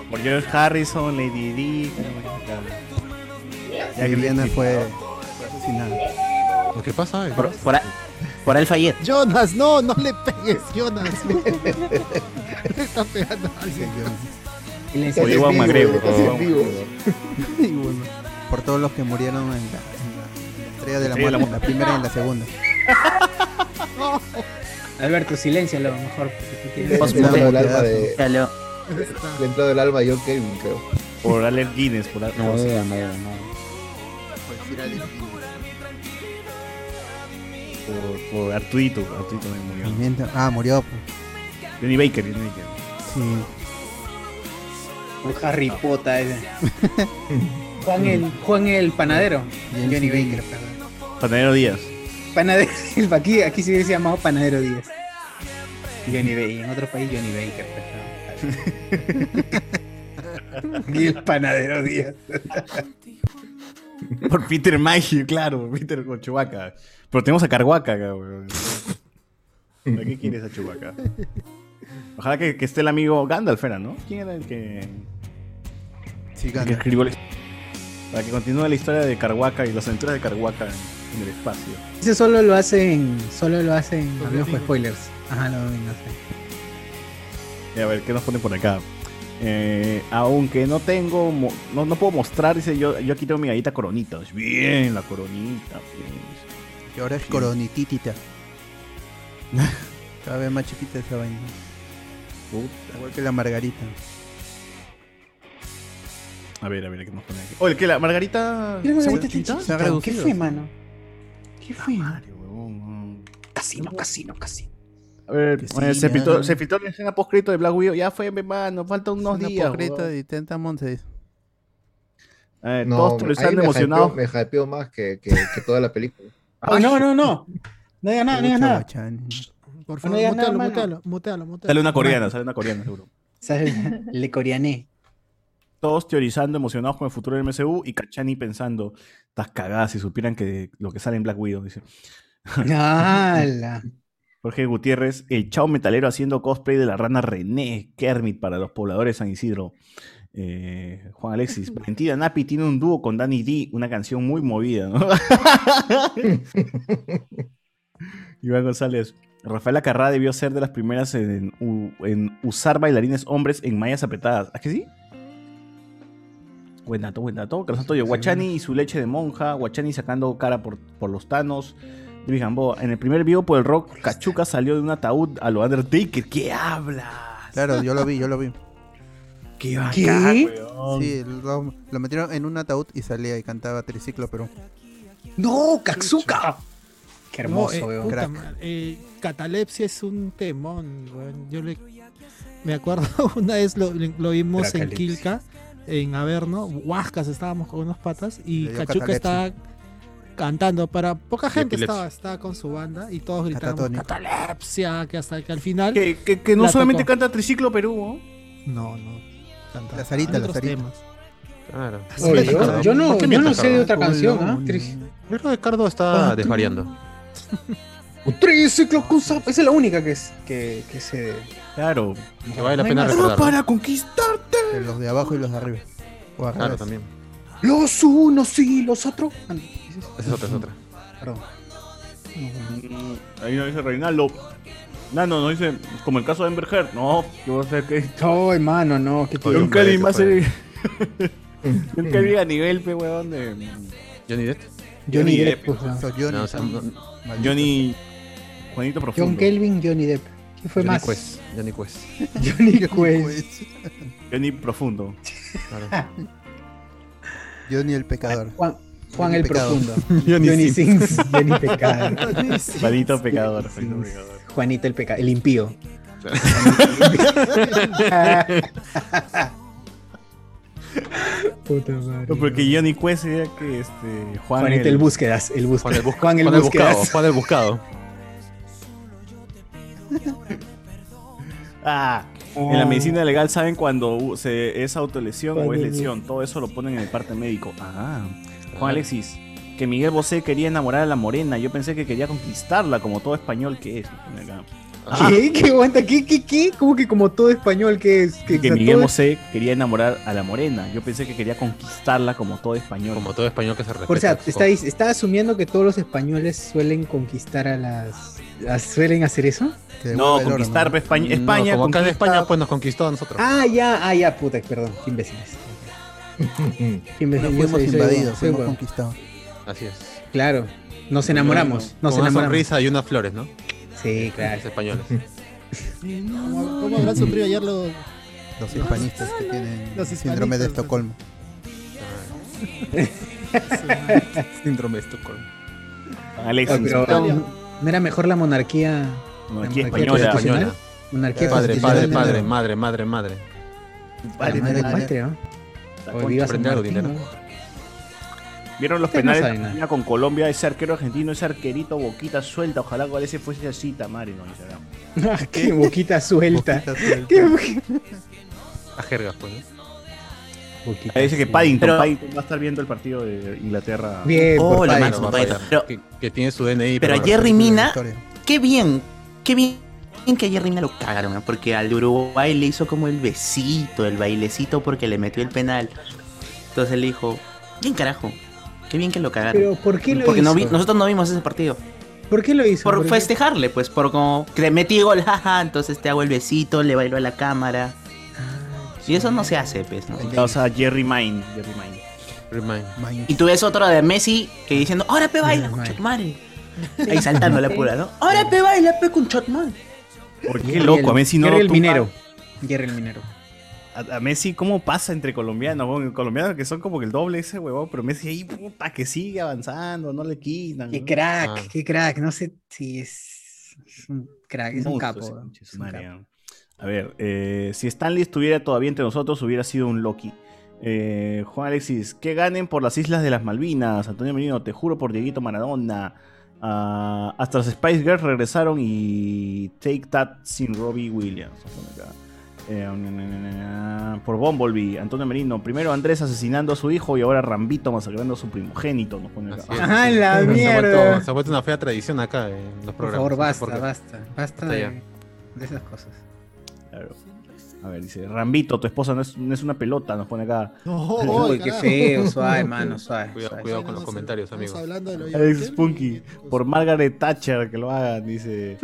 Speaker 6: Por George Harrison, Lady Di.
Speaker 4: Ya que Liliana fue asesinada.
Speaker 2: ¿Qué pasa?
Speaker 14: Por, por, por Alfayet.
Speaker 3: Jonas, no, no le pegues, Jonas. le <laughs> está pegando a alguien.
Speaker 4: Silencio.
Speaker 6: O Iwan McGregor. o-
Speaker 4: <laughs> Y bueno, por todos los que murieron en la, en la- en la estrella de la
Speaker 6: Estrella de la
Speaker 4: muerte, en la primera y en la segunda.
Speaker 10: Alberto, siléncialo mejor. porque tú
Speaker 7: Le
Speaker 10: tienes-
Speaker 7: entró el
Speaker 4: <laughs>
Speaker 7: alma de.
Speaker 14: Aló.
Speaker 7: Le entró el alma de John Kevin, creo.
Speaker 6: Por Alec Guinness. Por Alec-
Speaker 7: No, no,
Speaker 6: Por, por Arturito. Arturito también murió.
Speaker 4: Mientras- Ah, murió. pues.
Speaker 6: Johnny Baker. Johnny Baker.
Speaker 4: Sí.
Speaker 10: Un Harry Potter. <laughs> ese. Juan el, Juan el panadero. Johnny Baker, perdón.
Speaker 6: Panadero Díaz.
Speaker 10: Panadero, <laughs> aquí, aquí se hubiese llamado Panadero <laughs> Díaz. <laughs> Johnny Baker, en otro país Johnny Baker, perdón. Y el panadero Díaz.
Speaker 6: <laughs> Por Peter Maggi, claro, por Peter con Chewbacca. Pero tenemos a Carhuaca acá, weón. ¿Para qué quieres a Chewbacca? Ojalá que, que esté el amigo Gandalf, era, ¿no? ¿Quién era el que,
Speaker 4: Sí,
Speaker 6: el que escribió la Para que continúe la historia de Carhuaca y las aventuras de Carhuaca en, en el espacio.
Speaker 10: Ese solo lo hacen, solo lo hacen hablemos con
Speaker 6: domingos.
Speaker 10: spoilers. Ajá, no, no sé.
Speaker 6: Y a ver, ¿qué nos ponen por acá? Eh, aunque no tengo, mo- no, no puedo mostrar, dice yo, yo aquí tengo mi gallita coronita. Bien, la coronita. pues.
Speaker 4: Y ahora es
Speaker 6: Sí.
Speaker 4: coronititita. <laughs> Cada vez más chiquita esa vaina. Igual que la margarita.
Speaker 6: A ver, a ver, ¿qué nos ponen aquí? Oye, que la Margarita.
Speaker 10: Mira,
Speaker 6: Ah, ¿Se ha
Speaker 10: Margarita
Speaker 6: chiquita?
Speaker 10: está chiquita. ¿Qué fue, mano? ¿Qué fue? Mm. Casino, casino, casino.
Speaker 6: A ver,
Speaker 4: Que sí,
Speaker 6: bueno, se,
Speaker 4: ya.
Speaker 6: pitó, se pitó la escena postcrito de Black Widow. Ya fue, mi hermano, faltan unos días.
Speaker 4: Hipócrita
Speaker 6: weón.
Speaker 4: de Tenta Montes.
Speaker 6: Eh,
Speaker 7: No,
Speaker 6: todos
Speaker 7: me- ahí
Speaker 6: están
Speaker 7: me
Speaker 6: emocionados.
Speaker 7: hypeó- Me hypeó más que, que, que toda la película.
Speaker 10: Oh, no, no, no. No digas nada, no digas nada.
Speaker 3: Por
Speaker 10: No
Speaker 3: favor,
Speaker 10: digas nada,
Speaker 3: mutealo,
Speaker 10: mano.
Speaker 3: mutealo, mutealo, mutealo.
Speaker 6: Sale una coreana, sale una coreana, seguro.
Speaker 10: Sale- <laughs> Le coreané.
Speaker 6: Todos teorizando, emocionados con el futuro del MCU y Cachani pensando, estás cagada si supieran que lo que sale en Black Widow. Dice. <laughs>
Speaker 10: ¡Hala!
Speaker 6: Jorge Gutiérrez, el chao metalero haciendo cosplay de la rana René Kermit para los pobladores de San Isidro. Eh, Juan
Speaker 10: <laughs>
Speaker 6: Alexis, Valentina Napi tiene un dúo con Danny D, una canción muy movida, ¿no? Iván González, Rafaela Carrá debió ser de las primeras en, u- en usar bailarines hombres en mallas apretadas. ¿A que sí? Buen dato, buen dato. Carlos Antonio, Guachani y su leche de monja, Guachani sacando cara por, por los tanos. Luis Gamboa, en el primer vivo por el rock, Cachuca salió de un ataúd a lo Undertaker. ¿Qué hablas?
Speaker 4: Claro, yo lo vi, yo lo vi.
Speaker 6: ¿Qué?
Speaker 4: bacán,
Speaker 6: weón.
Speaker 4: Sí, lo, lo metieron en un ataúd y salía y cantaba Triciclo Perú.
Speaker 10: ¡No, Katsuka! Qué hermoso,
Speaker 3: No, eh,
Speaker 10: weón.
Speaker 3: puta
Speaker 4: Crack.
Speaker 3: madre, eh, Catalepsia es un temón, weón. Yo le, me acuerdo <laughs> una vez lo, lo vimos en
Speaker 10: Catalepsia.
Speaker 3: Quilca, en Averno, Huascas estábamos con unos patas y
Speaker 4: Le dio
Speaker 3: Cachuca
Speaker 4: catalepsia.
Speaker 3: estaba cantando para poca gente
Speaker 6: Epilepsia.
Speaker 3: estaba, estaba con su banda y todos gritábamos
Speaker 4: Catatónico.
Speaker 3: catalepsia que hasta que al final
Speaker 6: Que, que- que no
Speaker 3: La
Speaker 6: solamente
Speaker 3: tocó.
Speaker 6: canta Triciclo Perú, ¿no?
Speaker 3: no no cantaba
Speaker 4: La Sarita, la
Speaker 3: otros
Speaker 4: Sarita.
Speaker 3: temas.
Speaker 2: Claro.
Speaker 1: Oye, yo, yo no,
Speaker 2: ¿Por qué
Speaker 1: yo no
Speaker 2: mientras,
Speaker 1: sé de otra
Speaker 4: Carlos?
Speaker 1: canción, ¿ah?
Speaker 4: Colón.
Speaker 1: Tri-
Speaker 2: Yo creo que Cardo
Speaker 5: Ah,
Speaker 2: está desvariando.
Speaker 1: Triciclo con sapo. Esa es la única que es que, que se.
Speaker 6: Claro.
Speaker 2: Que vale la
Speaker 1: No hay
Speaker 2: pena
Speaker 1: más.
Speaker 2: recordar.
Speaker 6: conquistarte.
Speaker 4: De Los de abajo y los de arriba. O al
Speaker 2: Claro,
Speaker 4: revés.
Speaker 2: también.
Speaker 1: Los unos y los otros. Ah, no,
Speaker 2: Esa es otra, es otra.
Speaker 1: Perdón.
Speaker 6: Mm, Ahí no dice Reinaldo. No, no, no dice. Como el caso de Amber Heard. No, yo sé que.
Speaker 1: Ay, mano, no. ¿qué te
Speaker 2: Oye,
Speaker 1: digo?
Speaker 6: John Kelly más
Speaker 2: fue.
Speaker 6: serio.
Speaker 2: <laughs>
Speaker 6: John Kelly a nivel, pe, weón. De... mm,
Speaker 2: Johnny Depp.
Speaker 1: Johnny
Speaker 6: Johnny Depp,
Speaker 1: Depp. pues, ah.
Speaker 4: So, Johnny,
Speaker 2: No, o sea, no-
Speaker 4: maldito.
Speaker 6: Johnny. Juanito Profundo.
Speaker 1: John Kelvin, Johnny Depp. ¿Qué fue
Speaker 2: Johnny
Speaker 1: más?
Speaker 2: Quest. Johnny Quest.
Speaker 1: <laughs> Johnny Quest.
Speaker 6: Johnny Profundo.
Speaker 2: Claro.
Speaker 4: Johnny el pecador.
Speaker 1: Juan, Juan
Speaker 4: Johnny
Speaker 1: el
Speaker 4: Pecado.
Speaker 1: Profundo.
Speaker 4: <laughs>
Speaker 1: Johnny
Speaker 6: <laughs>
Speaker 1: Sings. Johnny Pecado.
Speaker 6: Juanito Pecador. Juanito Pecador.
Speaker 1: Juanito el Pecado. El impío. <laughs>
Speaker 6: Ah.
Speaker 1: Puta madre.
Speaker 6: No, porque yo ni cuesta idea que este Juan
Speaker 1: Juanito el Búsquedas, el Búsquedas.
Speaker 6: Juan el, Bus-
Speaker 1: Juan el
Speaker 6: Juan el
Speaker 1: Búsquedas.
Speaker 6: buscado, Juan el buscado. Ah, en la medicina legal saben cuando uh, se, es autolesión o es
Speaker 1: Oh. Cuando-
Speaker 6: lesión. Todo eso lo ponen en el parte médico. Ah, Juan Alexis, que Miguel Bosé quería enamorar a la morena. Yo pensé que quería conquistarla como todo español que es. Ah,
Speaker 1: ¿Qué? ¿Qué aguanta? ¿Qué? ¿Qué? ¿Qué? Como que como todo español que es.
Speaker 6: que
Speaker 1: o sea,
Speaker 6: Miguel
Speaker 1: todo-
Speaker 6: Bosé quería enamorar a la morena. Yo pensé que quería conquistarla como todo español. Como
Speaker 5: todo español que se respeta.
Speaker 1: O sea, está, dis- está asumiendo que todos los españoles suelen conquistar a las. a- ¿Suelen hacer eso?
Speaker 6: No, conquistar pues, España. España
Speaker 5: como acá de
Speaker 6: conquista-
Speaker 5: España, pues nos conquistó a nosotros.
Speaker 1: Ah, ya, ah, ya, puta, perdón, qué imbéciles. Qué imbéciles,
Speaker 4: Bueno,
Speaker 1: yo
Speaker 4: fuimos
Speaker 1: soy- soy
Speaker 4: invadidos,
Speaker 1: huevón, soy
Speaker 4: fuimos
Speaker 1: huevón.
Speaker 4: conquistados.
Speaker 5: Así es.
Speaker 1: Claro, nos enamoramos, nos
Speaker 5: Con una
Speaker 1: enamoramos.
Speaker 5: sonrisa y unas flores, ¿no?
Speaker 1: Sí, claro.
Speaker 5: Los españoles.
Speaker 3: ¿Cómo, cómo habrán sufrido ayer los,
Speaker 4: Los hispanistas que tienen
Speaker 3: Los
Speaker 4: síndrome de
Speaker 3: hispanistas.
Speaker 4: Estocolmo.
Speaker 5: Síndrome de Estocolmo.
Speaker 6: Alexis.
Speaker 1: Oye, pero, ¿No era mejor la monarquía?
Speaker 6: Monarquía
Speaker 1: la
Speaker 6: española.
Speaker 1: constitucional? Monarquía
Speaker 5: padre, padre,
Speaker 1: constitucional, ¿no?
Speaker 5: padre, madre, madre, madre.
Speaker 1: Padre, madre, madre, ¿no? O viva San
Speaker 5: Aprende algo,
Speaker 1: Martín,
Speaker 5: dinero.
Speaker 1: ¿no?
Speaker 6: Vieron los
Speaker 1: Ustedes no
Speaker 6: penales de
Speaker 1: saben nada.
Speaker 6: Argentina con Colombia, ese arquero argentino, ese arquerito boquita suelta. Ojalá cual ese fuese así, Tamari. No, será.
Speaker 1: <laughs> Ah, Qué boquita suelta. Qué boquita-
Speaker 5: A jergas, pues. ¿no?
Speaker 6: Ahí dice que Paddington,
Speaker 5: Pero-
Speaker 6: Paddington va a estar viendo el partido de Inglaterra.
Speaker 5: Bien,
Speaker 14: Oh,
Speaker 5: por
Speaker 14: lo
Speaker 5: Paddington,
Speaker 14: máximo,
Speaker 5: Paddington.
Speaker 14: Paddington.
Speaker 5: que, que tiene su DNI.
Speaker 14: Pero a Jerry Mina, qué bien, qué bien que a Jerry Mina lo cagaron, ¿no? porque al Uruguay le hizo como el besito, el bailecito porque le metió el penal. Entonces le dijo, bien carajo, qué bien que lo cagaron.
Speaker 1: Pero, ¿por qué lo
Speaker 14: porque no vi-
Speaker 1: hizo?
Speaker 14: nosotros no vimos ese partido.
Speaker 1: ¿Por qué lo hizo?
Speaker 14: Por
Speaker 1: qué?
Speaker 14: festejarle, pues, por como que le metí gol, <laughs> jaja, entonces te hago el besito, le bailó a la cámara.
Speaker 1: Ah,
Speaker 14: Y eso no se hace, pues, ¿no?
Speaker 6: O sea, Jerry Mine. Jerry Mine.
Speaker 14: Y tú ves otro de Messi que diciendo, ahora pe baila,
Speaker 6: Jerry Mine.
Speaker 1: <laughs>
Speaker 14: conchetumare". Ahí saltando la pura, ¿no? Ahora pe baila, pe con Chotman.
Speaker 6: ¿Por qué
Speaker 1: Jerry
Speaker 6: loco?
Speaker 1: el-
Speaker 6: A Messi no
Speaker 1: Jerry
Speaker 6: lo
Speaker 1: el
Speaker 6: tumba.
Speaker 1: minero. Jerry el minero.
Speaker 6: A, a Messi, ¿cómo pasa entre colombianos? weón? colombianos que son como que el doble ese huevón, pero Messi ahí, puta, que sigue avanzando, no le quitan.
Speaker 1: Qué
Speaker 6: ¿no?
Speaker 1: crack,
Speaker 6: Ah.
Speaker 1: qué crack. No sé si es, es un crack, es un
Speaker 6: Monstruo
Speaker 1: capo.
Speaker 6: ese
Speaker 1: ¿no?
Speaker 6: pinche
Speaker 1: Es un
Speaker 6: Superman,
Speaker 1: capo.
Speaker 6: ¿no? A ver, eh, si Stanley estuviera todavía entre nosotros, hubiera sido un Loki. Eh, Juan Alexis, que ganen por las islas de las Malvinas. Antonio Menino, te juro por Dieguito Maradona. Ah, hasta las Spice Girls regresaron y Take That sin Robbie Williams. Eh, na, na, na, na, na. por Bumblebee, Antonio Merino. Primero Andrés asesinando a su hijo y ahora Rambito masacrando a su primogénito. Nos pone acá.
Speaker 1: <laughs> Ah, la
Speaker 5: Se ha
Speaker 1: mierda.
Speaker 5: vuelto- Se ha vuelto una fea tradición acá en los
Speaker 1: Por
Speaker 5: programas.
Speaker 1: favor, basta,
Speaker 5: Porque-
Speaker 1: basta. Basta
Speaker 5: Hasta
Speaker 1: de,
Speaker 5: allá.
Speaker 1: de esas cosas.
Speaker 6: Claro. A ver, dice, Rambito, tu esposa no es, no es una pelota, nos pone acá. <laughs>
Speaker 1: No, Uy, qué carajo. <laughs> feo, suave, mano, suave,
Speaker 5: Cuidado,
Speaker 1: suave,
Speaker 5: cuidado
Speaker 1: suave.
Speaker 5: con los comentarios, amigos.
Speaker 3: hablando de lo
Speaker 6: Alex Spunky, por Margaret Thatcher, que lo hagan,
Speaker 1: <laughs>
Speaker 6: dice.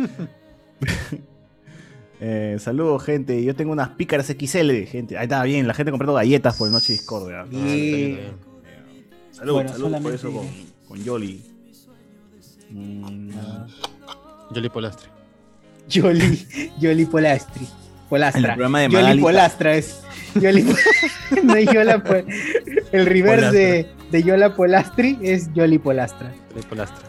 Speaker 6: Eh, saludos, gente. Yo tengo unas pícaras XL, gente. Ahí está bien, la gente comprando galletas por Noche Discordia. Ah,
Speaker 1: Bien.
Speaker 6: Saludos, saludos
Speaker 1: Bueno,
Speaker 6: por
Speaker 1: solamente-
Speaker 6: eso con, con Yoli. Mm,
Speaker 1: Ah.
Speaker 5: Yoli Polastre.
Speaker 1: Yoli, Yoli Polastri. Polastra.
Speaker 6: En el programa de
Speaker 1: Yoli
Speaker 6: Magali.
Speaker 1: Polastra es. Yoli Pol- <laughs> no, Yola Pol- El reverse de, de Yola Polastri es Yoli Polastra.
Speaker 5: Yoli Polastre.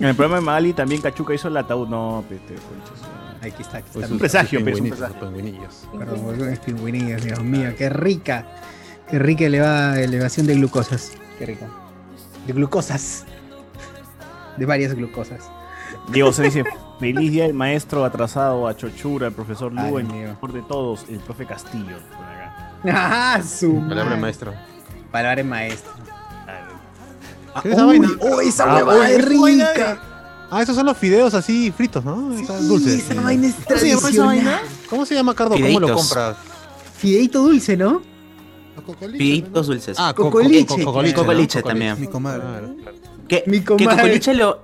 Speaker 6: En el programa de Magali también Cachuca hizo el ataúd. No, peste, conchas.
Speaker 1: Aquí está, aquí está.
Speaker 6: Es Pues un presagio, pero es un
Speaker 5: Pingüinitos,
Speaker 6: presagio.
Speaker 5: pingüinillos.
Speaker 1: Perdón,
Speaker 3: pues,
Speaker 1: volvemos
Speaker 3: eh,
Speaker 1: a pingüinillos, Dios mío, qué rica. Qué rica eleva- elevación de glucosas. Qué rico. De glucosas. De varias glucosas.
Speaker 6: Diego se
Speaker 3: <laughs>
Speaker 6: dice, feliz día el maestro atrasado a Chochura, el profesor
Speaker 1: Ay,
Speaker 6: Luen,
Speaker 1: mío.
Speaker 6: mejor de todos, el profe Castillo. por acá.
Speaker 1: <laughs> ¡Ah, su
Speaker 5: Palabra
Speaker 1: madre!
Speaker 5: maestro. Ah,
Speaker 1: Palabra de maestro.
Speaker 5: ¿Qué es esa vaina?
Speaker 1: ¡Oh, esa
Speaker 5: Ah,
Speaker 1: huevada
Speaker 5: uy,
Speaker 1: es
Speaker 5: esa vaina
Speaker 1: rica!
Speaker 5: Ah, esos son los fideos así fritos, ¿no? Esas dulces.
Speaker 1: esa vaina es
Speaker 5: ¿Cómo se llama esa vaina? ¿Cómo se llama, Cardo? ¿Cómo lo
Speaker 14: Fideitos.
Speaker 5: compras?
Speaker 1: Fideito dulce, ¿no?
Speaker 14: Piditos dulces.
Speaker 5: Ah, co- co-
Speaker 14: cocoliche.
Speaker 5: co- cocoliche, ¿no?
Speaker 14: Cocoliche también.
Speaker 4: Mi comadre.
Speaker 14: Que,
Speaker 1: Mi
Speaker 14: que
Speaker 1: comadre.
Speaker 14: Cocoliche lo,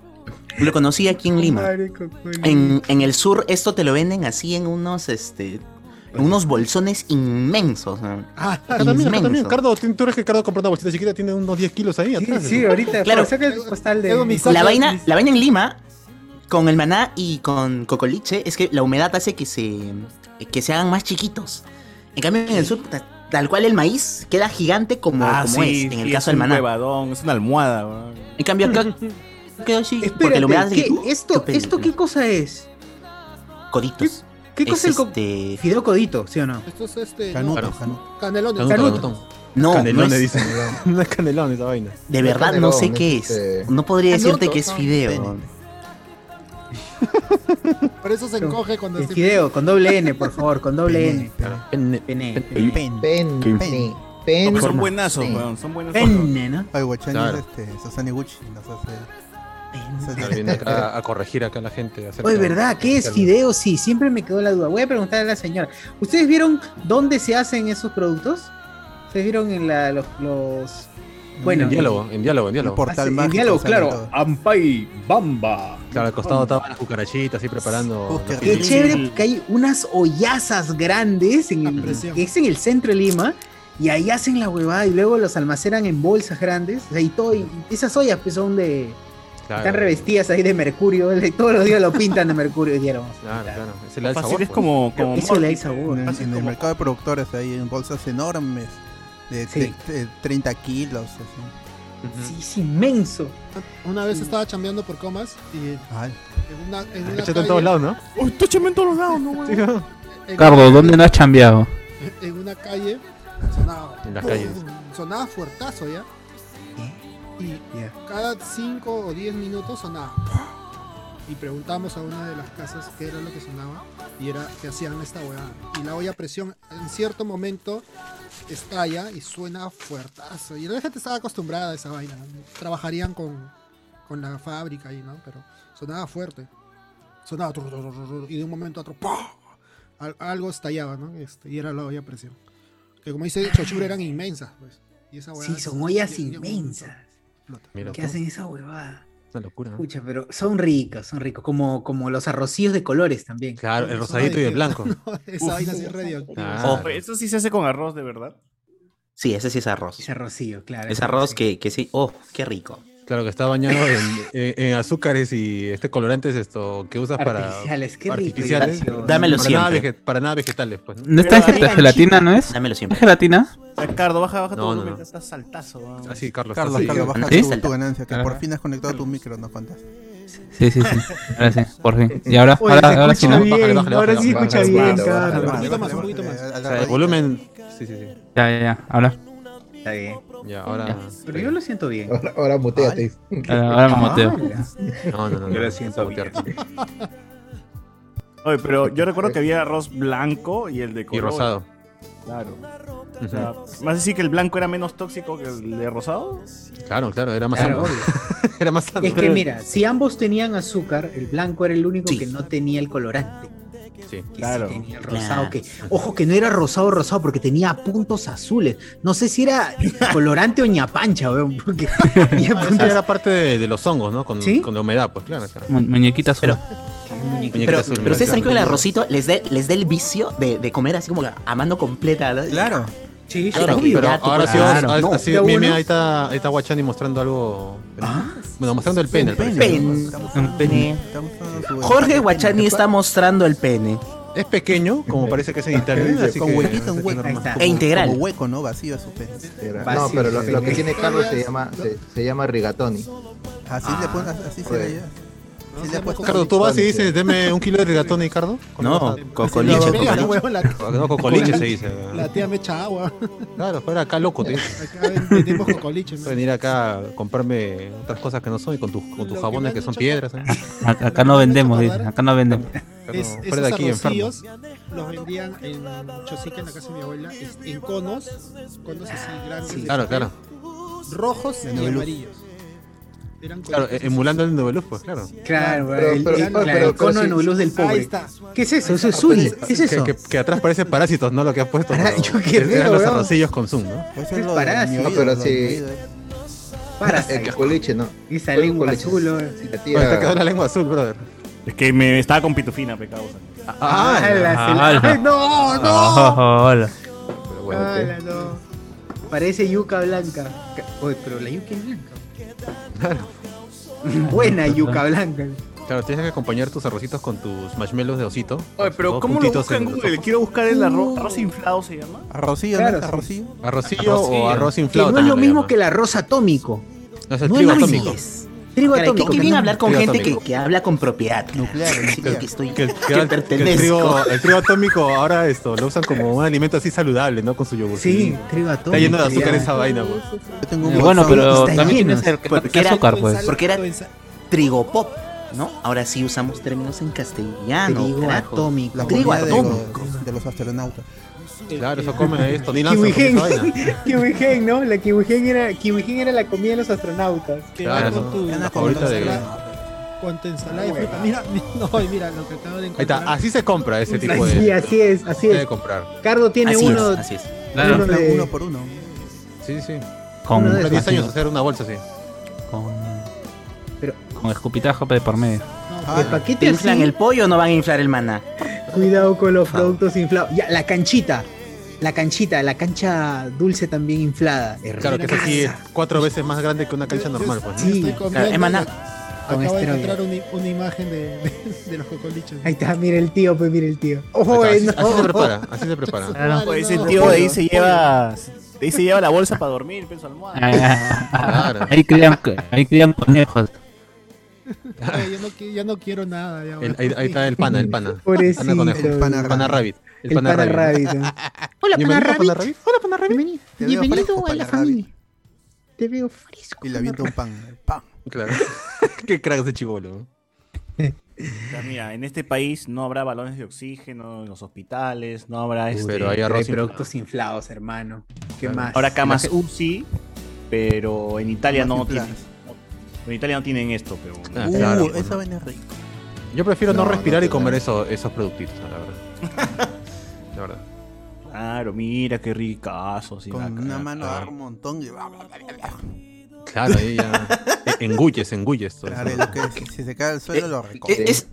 Speaker 14: lo conocí aquí en Lima.
Speaker 1: Madre, cocoliche.
Speaker 14: En, en el sur esto te lo venden así en unos este en unos bolsones inmensos. ¿no?
Speaker 5: Ah, acá también, acá también.
Speaker 14: Inmenso.
Speaker 5: Cardo, ¿tú tú eres que Cardo compró una bolsita chiquita? Tiene unos 10 kilos ahí atrás.
Speaker 1: Sí, ahorita.
Speaker 14: Claro.
Speaker 1: Claro. Saca el costal de...
Speaker 14: La vaina, la vaina en Lima, con el maná y con cocoliche, es que la humedad hace que se, que se hagan más chiquitos. En cambio, en el sur, ta- tal cual el maíz queda gigante como,
Speaker 6: Ah,
Speaker 14: como
Speaker 6: sí,
Speaker 14: es, en
Speaker 6: sí,
Speaker 14: el
Speaker 6: es
Speaker 14: caso del
Speaker 6: un
Speaker 14: maná.
Speaker 6: huevadón, es una almohada. weón.
Speaker 14: En cambio, acá
Speaker 6: <laughs>
Speaker 14: quedó así, porque
Speaker 1: Espérate,
Speaker 14: la humedad hace
Speaker 1: ¿qué?
Speaker 14: que-
Speaker 1: ¿Esto, ¿Esto qué cosa es?
Speaker 14: Coditos.
Speaker 1: ¿Qué
Speaker 14: es
Speaker 1: cosa es el co-
Speaker 14: este...
Speaker 1: Fideo Codito, ¿sí o no?
Speaker 3: Esto es este.
Speaker 1: Canuto,
Speaker 3: no,
Speaker 1: canuto.
Speaker 3: Canelones.
Speaker 1: Canuto.
Speaker 14: No,
Speaker 5: Canelones,
Speaker 14: no es-
Speaker 5: dicen.
Speaker 1: <laughs>
Speaker 5: No <laughs> es canelón esa vaina.
Speaker 14: De verdad no sé qué es. No podría decirte que es fideo.
Speaker 3: Por eso se encoge cuando
Speaker 1: El
Speaker 3: se-
Speaker 1: Fideo, con doble N, por favor, con doble N.
Speaker 14: Pene.
Speaker 1: Pene.
Speaker 7: Pen,
Speaker 1: ¿Qué?
Speaker 7: pen, pen.
Speaker 6: Porque son buenazos, weón, son buenazos.
Speaker 1: Pene, ¿no?
Speaker 4: Ay, Guachani
Speaker 5: Claro.
Speaker 4: es este, Susana Gucci, nos hace...
Speaker 5: Claro, Viene acá a corregir acá a la gente. acerca
Speaker 1: Oye,
Speaker 5: de-
Speaker 1: ¿verdad? ¿Qué es
Speaker 5: acerca de-
Speaker 1: Fideo? Sí, siempre me quedó la duda. Voy a preguntarle a la señora. ¿Ustedes vieron dónde se hacen esos productos? ¿Ustedes vieron en la, los, los- Bueno,
Speaker 5: en diálogo, en diálogo, en diálogo.
Speaker 1: Ah, sí, en diálogo, claro. Ampai Bamba.
Speaker 5: Claro, al costado estaban las cucarachitas así preparando. los
Speaker 1: Qué
Speaker 5: pinitos.
Speaker 1: chévere porque hay unas ollazas grandes en el, que es en el centro de Lima y ahí hacen la huevada y luego los almacenan en bolsas grandes o sea, y todo y esas ollas pues son de
Speaker 5: Claro.
Speaker 1: están revestidas ahí de mercurio le- todos los días lo pintan de mercurio dijeron
Speaker 5: Claro, claro. Es el
Speaker 4: Fácil
Speaker 5: sabor,
Speaker 4: es
Speaker 5: pues.
Speaker 4: como-
Speaker 1: como Eso le da sabor.
Speaker 4: En,
Speaker 1: Fácil
Speaker 4: en el
Speaker 1: como-
Speaker 4: mercado de productores hay en bolsas enormes de tre- de 30 kilos. Así.
Speaker 1: Sí, es inmenso.
Speaker 3: Una vez estaba chambeando por comas y en una, en una
Speaker 4: Cachete en
Speaker 3: calle-
Speaker 4: todos lados,
Speaker 5: ¿no?
Speaker 3: Uy, estoy chambeando en todos lados, no, weón. En-
Speaker 18: Cardo, Eh, ¿dónde no has chambeado?
Speaker 3: En una calle sonaba.
Speaker 18: En las calles. ¿Eh?
Speaker 3: Sonaba fuertazo ya. Y cada 5 o 10 minutos sonaba. Y preguntamos a una de las casas qué era lo que sonaba. Y era que hacían esta huevada. Y la olla a presión en cierto momento estalla y suena fuertazo. Y la gente estaba acostumbrada a esa vaina. Trabajarían con, con la fábrica ahí, ¿no? Pero sonaba fuerte. Sonaba tru, tru, tru, tru, tru, y de un momento a otro ¡pah! Al- algo estallaba, ¿no? Este, y era la olla a presión. Que como dice Chochura eran inmensas, pues. Y esa huevada
Speaker 1: Sí, son ollas
Speaker 3: llegó un momento-
Speaker 1: inmensas.
Speaker 5: Mira
Speaker 1: que
Speaker 5: tú.
Speaker 1: hacen esa huevada.
Speaker 5: Una locura. ¿no?
Speaker 1: Escucha, pero son ricos, son ricos, como, como los arrocillos de colores también.
Speaker 5: Claro, el rosadito y el blanco.
Speaker 3: <laughs> No, esa vaina sí es radioactiva.
Speaker 14: Claro.
Speaker 6: Ojo, Eso sí se hace con arroz, de verdad.
Speaker 14: Sí, ese sí es arroz.
Speaker 1: Es arrocillo, claro.
Speaker 14: Es arroz que, que sí. Oh, qué rico.
Speaker 5: Claro, que está bañado en, <laughs> en- en azúcares y este colorantes esto que usas para
Speaker 1: Artificiales, qué rico,
Speaker 5: artificiales.
Speaker 1: Ignacio.
Speaker 14: Dámelo
Speaker 5: para nada,
Speaker 14: siempre.
Speaker 5: vege- para nada vegetales, pues.
Speaker 18: ¿No está en gel- gelatina, no es?
Speaker 14: Dámelo siempre.
Speaker 18: ¿Es gelatina?
Speaker 6: Ricardo, baja, baja
Speaker 5: No,
Speaker 6: tu
Speaker 5: no,
Speaker 6: volumen,
Speaker 5: no.
Speaker 6: que estás saltazo. weón.
Speaker 5: Así, Carlos.
Speaker 4: Carlos,
Speaker 5: Ah, Sí. Ah,
Speaker 4: Carlos, baja
Speaker 18: ¿Sí?
Speaker 4: tu, tu ganancia, que
Speaker 18: Ajá.
Speaker 4: por fin has conectado tu micro, nos contas.
Speaker 18: Sí, sí, sí. Ahora sí, por
Speaker 6: <laughs>
Speaker 18: fin. Y ahora, ahora, ahora sí, ¿no?
Speaker 5: El volumen. Sí, sí, sí.
Speaker 18: Ya, ya, ya. Ahora.
Speaker 1: Está bien.
Speaker 5: Ya, ahora.
Speaker 1: Pero yo lo siento bien.
Speaker 7: Ahora, ahora muteate.
Speaker 5: ah,
Speaker 6: Ah,
Speaker 18: Ahora- ahora
Speaker 7: Ah.
Speaker 18: me muteo.
Speaker 4: Ah,
Speaker 5: No, no, no.
Speaker 6: Yo lo
Speaker 5: siento bien.
Speaker 6: Oye, pero yo recuerdo que había arroz blanco y el de color.
Speaker 5: rosado.
Speaker 6: Claro. O sea, ¿Vas a decir que el blanco era menos tóxico que el de rosado?
Speaker 5: Claro, claro, era más
Speaker 6: Claro,
Speaker 5: sano. <laughs> Era más sano.
Speaker 1: Es que mira, si ambos tenían azúcar, el blanco era el único que no tenía el colorante.
Speaker 5: Sí,
Speaker 1: claro. tenía el rosado que, ojo que no era rosado rosado porque tenía puntos azules. No sé si era colorante o ñapancha, weón, porque
Speaker 5: <laughs>
Speaker 1: tenía
Speaker 5: Ah,
Speaker 1: puntos-
Speaker 5: esa era parte de, de los hongos, ¿no? Con,
Speaker 1: ¿Sí?
Speaker 5: con la humedad, pues claro. claro.
Speaker 18: Mu- muñequita azul.
Speaker 5: Muñequita
Speaker 14: Pero,
Speaker 5: azul,
Speaker 14: pero ustedes
Speaker 5: mira,
Speaker 14: saben que el
Speaker 5: claro.
Speaker 14: arrocito les dé les dé el vicio de, de comer así como a mano completa. Claro.
Speaker 1: Sí,
Speaker 5: Claro, pero ahora sí,
Speaker 14: vas
Speaker 5: vamos- ha- ha sido- mira, mira, ahí está, ahí está Guachani mostrando algo. Bueno, mostrando el pene. al
Speaker 14: Pene.
Speaker 5: parecer.
Speaker 18: Un pene.
Speaker 14: Jorge Guachani está mostrando el pene.
Speaker 5: Es pequeño, como parece que es en internet. así
Speaker 4: con
Speaker 5: que-
Speaker 4: huequito, un hueco.
Speaker 14: Ahí está.
Speaker 18: Ah,
Speaker 4: Como-
Speaker 14: E integral.
Speaker 4: Como hueco, ¿no? Vacío a su pene.
Speaker 7: No, pero lo, lo que tiene Carlos se llama, se, se llama rigatoni.
Speaker 4: Así le pones, así se le llama. Así le ha puesto-
Speaker 5: Cardo, tú vas y dices, deme un kilo de rigatón, Ricardo.
Speaker 14: No,
Speaker 5: cocoliche,
Speaker 3: Mira, huevón, la-
Speaker 5: No, cocoliche se dice.
Speaker 3: La tía me echa agua.
Speaker 5: Claro, fuera acá loco, te
Speaker 3: Acá vendemos cocoliche, ¿no?
Speaker 5: Venir acá a comprarme otras cosas que no son y con, tus con tus jabones que son piedras. ¿eh?
Speaker 18: Acá acá
Speaker 1: <laughs>
Speaker 18: no vendemos, dice. Acá no vendemos.
Speaker 3: Es,
Speaker 5: Fuera
Speaker 3: esos
Speaker 5: de aquí,
Speaker 3: arrocillos los vendían en Chosica, en la casa de mi abuela, es- en conos, conos así grandes. de
Speaker 5: Claro,
Speaker 3: papel,
Speaker 5: claro.
Speaker 3: Rojos y
Speaker 5: Noveluz.
Speaker 3: amarillos. Eran
Speaker 5: Claro,
Speaker 3: conos.
Speaker 5: eh, emulando el Nobeluz, pues claro.
Speaker 1: Claro,
Speaker 3: Pero-
Speaker 1: el,
Speaker 3: pero-
Speaker 1: el-
Speaker 3: pero-
Speaker 1: claro, el
Speaker 3: pero
Speaker 1: cono
Speaker 3: sí.
Speaker 1: de nubluz del pobre.
Speaker 3: Ahí está. Ah,
Speaker 1: ¿Qué es eso? Eso es Zully. ¿Qué es
Speaker 5: Que-
Speaker 1: eso?
Speaker 5: Que, que atrás parece parásitos, ¿no? Lo que has puesto. pero
Speaker 1: yo qué
Speaker 5: eran
Speaker 1: veo,
Speaker 5: los
Speaker 1: weón.
Speaker 5: arrocillos con Zoom, ¿no?
Speaker 4: Pues
Speaker 1: Es
Speaker 4: es lo de
Speaker 1: parásito.
Speaker 4: mi
Speaker 7: No,
Speaker 4: oído,
Speaker 7: pero
Speaker 4: lo de
Speaker 7: sí.
Speaker 4: mi oído, eh.
Speaker 3: <laughs>
Speaker 1: Parásito.
Speaker 7: El cocoliche, no.
Speaker 1: Esa
Speaker 7: Fue el
Speaker 1: lengua
Speaker 7: cocoliche.
Speaker 1: azul, weón.
Speaker 7: Sí, la
Speaker 5: Bueno, te quedó
Speaker 7: tía.
Speaker 5: la lengua azul, brother.
Speaker 6: Es que me estaba con pitufina, pecado.
Speaker 1: Ah, la-
Speaker 18: Ah,
Speaker 1: Ay, no, no.
Speaker 5: Ah.
Speaker 18: hola.
Speaker 5: Pero
Speaker 3: Ah,
Speaker 1: Ala, no. Parece yuca blanca. Ca- Oye, pero la yuca es blanca. <laughs> Buena yuca blanca.
Speaker 5: Claro, tienes que acompañar tus arrocitos con tus marshmallows de osito.
Speaker 6: Oye, pero
Speaker 5: Dos
Speaker 6: ¿cómo lo
Speaker 5: puntitos
Speaker 6: buscan en
Speaker 5: en los
Speaker 6: Google?
Speaker 5: ojos.
Speaker 6: Quiero buscar el arroz, arroz inflado, ¿se llama?
Speaker 4: Arrocillo,
Speaker 1: Claro,
Speaker 4: ¿no?
Speaker 1: sí.
Speaker 4: Arrocillo.
Speaker 5: Arrocillo o arroz
Speaker 1: Que
Speaker 5: inflado.
Speaker 1: no es lo
Speaker 5: también
Speaker 1: mismo que el arroz atómico.
Speaker 5: No es el
Speaker 1: No
Speaker 5: trigo
Speaker 1: es lo
Speaker 5: atómico.
Speaker 1: mismo.
Speaker 14: Trigo Caray,
Speaker 1: atómico,
Speaker 14: Qué, qué bien
Speaker 1: ¿no?
Speaker 14: hablar con
Speaker 1: Trigo
Speaker 14: gente que,
Speaker 1: atómico.
Speaker 14: que habla con propiedad. Nuclear. que estoy. <laughs> Que,
Speaker 5: Que ahora- que el,
Speaker 14: pertenezco.
Speaker 5: trigo, eh, el trigo atómico ahora esto lo usan como un alimento así saludable, ¿no? Con su yogur.
Speaker 1: Sí, trigo atómico,
Speaker 5: Está lleno de azúcar
Speaker 1: ya.
Speaker 5: esa vaina, pues. güey.
Speaker 1: tengo
Speaker 14: un
Speaker 18: Bueno, pero
Speaker 14: Está
Speaker 18: también
Speaker 14: lleno.
Speaker 18: tiene ser- que no
Speaker 14: Porque
Speaker 18: tiene
Speaker 14: era-
Speaker 18: azúcar, pues.
Speaker 14: Porque era trigo pop, ¿no? Ahora sí usamos términos en castellano.
Speaker 4: Trigo
Speaker 14: carajo.
Speaker 4: atómico. La
Speaker 14: Trigo
Speaker 4: comida de
Speaker 14: atómico.
Speaker 4: los- de los astronautas.
Speaker 5: Claro, eso come esto, ni lanza.
Speaker 1: Kiwigen,
Speaker 5: come esa vaina.
Speaker 1: <laughs> Kiwigen, ¿no? La Kiwigen era, Kiwigen era la comida de los astronautas.
Speaker 5: Claro,
Speaker 1: Con tu-
Speaker 5: la favorita de-
Speaker 3: Cuánta ensalada y fruta. Mira, <laughs> no, y mira lo que acabo de
Speaker 5: Ahí
Speaker 3: encontrar.
Speaker 5: está, así se compra ese tipo de.
Speaker 1: Así, así es, así
Speaker 5: Debe
Speaker 1: es.
Speaker 5: comprar.
Speaker 1: Cardo tiene
Speaker 5: Así
Speaker 1: uno.
Speaker 5: es, así es.
Speaker 18: Claro.
Speaker 1: uno de-
Speaker 4: Uno por uno.
Speaker 5: Sí, sí.
Speaker 18: Con-
Speaker 5: Con 10
Speaker 18: Así.
Speaker 5: años hacer una bolsa así.
Speaker 18: Con, con escupitajo de por medio.
Speaker 14: Ah,
Speaker 1: el paquete
Speaker 14: ¿Inflan
Speaker 1: así.
Speaker 14: el pollo o no van a inflar el maná?
Speaker 1: Cuidado con los productos inflados. Ya, la canchita. La canchita, la cancha dulce también inflada.
Speaker 5: Claro, que es así, es cuatro veces más grande que una cancha normal, pues.
Speaker 1: Sí,
Speaker 5: ¿no?
Speaker 1: estoy
Speaker 5: Claro, es maná.
Speaker 1: Con
Speaker 5: este
Speaker 3: Acabo de
Speaker 1: esteroides.
Speaker 3: encontrar una, una imagen de, de- de los cocolichos.
Speaker 1: Ahí
Speaker 18: <laughs>
Speaker 1: está, mira el tío, pues mira el tío. Ojo,
Speaker 5: Ahí
Speaker 1: eh,
Speaker 5: está, así,
Speaker 1: no.
Speaker 5: así se prepara, así se prepara.
Speaker 3: Claro.
Speaker 6: Pues ese tío de ahí se lleva. De ahí se lleva la bolsa para dormir, pienso almohada.
Speaker 3: Ah.
Speaker 5: Claro.
Speaker 18: Ahí crían, ahí crían conejos.
Speaker 3: Oye, yo, no, qui- yo no quiero nada. Ya,
Speaker 5: El- ahí, ahí está el pana, el pana.
Speaker 1: <laughs> Pobrecito.
Speaker 5: Pana conejo. El pana, rabbit.
Speaker 1: El pana rabbit. ¿no?
Speaker 5: Hola, pana rabbit.
Speaker 1: Hola, pana rabbit.
Speaker 4: Te veo fresco, pana
Speaker 1: familia. Te veo fresco.
Speaker 4: Y le avienta un pan.
Speaker 5: <laughs> Claro. <laughs> Qué crack ese chivolo.
Speaker 6: O sea, mira, en este país no habrá balones de oxígeno en los hospitales, no habrá este,
Speaker 5: pero hay arroz inflado.
Speaker 1: productos inflados, hermano. ¿Qué
Speaker 6: Claro.
Speaker 1: más?
Speaker 6: Habrá camas
Speaker 1: La-
Speaker 6: UCI, pero en Italia
Speaker 4: Camas
Speaker 6: no
Speaker 4: infladas.
Speaker 6: tienen. En Italia no tienen esto, pero.
Speaker 5: Ah,
Speaker 4: Uh,
Speaker 5: claro, pues,
Speaker 4: esa
Speaker 5: ¿no?
Speaker 4: vaina es rica.
Speaker 5: Yo prefiero no,
Speaker 6: No,
Speaker 5: respirar
Speaker 6: no,
Speaker 5: y comer
Speaker 6: no.
Speaker 5: esos- esos productitos, la verdad.
Speaker 4: <laughs>
Speaker 5: La verdad.
Speaker 6: Claro, mira qué ricazo. así,
Speaker 4: Con
Speaker 6: bacán,
Speaker 4: una mano
Speaker 6: claro.
Speaker 4: agarra un montón y...
Speaker 5: Claro,
Speaker 4: <laughs>
Speaker 5: ahí ya. e- Engulles, engulles todo
Speaker 4: Claro,
Speaker 5: eso.
Speaker 4: lo que es, si se cae al suelo lo recoge.
Speaker 14: Eh, Es,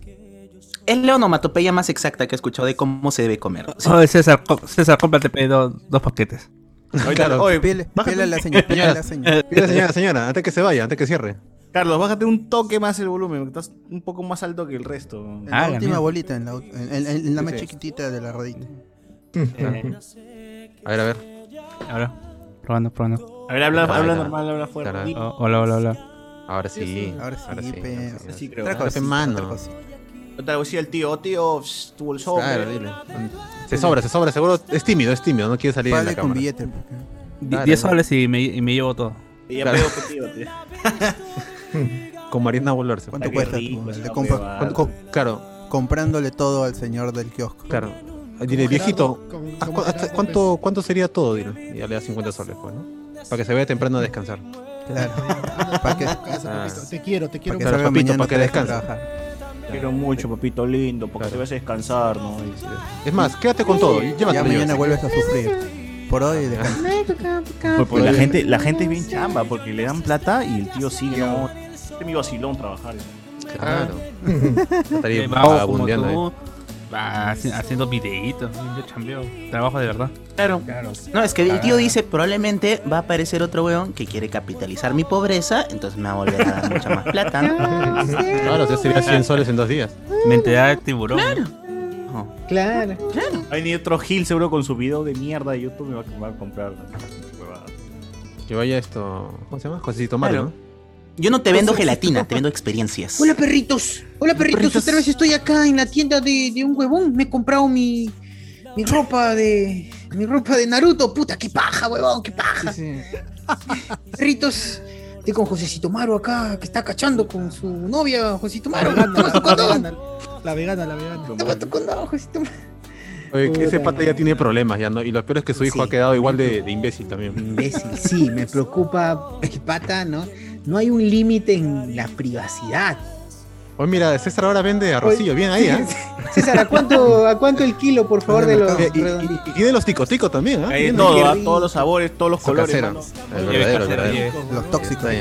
Speaker 14: es la onomatopeya más exacta que he escuchado de cómo se debe comer.
Speaker 18: Oye, César, co- César, cómprate pe, do- dos paquetes.
Speaker 5: Ahorita,
Speaker 4: Claro,
Speaker 5: oye,
Speaker 4: pele-
Speaker 5: bájate-
Speaker 4: pele a la señora, pele a la señora.
Speaker 5: Pele a la señora, señora, antes que se vaya, antes que cierre.
Speaker 6: Carlos, bájate un toque más el volumen, que estás un poco más alto que el resto.
Speaker 4: En la última bolita, en la, ult- en, en- en la más
Speaker 6: Sí.
Speaker 4: chiquitita de la rodita.
Speaker 5: A ver, a ver.
Speaker 18: Ahora, probando, probando.
Speaker 6: A ver, habla,
Speaker 5: Ahí
Speaker 6: habla
Speaker 5: está.
Speaker 6: normal, habla fuerte.
Speaker 5: Claro.
Speaker 6: Dime.
Speaker 9: Oh,
Speaker 18: O- hola, hola, hola.
Speaker 5: Ahora sí.
Speaker 4: Ahora sí, pe-
Speaker 5: ahora
Speaker 4: ahora
Speaker 6: sí
Speaker 4: sí,
Speaker 6: creo.
Speaker 4: otra
Speaker 5: Otra
Speaker 4: cosita,
Speaker 5: mano.
Speaker 4: otra cosita.
Speaker 6: Yo te hago así al tío, "Oh, tío, pss, tuvo el sobre.
Speaker 5: Claro, <laughs> dile. Se sobra, se sobra, seguro. Es tímido, es tímido, no quiere salir en la
Speaker 4: Vale con
Speaker 5: cámara.
Speaker 4: billete. pues,
Speaker 18: Di-
Speaker 5: Claro.
Speaker 18: 10 soles y me, y me llevo todo.
Speaker 6: Y ya
Speaker 5: Claro.
Speaker 6: veo que tío,
Speaker 4: <laughs>
Speaker 6: tío.
Speaker 5: Con Marina Volarse.
Speaker 4: ¿Cuánto
Speaker 6: qué
Speaker 4: cuesta?
Speaker 6: rico,
Speaker 4: tú?
Speaker 6: esa
Speaker 4: Le compro-
Speaker 6: huevada.
Speaker 4: ¿cuánto co-
Speaker 5: Claro,
Speaker 4: comprándole todo al señor del kiosco.
Speaker 5: claro. Ah, Dile,
Speaker 3: Gerardo,
Speaker 5: viejito,
Speaker 3: como-
Speaker 5: ¿haz
Speaker 3: como
Speaker 5: cu- hasta-
Speaker 3: Gerardo
Speaker 14: pues.
Speaker 5: ¿cuánto, ¿cuánto sería todo? Dile. Y Ya le da 50 soles, pues, ¿no? Para que se vaya temprano a descansar.
Speaker 4: <laughs> Claro.
Speaker 3: <laughs>
Speaker 4: <laughs>
Speaker 3: Anda,
Speaker 4: ¿Para qué?
Speaker 3: anda a casa,
Speaker 5: Ah.
Speaker 3: papito. Te quiero, te quiero.
Speaker 5: que salga
Speaker 3: mucho.
Speaker 5: papito, para que
Speaker 4: te dejen
Speaker 5: descanse.
Speaker 4: trabajar.
Speaker 6: Quiero mucho, papito lindo, porque te vas a descansar, ¿no? Este, Y-
Speaker 5: Es más, quédate con todo. y
Speaker 4: Ya
Speaker 5: Llévatelo.
Speaker 4: mañana
Speaker 5: llévatelo.
Speaker 4: vuelves a sufrir. Por hoy descansa.
Speaker 6: Pues, pues, la gente, la gente es bien chamba, porque le dan plata y el tío sigue, no. Este mi vacilón trabajar. ¿eh?
Speaker 4: <laughs>
Speaker 5: Claro. Estaría
Speaker 18: Me vago como
Speaker 5: vagabundeando ahí.
Speaker 18: tú, va Ah, haci- haciendo videitos. Yo chambeo. Trabajo de verdad.
Speaker 14: Claro. No, es que el tío dice, probablemente va a aparecer otro weón que quiere capitalizar mi pobreza, entonces me va a volver a dar mucha más
Speaker 5: <laughs>
Speaker 14: plata. ¿no?
Speaker 5: Claro, ya sería 100 soles en dos días.
Speaker 18: Mentalidad de tiburón. Oh.
Speaker 1: Claro.
Speaker 6: Hay ni otro Gil seguro con su video de mierda de YouTube me va a- va a comprar. huevada.
Speaker 5: Que vaya esto. ¿Cómo se llama? Josecito Mate,
Speaker 14: Claro.
Speaker 5: ¿no?
Speaker 14: Yo no te vendo gelatina, te vendo experiencias.
Speaker 1: Hola perritos, hola perritos, otra vez estoy acá en la tienda de, de un huevón, me he comprado mi, mi ropa de mi ropa de Naruto, puta, qué paja, huevón, qué paja. Perritos, estoy con Josecito Maro acá, que está cachando con su novia, Josecito Maro. <laughs> Toma tu
Speaker 3: La
Speaker 1: condón,
Speaker 3: vegana, la vegana, la vegana.
Speaker 1: toma tu condón, Josecito Maro.
Speaker 5: Oye, que ese pata ya tiene problemas, ya, ¿no? Y lo peor es que su hijo
Speaker 1: Sí.
Speaker 5: ha quedado igual de, de imbécil también.
Speaker 1: Imbécil, sí, me preocupa el pata, ¿no? No hay un límite en la privacidad.
Speaker 5: Oye, mira, César ahora vende arrocillo, bien ahí, ¿eh?
Speaker 1: César, ¿a cuánto, a cuánto el kilo, por favor, de los
Speaker 5: Eh, y- y, y tiene los ticoticos también, ¿ah?
Speaker 6: Hay de
Speaker 5: Tiene-
Speaker 6: todo, ¿ah?
Speaker 1: rico.
Speaker 6: todos los sabores, todos los
Speaker 5: Son
Speaker 6: colores.
Speaker 5: casera.
Speaker 6: mano.
Speaker 5: El verdadero, el verdadero.
Speaker 4: Los tóxicos.
Speaker 5: Está bien.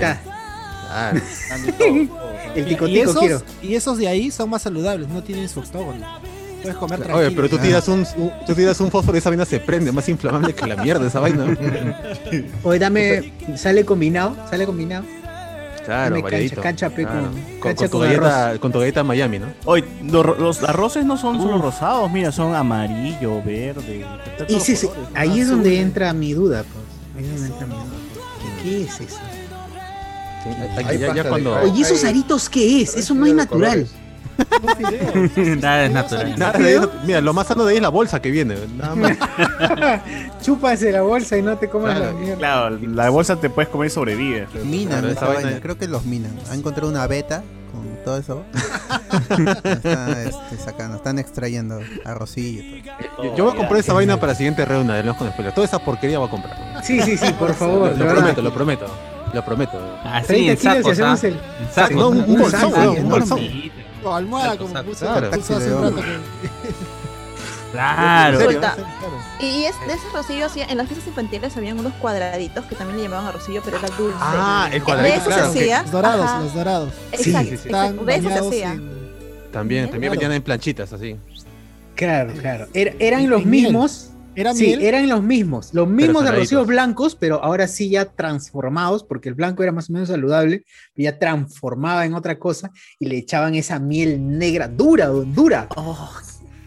Speaker 5: Claro.
Speaker 6: Están de todo.
Speaker 1: El
Speaker 3: Y-
Speaker 1: tico
Speaker 3: y,
Speaker 1: tico
Speaker 3: esos,
Speaker 1: quiero.
Speaker 3: y esos de ahí son más saludables, no tienen su octógono. Puedes comer tranquilo.
Speaker 5: Oye, pero tú
Speaker 4: Claro.
Speaker 5: tiras, un, un- tú tiras un fósforo y esa vaina se prende, más inflamable que la mierda esa
Speaker 1: <laughs>
Speaker 5: vaina.
Speaker 1: Oye, dame, sale combinado, sale combinado.
Speaker 5: Claro,
Speaker 1: Dame
Speaker 5: variadito.
Speaker 1: cancha, cancha, pe,
Speaker 5: Claro.
Speaker 1: con-
Speaker 5: Con-
Speaker 1: cancha
Speaker 5: con tu
Speaker 1: con
Speaker 5: galleta, con tu
Speaker 6: <laughs>
Speaker 5: galleta Miami, ¿no?
Speaker 6: Oye, los, ro- los arroces no son solo rosados, mira, son amarillo, verde. está
Speaker 1: Y
Speaker 6: todos
Speaker 1: sí, sí,
Speaker 6: colores.
Speaker 1: ahí es donde entra mi duda, pues. Ahí es donde entra mi duda. ¿Qué, qué es eso?
Speaker 5: Aquí ya- ya cuando-
Speaker 10: Oye, ¿esos aritos qué es? Eso no es natural.
Speaker 5: Nada es natural. mira, lo más sano de ahí es la bolsa que viene. Nada más.
Speaker 1: <laughs> Chúpase la bolsa y no te comas la mierda.
Speaker 6: Claro, la bolsa te puedes comer y sobrevive.
Speaker 4: Minan
Speaker 6: Claro,
Speaker 4: esa vaina, creo que los minan. Han encontrado una beta con todo eso. Está, este, sacando, están extrayendo arrocillo. y todo.
Speaker 5: Yo, yo voy a comprar esa vaina para la siguiente reunión de Hablemos con spoilers. Toda esa porquería voy a comprar.
Speaker 1: Sí, sí, sí, por favor,
Speaker 5: Lo,
Speaker 1: de verdad.
Speaker 5: prometo, lo prometo. Lo prometo.
Speaker 18: Así, 30 en kilos y sacos, hacemos ¿ah? el- En sacos.
Speaker 5: No, un, un
Speaker 18: Un
Speaker 5: bolsón,
Speaker 18: saco,
Speaker 5: weón,
Speaker 18: sí,
Speaker 5: un
Speaker 18: enorme.
Speaker 5: bolsón.
Speaker 3: O almohada, como
Speaker 5: Exacto,
Speaker 3: puso,
Speaker 5: claro.
Speaker 3: puso hace un rato.
Speaker 18: Claro.
Speaker 8: Suelta. Y, y es de esos rosillos, sí, en las fiestas infantiles habían unos cuadraditos que también le llamaban a rosillo, pero era dulce.
Speaker 5: Ah, el
Speaker 8: De
Speaker 5: cuadradito,
Speaker 8: esos
Speaker 5: claro,
Speaker 8: se
Speaker 5: que-
Speaker 8: hacía.
Speaker 3: Los dorados,
Speaker 8: ajá.
Speaker 3: los dorados.
Speaker 8: Exacto,
Speaker 5: Sí, sí, sí.
Speaker 8: exacto, De esos se
Speaker 3: Están
Speaker 8: hacía.
Speaker 5: También, también
Speaker 1: Claro.
Speaker 5: venían en planchitas así.
Speaker 1: Claro, claro. Era- eran los
Speaker 5: en miel.
Speaker 1: mismos.
Speaker 3: ¿Era
Speaker 1: sí,
Speaker 3: miel?
Speaker 1: eran los mismos. Los mismos
Speaker 5: saladitos.
Speaker 1: arrocillos blancos, pero ahora sí ya transformados, porque el blanco era más o menos saludable, y ya transformaba en otra cosa y le echaban esa miel negra dura, dura.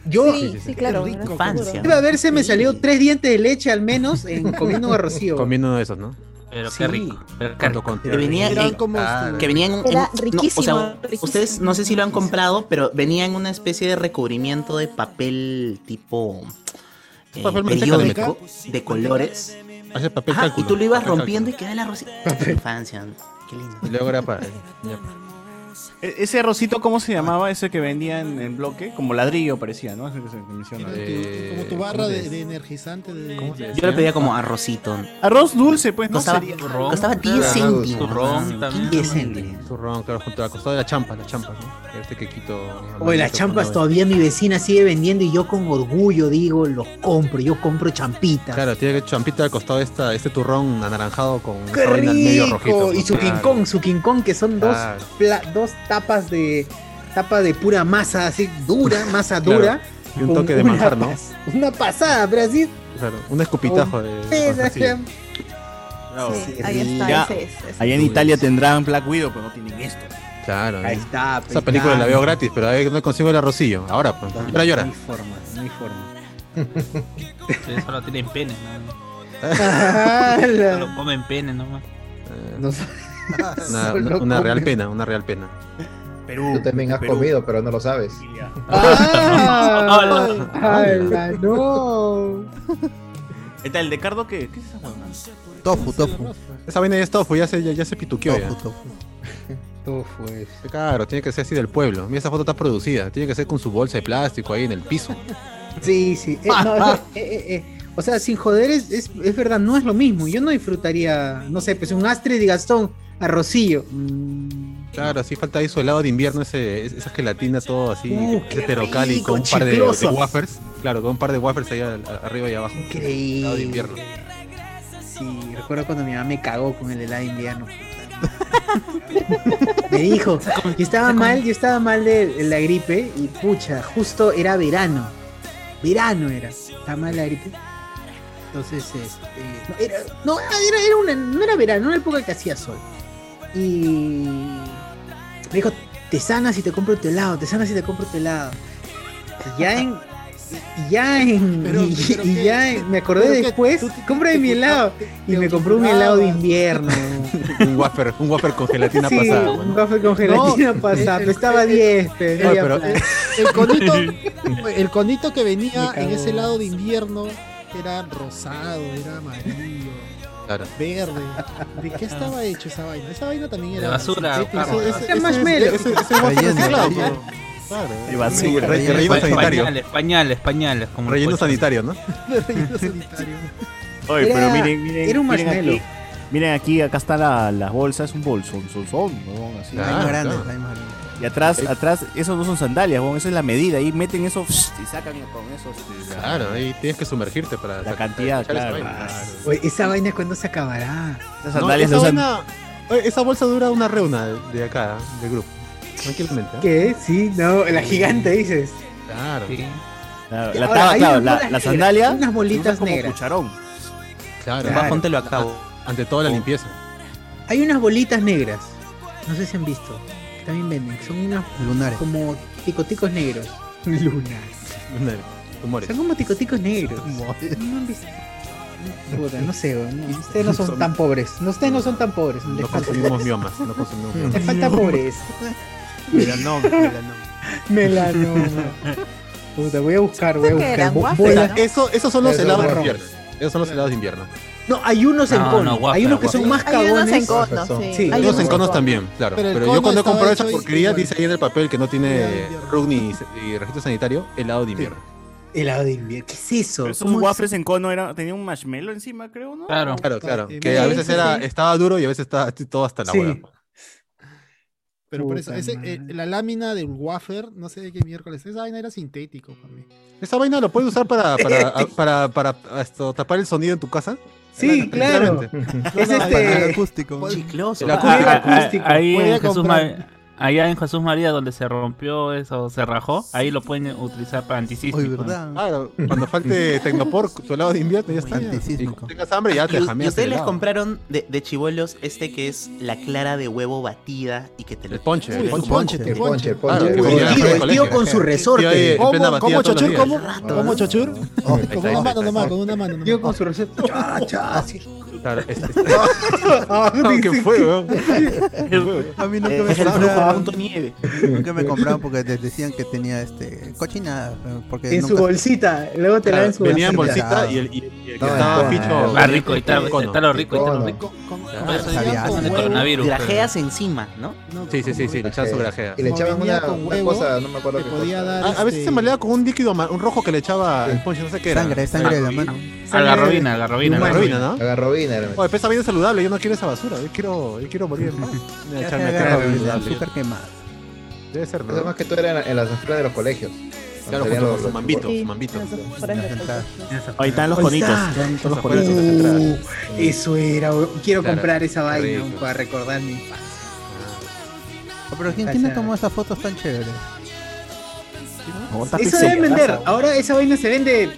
Speaker 1: Yo,
Speaker 8: Sí, sí, claro. era seguro.
Speaker 1: Debe haberse me salió tres dientes de leche al menos
Speaker 8: <laughs>
Speaker 1: en comiendo un arrocillo.
Speaker 5: Comiendo uno de esos, ¿no?
Speaker 18: Pero
Speaker 1: qué
Speaker 14: rico.
Speaker 18: Pero
Speaker 5: qué rico.
Speaker 14: Que venía en, ah,
Speaker 5: este,
Speaker 14: que venía en- en-
Speaker 8: Era
Speaker 14: no,
Speaker 8: riquísimo,
Speaker 14: o sea,
Speaker 8: riquísimo.
Speaker 14: ustedes no sé si lo han comprado, pero venía en una especie de recubrimiento de papel tipo eh,
Speaker 5: Papel manteca de
Speaker 14: periódico de colores.
Speaker 5: Hace papel
Speaker 14: Ajá, y
Speaker 5: cálculo,
Speaker 14: tú lo ibas
Speaker 5: papel
Speaker 14: rompiendo y quedaba el arroz. Infancia. ¿no? Qué lindo.
Speaker 5: Y luego era para.
Speaker 6: E- Ese arrocito, ¿cómo se llamaba? Ese que vendían en bloque, como ladrillo parecía, ¿no? Ese que se menciona.
Speaker 5: Eh,
Speaker 3: Como tu
Speaker 18: Eh,
Speaker 3: barra de, de energizante. De,
Speaker 14: Yo lo pedía como arrocito.
Speaker 6: Arroz dulce, pues, ¿no?
Speaker 14: Costaba,
Speaker 6: Sería-
Speaker 14: costaba 10 céntimos.
Speaker 5: Turrón también.
Speaker 14: 10 céntimos.
Speaker 5: Turrón, claro, junto a costado de la champa, la champa, ¿no? Este que quito.
Speaker 1: Oye, las champas todavía mi vecina sigue vendiendo y yo con orgullo digo, los compro, yo compro champitas.
Speaker 5: este. Claro, tiene que champita al costado esta, este turrón anaranjado con
Speaker 1: ¡Qué
Speaker 5: esa vaina medio
Speaker 1: rico!
Speaker 5: rojizo.
Speaker 1: Y su
Speaker 5: Claro.
Speaker 1: quincón, su quincón, que son dos,
Speaker 5: Claro.
Speaker 1: pla- dos tapas de tapa de pura masa, así
Speaker 5: <laughs>
Speaker 1: dura, masa
Speaker 5: Claro.
Speaker 1: dura.
Speaker 5: Y un
Speaker 1: con
Speaker 5: toque de
Speaker 1: una
Speaker 5: manjar, ¿no?
Speaker 1: pas- Una pasada, pero así.
Speaker 5: Claro, un escupitajo de.
Speaker 1: pesa,
Speaker 5: así. Oh.
Speaker 1: ya.
Speaker 8: Sí, ahí está,
Speaker 6: Ya,
Speaker 8: ese es, ese
Speaker 6: allá en
Speaker 8: es.
Speaker 6: Italia tendrán Black Widow, pero no tienen esto.
Speaker 5: Claro.
Speaker 1: Ahí
Speaker 5: ¿no?
Speaker 1: está,
Speaker 5: Esa
Speaker 1: pues,
Speaker 5: película
Speaker 1: ya.
Speaker 5: la veo gratis, pero ahí no consigo el arrocillo. Ahora, pues. Llora, llora.
Speaker 1: No hay forma, no hay forma.
Speaker 18: <laughs> Ustedes solo tienen pene,
Speaker 1: <laughs> Ah,
Speaker 18: ¿no?
Speaker 1: la-
Speaker 18: Solo comen pene nomás.
Speaker 5: Eh,
Speaker 1: <laughs>
Speaker 5: Una,
Speaker 7: Solo
Speaker 5: una- una real
Speaker 7: comen.
Speaker 5: pena, una real pena.
Speaker 7: Tú también has comido, pero no lo sabes.
Speaker 5: <laughs>
Speaker 1: Ah,
Speaker 7: Hola.
Speaker 1: ala, no.
Speaker 6: ¿Qué tal? ¿El de Cardo qué? ¿Qué es esa huevona?
Speaker 4: Tofu, tofu.
Speaker 5: Esa vaina ya es tofu, ya se, ya, ya se pituqueó.
Speaker 4: Tofu,
Speaker 5: ya.
Speaker 4: tofu.
Speaker 1: Tofu es.
Speaker 5: Claro, tiene que ser así del pueblo. Mira, esa foto está producida. Tiene que ser con su bolsa de plástico ahí en el piso.
Speaker 1: Sí, sí. Eh,
Speaker 5: <laughs>
Speaker 1: no, es que, eh, eh, eh, O sea, sin joder, es, es, es verdad, no es lo mismo. Yo no disfrutaría, no sé, pues un Astrid y Gastón arrocillo.
Speaker 5: Claro, así falta ahí su helado de invierno, ese, es- esa gelatina todo así,
Speaker 1: Uh, qué
Speaker 5: heterocali
Speaker 1: rico,
Speaker 5: con un par de, de
Speaker 1: chicloso.
Speaker 5: wafers. Claro, con un par de wafers ahí al- a- arriba y abajo. Helado de invierno.
Speaker 1: Sí, recuerdo cuando mi mamá me cagó con el helado
Speaker 3: <laughs>
Speaker 1: indiano. Me dijo, yo estaba mal, yo estaba mal de la gripe y pucha, justo era verano. Verano era, estaba mal la gripe. Entonces, este, no, era, no, era, era una, no era verano, era una época que hacía sol. Y me dijo, te sanas y te compro tu helado, te sanas y te compro tu helado. Y ya en... y Ya en, y, y ya en- me acordé
Speaker 3: pero qué,
Speaker 1: después, Pues, compré mi helado y me compró un helado
Speaker 5: Ah. <laughs>
Speaker 1: de invierno.
Speaker 5: un wafer, un wafer con gelatina
Speaker 1: Sí,
Speaker 5: pasada.
Speaker 1: un café con gelatina
Speaker 3: No,
Speaker 1: pasada,
Speaker 3: el-
Speaker 5: <laughs>
Speaker 1: pero estaba 10, pero,
Speaker 5: Oye,
Speaker 1: ya
Speaker 5: pero-
Speaker 1: plan.
Speaker 3: <laughs> El conito, el conito que venía
Speaker 1: Me
Speaker 3: en
Speaker 1: cago.
Speaker 3: ese lado de invierno era rosado, era amarillo,
Speaker 5: Claro.
Speaker 3: verde. ¿De qué estaba hecho esa vaina? Esa vaina también era.
Speaker 18: De basura,
Speaker 3: sintética,
Speaker 18: claro.
Speaker 3: ese- ese-
Speaker 18: Era
Speaker 3: ese-
Speaker 18: marshmallow.
Speaker 3: ese- ese-
Speaker 18: Relleno,
Speaker 3: ese- ese-
Speaker 18: relleno.
Speaker 3: claro.
Speaker 6: De basura.
Speaker 5: Re- relleno
Speaker 18: Pa-
Speaker 5: sanitario.
Speaker 18: Pañales, pañales, pañales. Como
Speaker 5: Relleno
Speaker 18: el coche.
Speaker 5: sanitario, ¿no?
Speaker 6: Oye,
Speaker 18: Era-
Speaker 6: pero miren, miren.
Speaker 18: era un
Speaker 6: miren
Speaker 18: marshmallow.
Speaker 6: aquí. Miren aquí, acá está la, las bolsas, un bolsón, son, son, huevón, así.
Speaker 4: Hay más grandes, hay más grandes.
Speaker 6: Y atrás,
Speaker 4: Ahí-
Speaker 6: atrás, eso no son sandalias, huevón, eso es la medida, ahí meten eso pss, y sacan con eso. este, la-
Speaker 5: Claro, ahí tienes que sumergirte para
Speaker 6: La cantidad, claro.
Speaker 1: Oye, esa vaina cuando se acabará.
Speaker 6: Esas
Speaker 5: No,
Speaker 6: sandalias
Speaker 5: esa,
Speaker 6: no son-
Speaker 5: vaina- oye, esa bolsa dura una reuna de- de acá, del grupo. Tranquilamente. ¿eh?
Speaker 1: ¿Qué? Sí, no, la gigante dices.
Speaker 5: Claro.
Speaker 6: Claro,
Speaker 1: Y
Speaker 6: la
Speaker 1: ahora,
Speaker 6: taba,
Speaker 1: hay
Speaker 6: claro,
Speaker 1: unas
Speaker 6: la,
Speaker 1: bolas
Speaker 6: la
Speaker 1: negras,
Speaker 6: sandalia.
Speaker 1: unas bolitas
Speaker 6: se usa como
Speaker 1: negras.
Speaker 6: cucharón.
Speaker 5: Claro. Oh.
Speaker 1: Claro.
Speaker 5: Póntelo a cabo. Ante toda la limpieza.
Speaker 1: Hay unas bolitas negras. No sé si han visto. Que también venden. que Son unas
Speaker 4: lunares.
Speaker 1: Como ticoticos negros. Lunas.
Speaker 5: Tumores.
Speaker 1: Son como ticoticos negros. ¿No han visto? Puta, no sé, weón, no, ustedes no son tan pobres. No, ustedes no son tan pobres. les
Speaker 5: No
Speaker 1: falta-
Speaker 5: consumimos miomas, no consumimos miomas.
Speaker 1: les
Speaker 5: <laughs>
Speaker 1: falta pobreza.
Speaker 5: Melanoma, melanoma.
Speaker 1: Melanoma. Puta, voy a buscar, voy a
Speaker 5: Creo que
Speaker 1: buscar.
Speaker 5: eran
Speaker 1: Vo-
Speaker 5: waffles,
Speaker 1: voy a-
Speaker 5: ¿no? Eso- esos son los
Speaker 1: Eso,
Speaker 5: helados de
Speaker 1: marrón.
Speaker 5: invierno. Esos son los helados de invierno.
Speaker 1: No, hay unos en
Speaker 5: No,
Speaker 1: cono.
Speaker 5: no, waffle,
Speaker 1: hay unos que son
Speaker 5: waffle.
Speaker 1: más
Speaker 8: Hay unos
Speaker 1: cagones.
Speaker 8: en cono, sí. Hay
Speaker 5: Hay
Speaker 8: unos
Speaker 5: en conos también, claro.
Speaker 1: Pero
Speaker 5: Pero,
Speaker 1: el
Speaker 5: yo
Speaker 1: cono
Speaker 5: cuando he
Speaker 1: estaba
Speaker 5: comprado
Speaker 1: hecho
Speaker 5: esa
Speaker 1: y-
Speaker 5: porquería, dice ahí en el papel que no tiene RUG ni, y registro sanitario, helado de invierno.
Speaker 1: Helado de invierno, ¿qué es eso?
Speaker 6: Pero esos waffles en cono era, tenía un marshmallow encima, creo, ¿no?
Speaker 5: Claro, claro, claro.
Speaker 6: Sí,
Speaker 5: Que a
Speaker 6: sí,
Speaker 5: veces
Speaker 6: sí,
Speaker 5: era,
Speaker 6: sí.
Speaker 5: estaba duro y a veces estaba todo hasta la
Speaker 6: Sí.
Speaker 5: hueá.
Speaker 3: Pero por eso,
Speaker 5: Puta
Speaker 3: ese, eh, la lámina del wafer, no sé de qué miércoles, esa vaina era sintético para mí.
Speaker 5: Esa vaina lo puedes usar para,
Speaker 18: <laughs>
Speaker 5: para, a- para, para, esto, tapar el sonido en tu casa.
Speaker 3: Sí, claro.
Speaker 5: Literalmente.
Speaker 3: Es este-
Speaker 5: El
Speaker 3: acústico.
Speaker 5: Chicloso.
Speaker 18: Ah, ah, Ahí
Speaker 5: Podría
Speaker 18: en Jesús
Speaker 5: comprar-
Speaker 18: Ma- Allá en Jesús María, donde se rompió eso, se rajó, ahí lo pueden utilizar para antisísmico.
Speaker 5: Claro, cuando falte Tecnopor, tu helado de invierno ya está. Y cuando tengas hambre ya
Speaker 14: Y,
Speaker 5: te
Speaker 14: y
Speaker 5: jameas
Speaker 14: ustedes
Speaker 5: el
Speaker 14: les
Speaker 5: helado.
Speaker 14: compraron de, de chivolos este que es la clara de huevo batida y que te lo. El
Speaker 5: ponche,
Speaker 1: el ponche, el ponche, el ponche.
Speaker 14: Claro, que
Speaker 1: Uy,
Speaker 14: venía fuera
Speaker 1: el
Speaker 14: del
Speaker 1: tío, el tío
Speaker 14: colegio.
Speaker 1: con su resorte.
Speaker 14: Tío, eh,
Speaker 1: ¿Cómo,
Speaker 14: plena batida
Speaker 1: cómo,
Speaker 14: todos los
Speaker 1: chochur,
Speaker 14: días.
Speaker 1: cómo? ¿Cómo, chochur?
Speaker 3: Con
Speaker 5: está,
Speaker 3: una
Speaker 5: ahí
Speaker 3: mano
Speaker 5: está,
Speaker 3: nomás,
Speaker 5: ahí
Speaker 3: con una mano nomás.
Speaker 1: Tío con su receta. Cha, cha, <laughs> así.
Speaker 5: Claro, es- es-
Speaker 1: Ah,
Speaker 5: ¿Qué
Speaker 1: dice
Speaker 5: fue,
Speaker 1: que-
Speaker 5: weón?
Speaker 4: <laughs> A mí nunca
Speaker 14: Eh,
Speaker 4: me
Speaker 14: es el
Speaker 4: compraron.
Speaker 14: brujo punto nieve.
Speaker 4: Nunca me compraron porque les decían que tenía este cochinada. Porque
Speaker 1: En su
Speaker 4: nunca-
Speaker 1: bolsita, luego te la dan en su
Speaker 4: Claro, venía
Speaker 1: bolsita.
Speaker 4: en bolsita
Speaker 5: y el- y- y el que
Speaker 4: No,
Speaker 5: estaba
Speaker 1: Ah,
Speaker 4: no,
Speaker 5: ficho-
Speaker 4: no, no.
Speaker 18: Está rico, está, está lo rico, está lo rico.
Speaker 14: Claro,
Speaker 18: Por eso
Speaker 14: sabía,
Speaker 18: dicen
Speaker 14: con
Speaker 18: de
Speaker 14: huevo,
Speaker 18: coronavirus.
Speaker 14: Grajeas encima, ¿no? Eh,
Speaker 5: Sí, sí, sí, sí, le echaban su grajea.
Speaker 7: Y le echaban
Speaker 3: Venía
Speaker 7: una,
Speaker 3: con
Speaker 7: una
Speaker 3: huevo,
Speaker 7: cosa, no me acuerdo
Speaker 3: te
Speaker 7: qué
Speaker 3: podía
Speaker 7: cosa.
Speaker 3: dar-
Speaker 5: A, a veces se malea con un líquido, ama- un rojo que le echaba el ponche, no sé qué era.
Speaker 4: Sangre, sangre de la mano.
Speaker 18: Agarrobina, agarrobina,
Speaker 5: Agarrobina, ¿no?
Speaker 18: agarrobina.
Speaker 7: Agarrobina era.
Speaker 5: Oye, pesa bien saludable, yo no quiero esa basura, yo quiero, yo quiero morir en paz. Voy
Speaker 4: <laughs>
Speaker 5: a
Speaker 4: Ya
Speaker 5: echarme
Speaker 4: se
Speaker 5: crema
Speaker 4: agarra el
Speaker 5: saludable.
Speaker 4: azúcar quemado.
Speaker 5: Debe ser,
Speaker 7: Eso
Speaker 5: ¿no?
Speaker 7: más que todo era en, en las escuelas de los colegios.
Speaker 5: Claro, junto
Speaker 7: Salían los-
Speaker 5: con su
Speaker 7: los-
Speaker 5: mambito,
Speaker 7: Sí,
Speaker 5: su mambito.
Speaker 6: Ahí están los
Speaker 1: Ahí
Speaker 6: conitos.
Speaker 1: está.
Speaker 5: Son los
Speaker 1: Uh,
Speaker 5: conitos de entrada.
Speaker 1: eso era, weón. quiero
Speaker 5: Claro,
Speaker 1: comprar esa
Speaker 5: qué
Speaker 1: vaina
Speaker 5: rico.
Speaker 1: para recordar mi infancia.
Speaker 4: Ah, Pero ¿quién, quién le tomó esas fotos tan chéveres?
Speaker 1: Eso deben vender. Ahora esa vaina se vende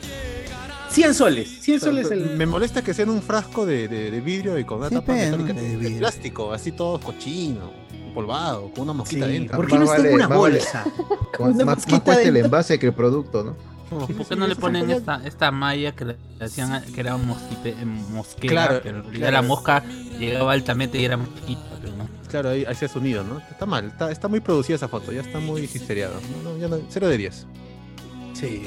Speaker 1: 100 soles. 100 soles el.
Speaker 5: Me molesta que sea en un frasco de, de- de vidrio y con una
Speaker 1: Sí, pues,
Speaker 5: tapa
Speaker 1: pe,
Speaker 5: metálica
Speaker 1: no,
Speaker 5: de, de plástico, así todo cochino, polvado, con una mosquita
Speaker 1: Sí,
Speaker 5: dentro.
Speaker 1: ¿por qué no
Speaker 7: Más
Speaker 1: está en
Speaker 7: vale-
Speaker 1: una
Speaker 7: más vale-
Speaker 1: bolsa?
Speaker 7: <laughs> Más,
Speaker 1: Una
Speaker 7: más- más
Speaker 1: mosquita
Speaker 7: cuesta el
Speaker 1: dentro.
Speaker 7: envase que el producto, ¿no?
Speaker 18: ¿Por qué no le ponen esta, esta malla que le hacían a- que era mosquite, eh, mosquera?
Speaker 5: Claro,
Speaker 18: pero en realidad la
Speaker 5: claro.
Speaker 18: mosca llegaba altamente y era mosquita, pero no.
Speaker 5: Claro, ahí hacía sonido, ¿no? Está mal, está, está muy producida esa foto, ya está muy histeriado. No, no, ya no, 0 de 10.
Speaker 1: Sí. Sí,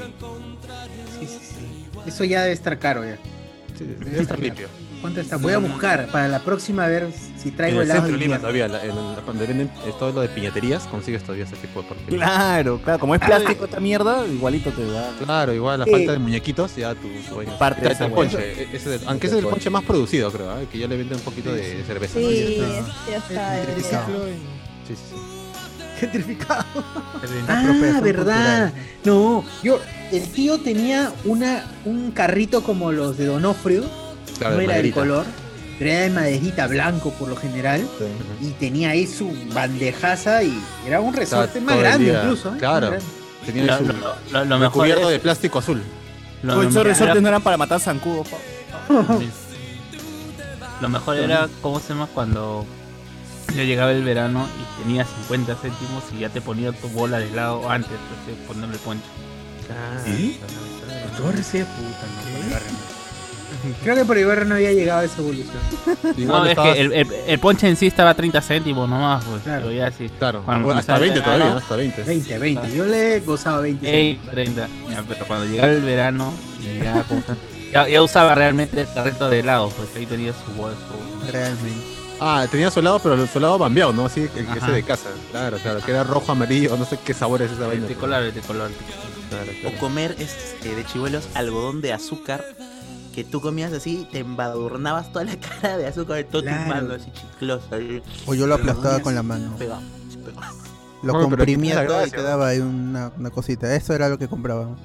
Speaker 1: sí, sí. Eso ya debe estar caro ya.
Speaker 5: Debe estar limpio.
Speaker 1: ¿Cuánto está? Voy a buscar para la próxima a ver si
Speaker 5: En
Speaker 1: traigo
Speaker 5: el
Speaker 1: helado
Speaker 5: centro de
Speaker 1: de
Speaker 5: Lima todavía,
Speaker 1: invierno.
Speaker 5: la- en la- cuando venden eh, todo lo de piñaterías, consigues todavía ese tipo de porquería.
Speaker 6: Claro, claro, como es
Speaker 5: Ah.
Speaker 6: plástico esta mierda, igualito te da.
Speaker 5: Claro, igual la
Speaker 6: Eh.
Speaker 5: falta de muñequitos, ya tu sueño.
Speaker 6: Parte de esa
Speaker 5: el
Speaker 6: hueá.
Speaker 5: ponche. eh, ese es el- aunque ese es el ponche más producido, creo, ¿eh? que ya le venden un poquito de cerveza. ¿no?
Speaker 8: Sí,
Speaker 5: Ya está-
Speaker 8: ya está. eh.
Speaker 5: el
Speaker 8: ya.
Speaker 5: ciclo Sí, sí, sí.
Speaker 1: Gentrificado.
Speaker 4: apropiación
Speaker 1: Ah,
Speaker 4: cultural.
Speaker 1: verdad. No, yo, el tío tenía una, un carrito como los de Donofrio.
Speaker 5: Claro,
Speaker 1: no
Speaker 5: de
Speaker 1: era del
Speaker 5: maderita.
Speaker 1: color, pero era de maderita blanco por lo general. Y tenía ahí su bandejaza y era un
Speaker 5: Estaba
Speaker 1: resorte más
Speaker 5: todo el
Speaker 1: grande
Speaker 5: día.
Speaker 1: incluso. ¿eh?
Speaker 5: Claro.
Speaker 1: Más grande.
Speaker 5: Tenía
Speaker 18: Lo-
Speaker 5: su
Speaker 18: lo- lo- lo mejor
Speaker 5: cubierto
Speaker 18: es-
Speaker 5: de plástico azul.
Speaker 18: Lo,
Speaker 6: Pues
Speaker 18: lo
Speaker 6: esos
Speaker 18: mejor era-
Speaker 6: resortes no eran para matar zancudos, pa.
Speaker 18: lo mejor era, ¿cómo se llama? Cuando ya llegaba el verano y tenía 50 céntimos y ya te ponía tu bola de helado antes de ponerle el poncho.
Speaker 1: Ah, ¿Sí? Torce, puta, <laughs> Creo que por Ibarra no había llegado a esa evolución.
Speaker 18: No, es que el, el- el ponche en sí estaba a 30 céntimos nomás, pues, pero ya sí.
Speaker 5: Claro,
Speaker 18: Cuando
Speaker 5: bueno, hasta
Speaker 18: comenzaba el
Speaker 5: 20
Speaker 18: verano-
Speaker 5: todavía,
Speaker 18: Ah.
Speaker 5: ¿no? hasta 20.
Speaker 1: 20, 20. Yo le he gozado 20.
Speaker 18: Ey, 30. Ya, pero cuando llegaba el verano, y ya,
Speaker 5: <laughs>
Speaker 1: <laughs>
Speaker 18: como- ya, ya usaba realmente el carrito de helado, pues ahí tenía su bolso.
Speaker 4: Realmente.
Speaker 5: Ah, tenía su helado, pero su helado bambeado, ¿no? Así, el que
Speaker 18: Ajá.
Speaker 5: ese de casa. Claro, claro, que era rojo, amarillo, no sé qué sabor es esa vaina.
Speaker 18: De color, de color.
Speaker 5: Claro,
Speaker 14: O
Speaker 5: claro.
Speaker 14: comer este, de chivuelos algodón de azúcar que tú comías así, te embadurnabas toda la <laughs> cara de azúcar de todo
Speaker 4: Claro.
Speaker 14: tu mano, así chicloso. ahí.
Speaker 4: O yo lo
Speaker 14: Algodón
Speaker 4: aplastaba
Speaker 14: de
Speaker 4: con la
Speaker 14: azúcar,
Speaker 4: mano.
Speaker 14: pegado, pegado.
Speaker 4: Lo
Speaker 5: Bueno, pero
Speaker 4: comprimía
Speaker 5: tiene la
Speaker 4: todo y
Speaker 5: gracia,
Speaker 4: te
Speaker 5: ¿no?
Speaker 4: daba ahí una, una cosita. Eso era lo que compraba.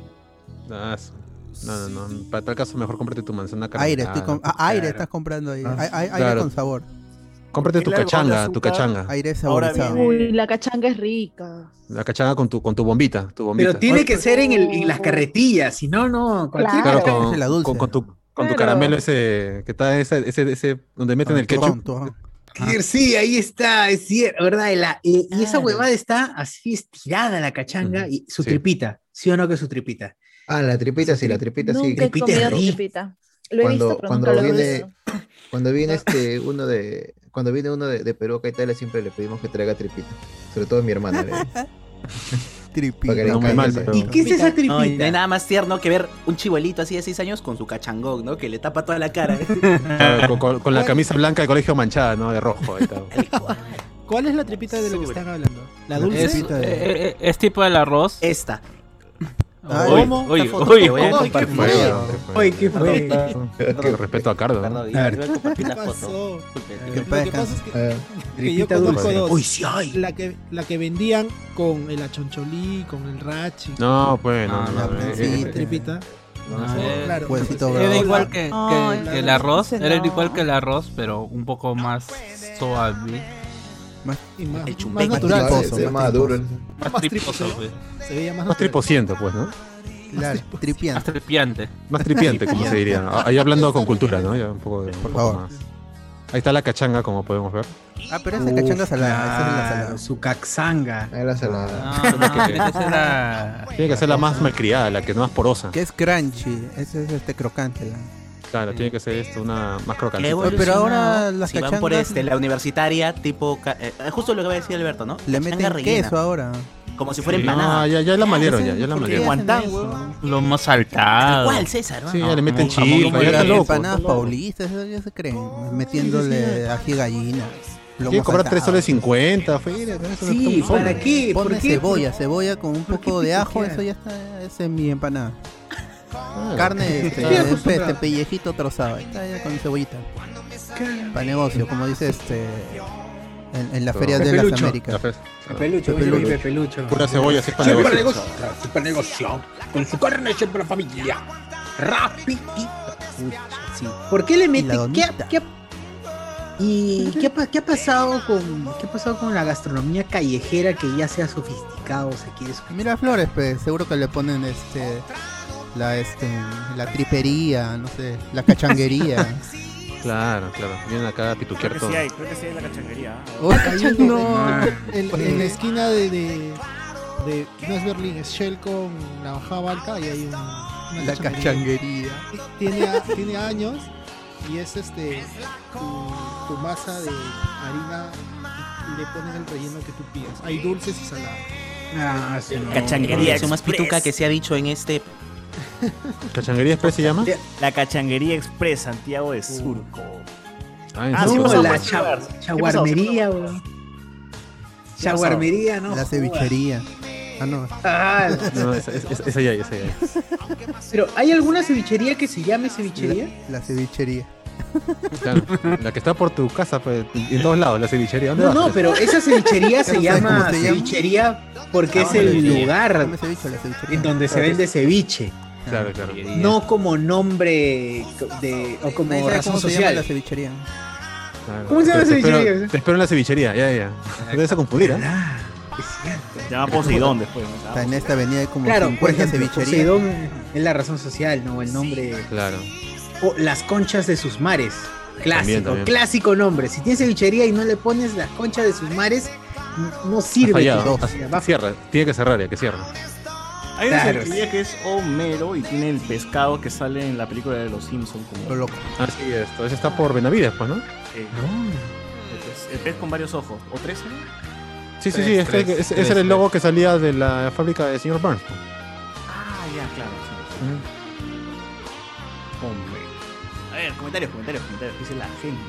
Speaker 5: Ah, su- No, no, no. Para tal caso, mejor cómprate tu manzana
Speaker 4: Aire,
Speaker 5: caramelizada.
Speaker 4: estoy com- ah, aire estás comprando ahí.
Speaker 5: Ah,
Speaker 4: Ai- ai- aire
Speaker 5: claro.
Speaker 4: con sabor.
Speaker 5: Cómprate tu cachanga, tu cachanga.
Speaker 4: Aire
Speaker 5: Ahora
Speaker 4: saborizado.
Speaker 8: Uy, la cachanga es rica.
Speaker 5: La cachanga con tu, con tu bombita, tu bombita.
Speaker 1: Pero tiene que ser en, el- en las carretillas, si no, no. Cualquier
Speaker 5: Claro,
Speaker 1: cachanga
Speaker 5: con,
Speaker 1: se la
Speaker 5: con-
Speaker 1: dulce.
Speaker 5: con tu, con
Speaker 1: Claro.
Speaker 5: tu caramelo ese, que está ese, ese, ese donde meten
Speaker 4: Ah,
Speaker 5: el ketchup.
Speaker 1: Que Sí, ahí está, es cierto, ¿verdad? La- y, y esa huevada está así estirada la cachanga y su
Speaker 7: sí.
Speaker 1: tripita, ¿sí o no que su tripita?
Speaker 7: Ah, la tripita sí, la tripita sí.
Speaker 1: Nunca he Tripita es comido rica.
Speaker 8: Pepita. Lo he
Speaker 7: cuando,
Speaker 8: visto, pero
Speaker 7: cuando
Speaker 8: nunca lo he
Speaker 7: viene,
Speaker 8: visto.
Speaker 7: <coughs> cuando viene este uno de cuando viene uno de, de Perú acá a Italia siempre le pedimos que traiga tripita. Sobre todo mi hermana. le-
Speaker 4: Tripita.
Speaker 7: Para que le
Speaker 14: No, muy
Speaker 7: encante
Speaker 14: mal,
Speaker 7: esa-
Speaker 14: pero- No, y no hay nada más tierno que ver un chibolito así de 6 años con su cachangón, ¿no? Que le tapa toda
Speaker 4: <laughs>
Speaker 14: la cara.
Speaker 5: Claro, con, con- con la camisa blanca de colegio manchada, ¿no? De rojo. ahí está.
Speaker 3: ¿Cuál es la tripita de la que están hablando? ¿La
Speaker 5: La
Speaker 3: dulce?
Speaker 18: Es, eh, eh, es tipo del arroz.
Speaker 14: Esta.
Speaker 3: Ay,
Speaker 18: Uy,
Speaker 3: ¿cómo?
Speaker 18: uy,
Speaker 3: La foto.
Speaker 18: uy,
Speaker 3: Voy a
Speaker 18: uy,
Speaker 3: compartir.
Speaker 18: qué feo.
Speaker 3: Ay, qué feo.
Speaker 5: Con respeto a Cardo. ¿no?
Speaker 3: iba- iba a compartir la foto. Pasó. Lo que pasa es que, que yo conozco
Speaker 5: pues.
Speaker 3: dos. La que, la que vendían con el achoncholí, con el rachi.
Speaker 5: No, pues, no,
Speaker 3: Ah,
Speaker 5: no,
Speaker 3: la
Speaker 5: no,
Speaker 3: pancita.
Speaker 5: eh, eh,
Speaker 3: tripita.
Speaker 5: no,
Speaker 3: Ah,
Speaker 5: no,
Speaker 3: eh,
Speaker 5: claro.
Speaker 4: Huesito
Speaker 18: Era
Speaker 4: bravo.
Speaker 18: igual que, que-
Speaker 4: Ay,
Speaker 18: que el
Speaker 4: la
Speaker 18: arroz,
Speaker 4: dulce,
Speaker 18: era
Speaker 4: no.
Speaker 18: igual que el arroz, pero un poco más suave.
Speaker 4: Más,
Speaker 3: y más,
Speaker 14: el
Speaker 3: más natural.
Speaker 5: triposo,
Speaker 3: se- se-
Speaker 5: más maduro.
Speaker 18: Más,
Speaker 3: Más
Speaker 18: triposo,
Speaker 3: triposo.
Speaker 18: pues.
Speaker 3: Se veía más
Speaker 5: Más tripociento, pues, ¿no?
Speaker 4: Claro,
Speaker 18: Más
Speaker 4: tripiante.
Speaker 18: tripiante.
Speaker 5: Más tripiante, como se diría. ¿no? Ahí hablando con cultura, ¿no? Ya un poco, de- un poco
Speaker 4: favor.
Speaker 5: más. Ahí está la cachanga, como podemos ver.
Speaker 4: Ah, pero esa cachanga salada, esa es la salada.
Speaker 10: Su caxanga.
Speaker 7: Es la
Speaker 5: Ah,
Speaker 7: salada.
Speaker 10: <laughs>
Speaker 5: Tiene que ser la más malcriada, la que es más porosa.
Speaker 4: Que es crunchy, ese es este crocante. la-
Speaker 5: Claro, tiene que ser esto, una más
Speaker 14: Le
Speaker 5: crocante.
Speaker 14: evolucionó.
Speaker 4: Pero ahora las
Speaker 14: si van por
Speaker 4: cachangas-
Speaker 14: este, la universitaria, tipo. ca- eh, justo lo que va a decir Alberto, ¿no?
Speaker 4: Le
Speaker 14: Cachanga
Speaker 4: meten
Speaker 14: rellena.
Speaker 4: queso ahora.
Speaker 14: Como si fuera
Speaker 5: Sí.
Speaker 14: empanada.
Speaker 5: No, ya- ya la malieron, ya, ya la
Speaker 14: Porque
Speaker 5: malieron.
Speaker 14: guantán,
Speaker 4: Hacen
Speaker 14: huevón.
Speaker 18: Lo hemos saltado.
Speaker 14: ¿Cuál, César?
Speaker 5: Sí,
Speaker 14: No,
Speaker 5: ya le meten
Speaker 14: no,
Speaker 5: chile,
Speaker 14: jamón
Speaker 5: ya está
Speaker 4: Las
Speaker 5: loco.
Speaker 4: empanadas paulistas, eso ya se creen. Metiéndole ají gallina.
Speaker 5: Tiene que cobrar 3 soles 50. fue-
Speaker 4: Sí,
Speaker 10: ¿para qué? ¿Por
Speaker 4: Ponle
Speaker 10: qué?
Speaker 4: cebolla, cebolla con un poco de ajo,
Speaker 10: picotear?
Speaker 4: eso ya está, esa es mi empanada. Carne, este,
Speaker 10: Ah, Estoy
Speaker 4: de
Speaker 10: acostumbrado.
Speaker 4: pe- de pellejito trozado, ahí está ya con cebollita. Para negocio, como dice este en, en la
Speaker 5: Todo.
Speaker 4: feria de
Speaker 5: Pepe
Speaker 4: las
Speaker 5: Lucho.
Speaker 4: Américas.
Speaker 5: La fe- Pepelucho, Pepe Lucho. Pepe Lucho. Pura cebolla, sí, para Siempre negocio.
Speaker 10: Super negocio. Con su carne siempre la familia. Rapidito. ¿Por qué le mete? ¿Qué, ha- qué, ha- ¿Y qué, ha pa- qué ha pasado con qué ha pasado con la gastronomía callejera que ya sea sofisticado? Se quiere
Speaker 4: Mira flores, pues, seguro que le ponen este la este la tripería, no sé, la cachanguería.
Speaker 5: Claro, claro. Vienen acá a pituquear todo.
Speaker 6: creo que sí hay la cachanguería. ¿ah?
Speaker 4: Oh,
Speaker 3: Hay uno
Speaker 4: no.
Speaker 3: en, en- en la esquina de, de, de- no es Berlín, es Shell con la bajada alta y hay un, una
Speaker 4: La cachanguería.
Speaker 3: Tiene, a- tiene años y es este tu, tu masa de harina y le ponen el relleno que tú pidas. Hay dulces y salados.
Speaker 10: Ah, sí,
Speaker 14: Cachanguería, eso más pituca que se ha dicho en este.
Speaker 5: ¿Cachanguería Express se llama?
Speaker 6: La Cachanguería Express, Santiago de Surco.
Speaker 5: Ah, en
Speaker 6: Ah, sí,
Speaker 5: serio.
Speaker 6: pues,
Speaker 10: No,
Speaker 6: no,
Speaker 10: la
Speaker 6: pues,
Speaker 10: cha-
Speaker 6: claro. ¿Qué pasó?
Speaker 10: chaguarmería, weón.
Speaker 6: pasó?
Speaker 10: Chaguarmería, ¿no?
Speaker 4: La
Speaker 10: jodas.
Speaker 4: cevichería. Ah, <laughs> no.
Speaker 10: Ah,
Speaker 5: No, esa, esa, esa ya, esa ya.
Speaker 10: pero ¿hay alguna cevichería que se llame cevichería?
Speaker 4: La cevichería.
Speaker 5: Claro, la que está por tu casa, pues, en todos lados, la cevichería. ¿Dónde
Speaker 10: No,
Speaker 5: vas?
Speaker 10: no, pero esa
Speaker 4: <laughs>
Speaker 10: cevichería se
Speaker 4: No sé cómo
Speaker 10: llama
Speaker 4: se llama.
Speaker 10: cevichería porque es
Speaker 4: Ah,
Speaker 10: el
Speaker 4: cevichería.
Speaker 10: lugar
Speaker 4: Come ceviche, la cevichería.
Speaker 10: en donde se vende ceviche. Ah,
Speaker 5: Claro, claro.
Speaker 10: No como nombre de, o
Speaker 4: Nadie
Speaker 10: como
Speaker 4: sabe
Speaker 10: razón
Speaker 4: cómo se llama
Speaker 10: social.
Speaker 4: la cevichería.
Speaker 5: Claro.
Speaker 10: ¿Cómo se llama la
Speaker 5: Te- te espero-
Speaker 10: cevichería?
Speaker 5: Te espero en la cevichería, ya, ya. No te vas a confundir, ¿eh?
Speaker 6: Llama Poseidón después. ¿no?
Speaker 4: Está en esta avenida hay como
Speaker 10: Claro, por
Speaker 4: 50
Speaker 10: ejemplo,
Speaker 4: cevicherías.
Speaker 10: Poseidón es la razón social, ¿no? El nombre.
Speaker 5: Claro.
Speaker 10: O las conchas de sus mares. Clásico,
Speaker 5: También, también.
Speaker 10: clásico nombre. Si tienes cevichería y no le pones las conchas de sus mares, n- no
Speaker 5: Ha
Speaker 10: sirve.
Speaker 5: fallado. Ah,
Speaker 10: tu
Speaker 5: <laughs>
Speaker 10: cevichería. Va-
Speaker 5: Cierra, tiene que cerrar ya, que cierra.
Speaker 6: Hay una
Speaker 10: Claro.
Speaker 6: cachanguería que es Homero y tiene el pescado que sale en la película de los Simpsons. Como...
Speaker 4: Lo loco.
Speaker 5: Así es, todo eso está por Benavides, pues, ¿no?
Speaker 6: Eh, el pez- El pez con varios ojos. ¿O tres? era?
Speaker 5: Sí, sí,
Speaker 18: Tres,
Speaker 5: sí, este-
Speaker 18: tres,
Speaker 5: ese- ese
Speaker 18: tres,
Speaker 5: era
Speaker 18: tres.
Speaker 5: el logo que salía de la fábrica de señor Burns. pues.
Speaker 6: Ah, ya, claro. sí.
Speaker 5: Hombre.
Speaker 6: A ver, comentarios, comentarios, comentarios. ¿Qué dice la gente?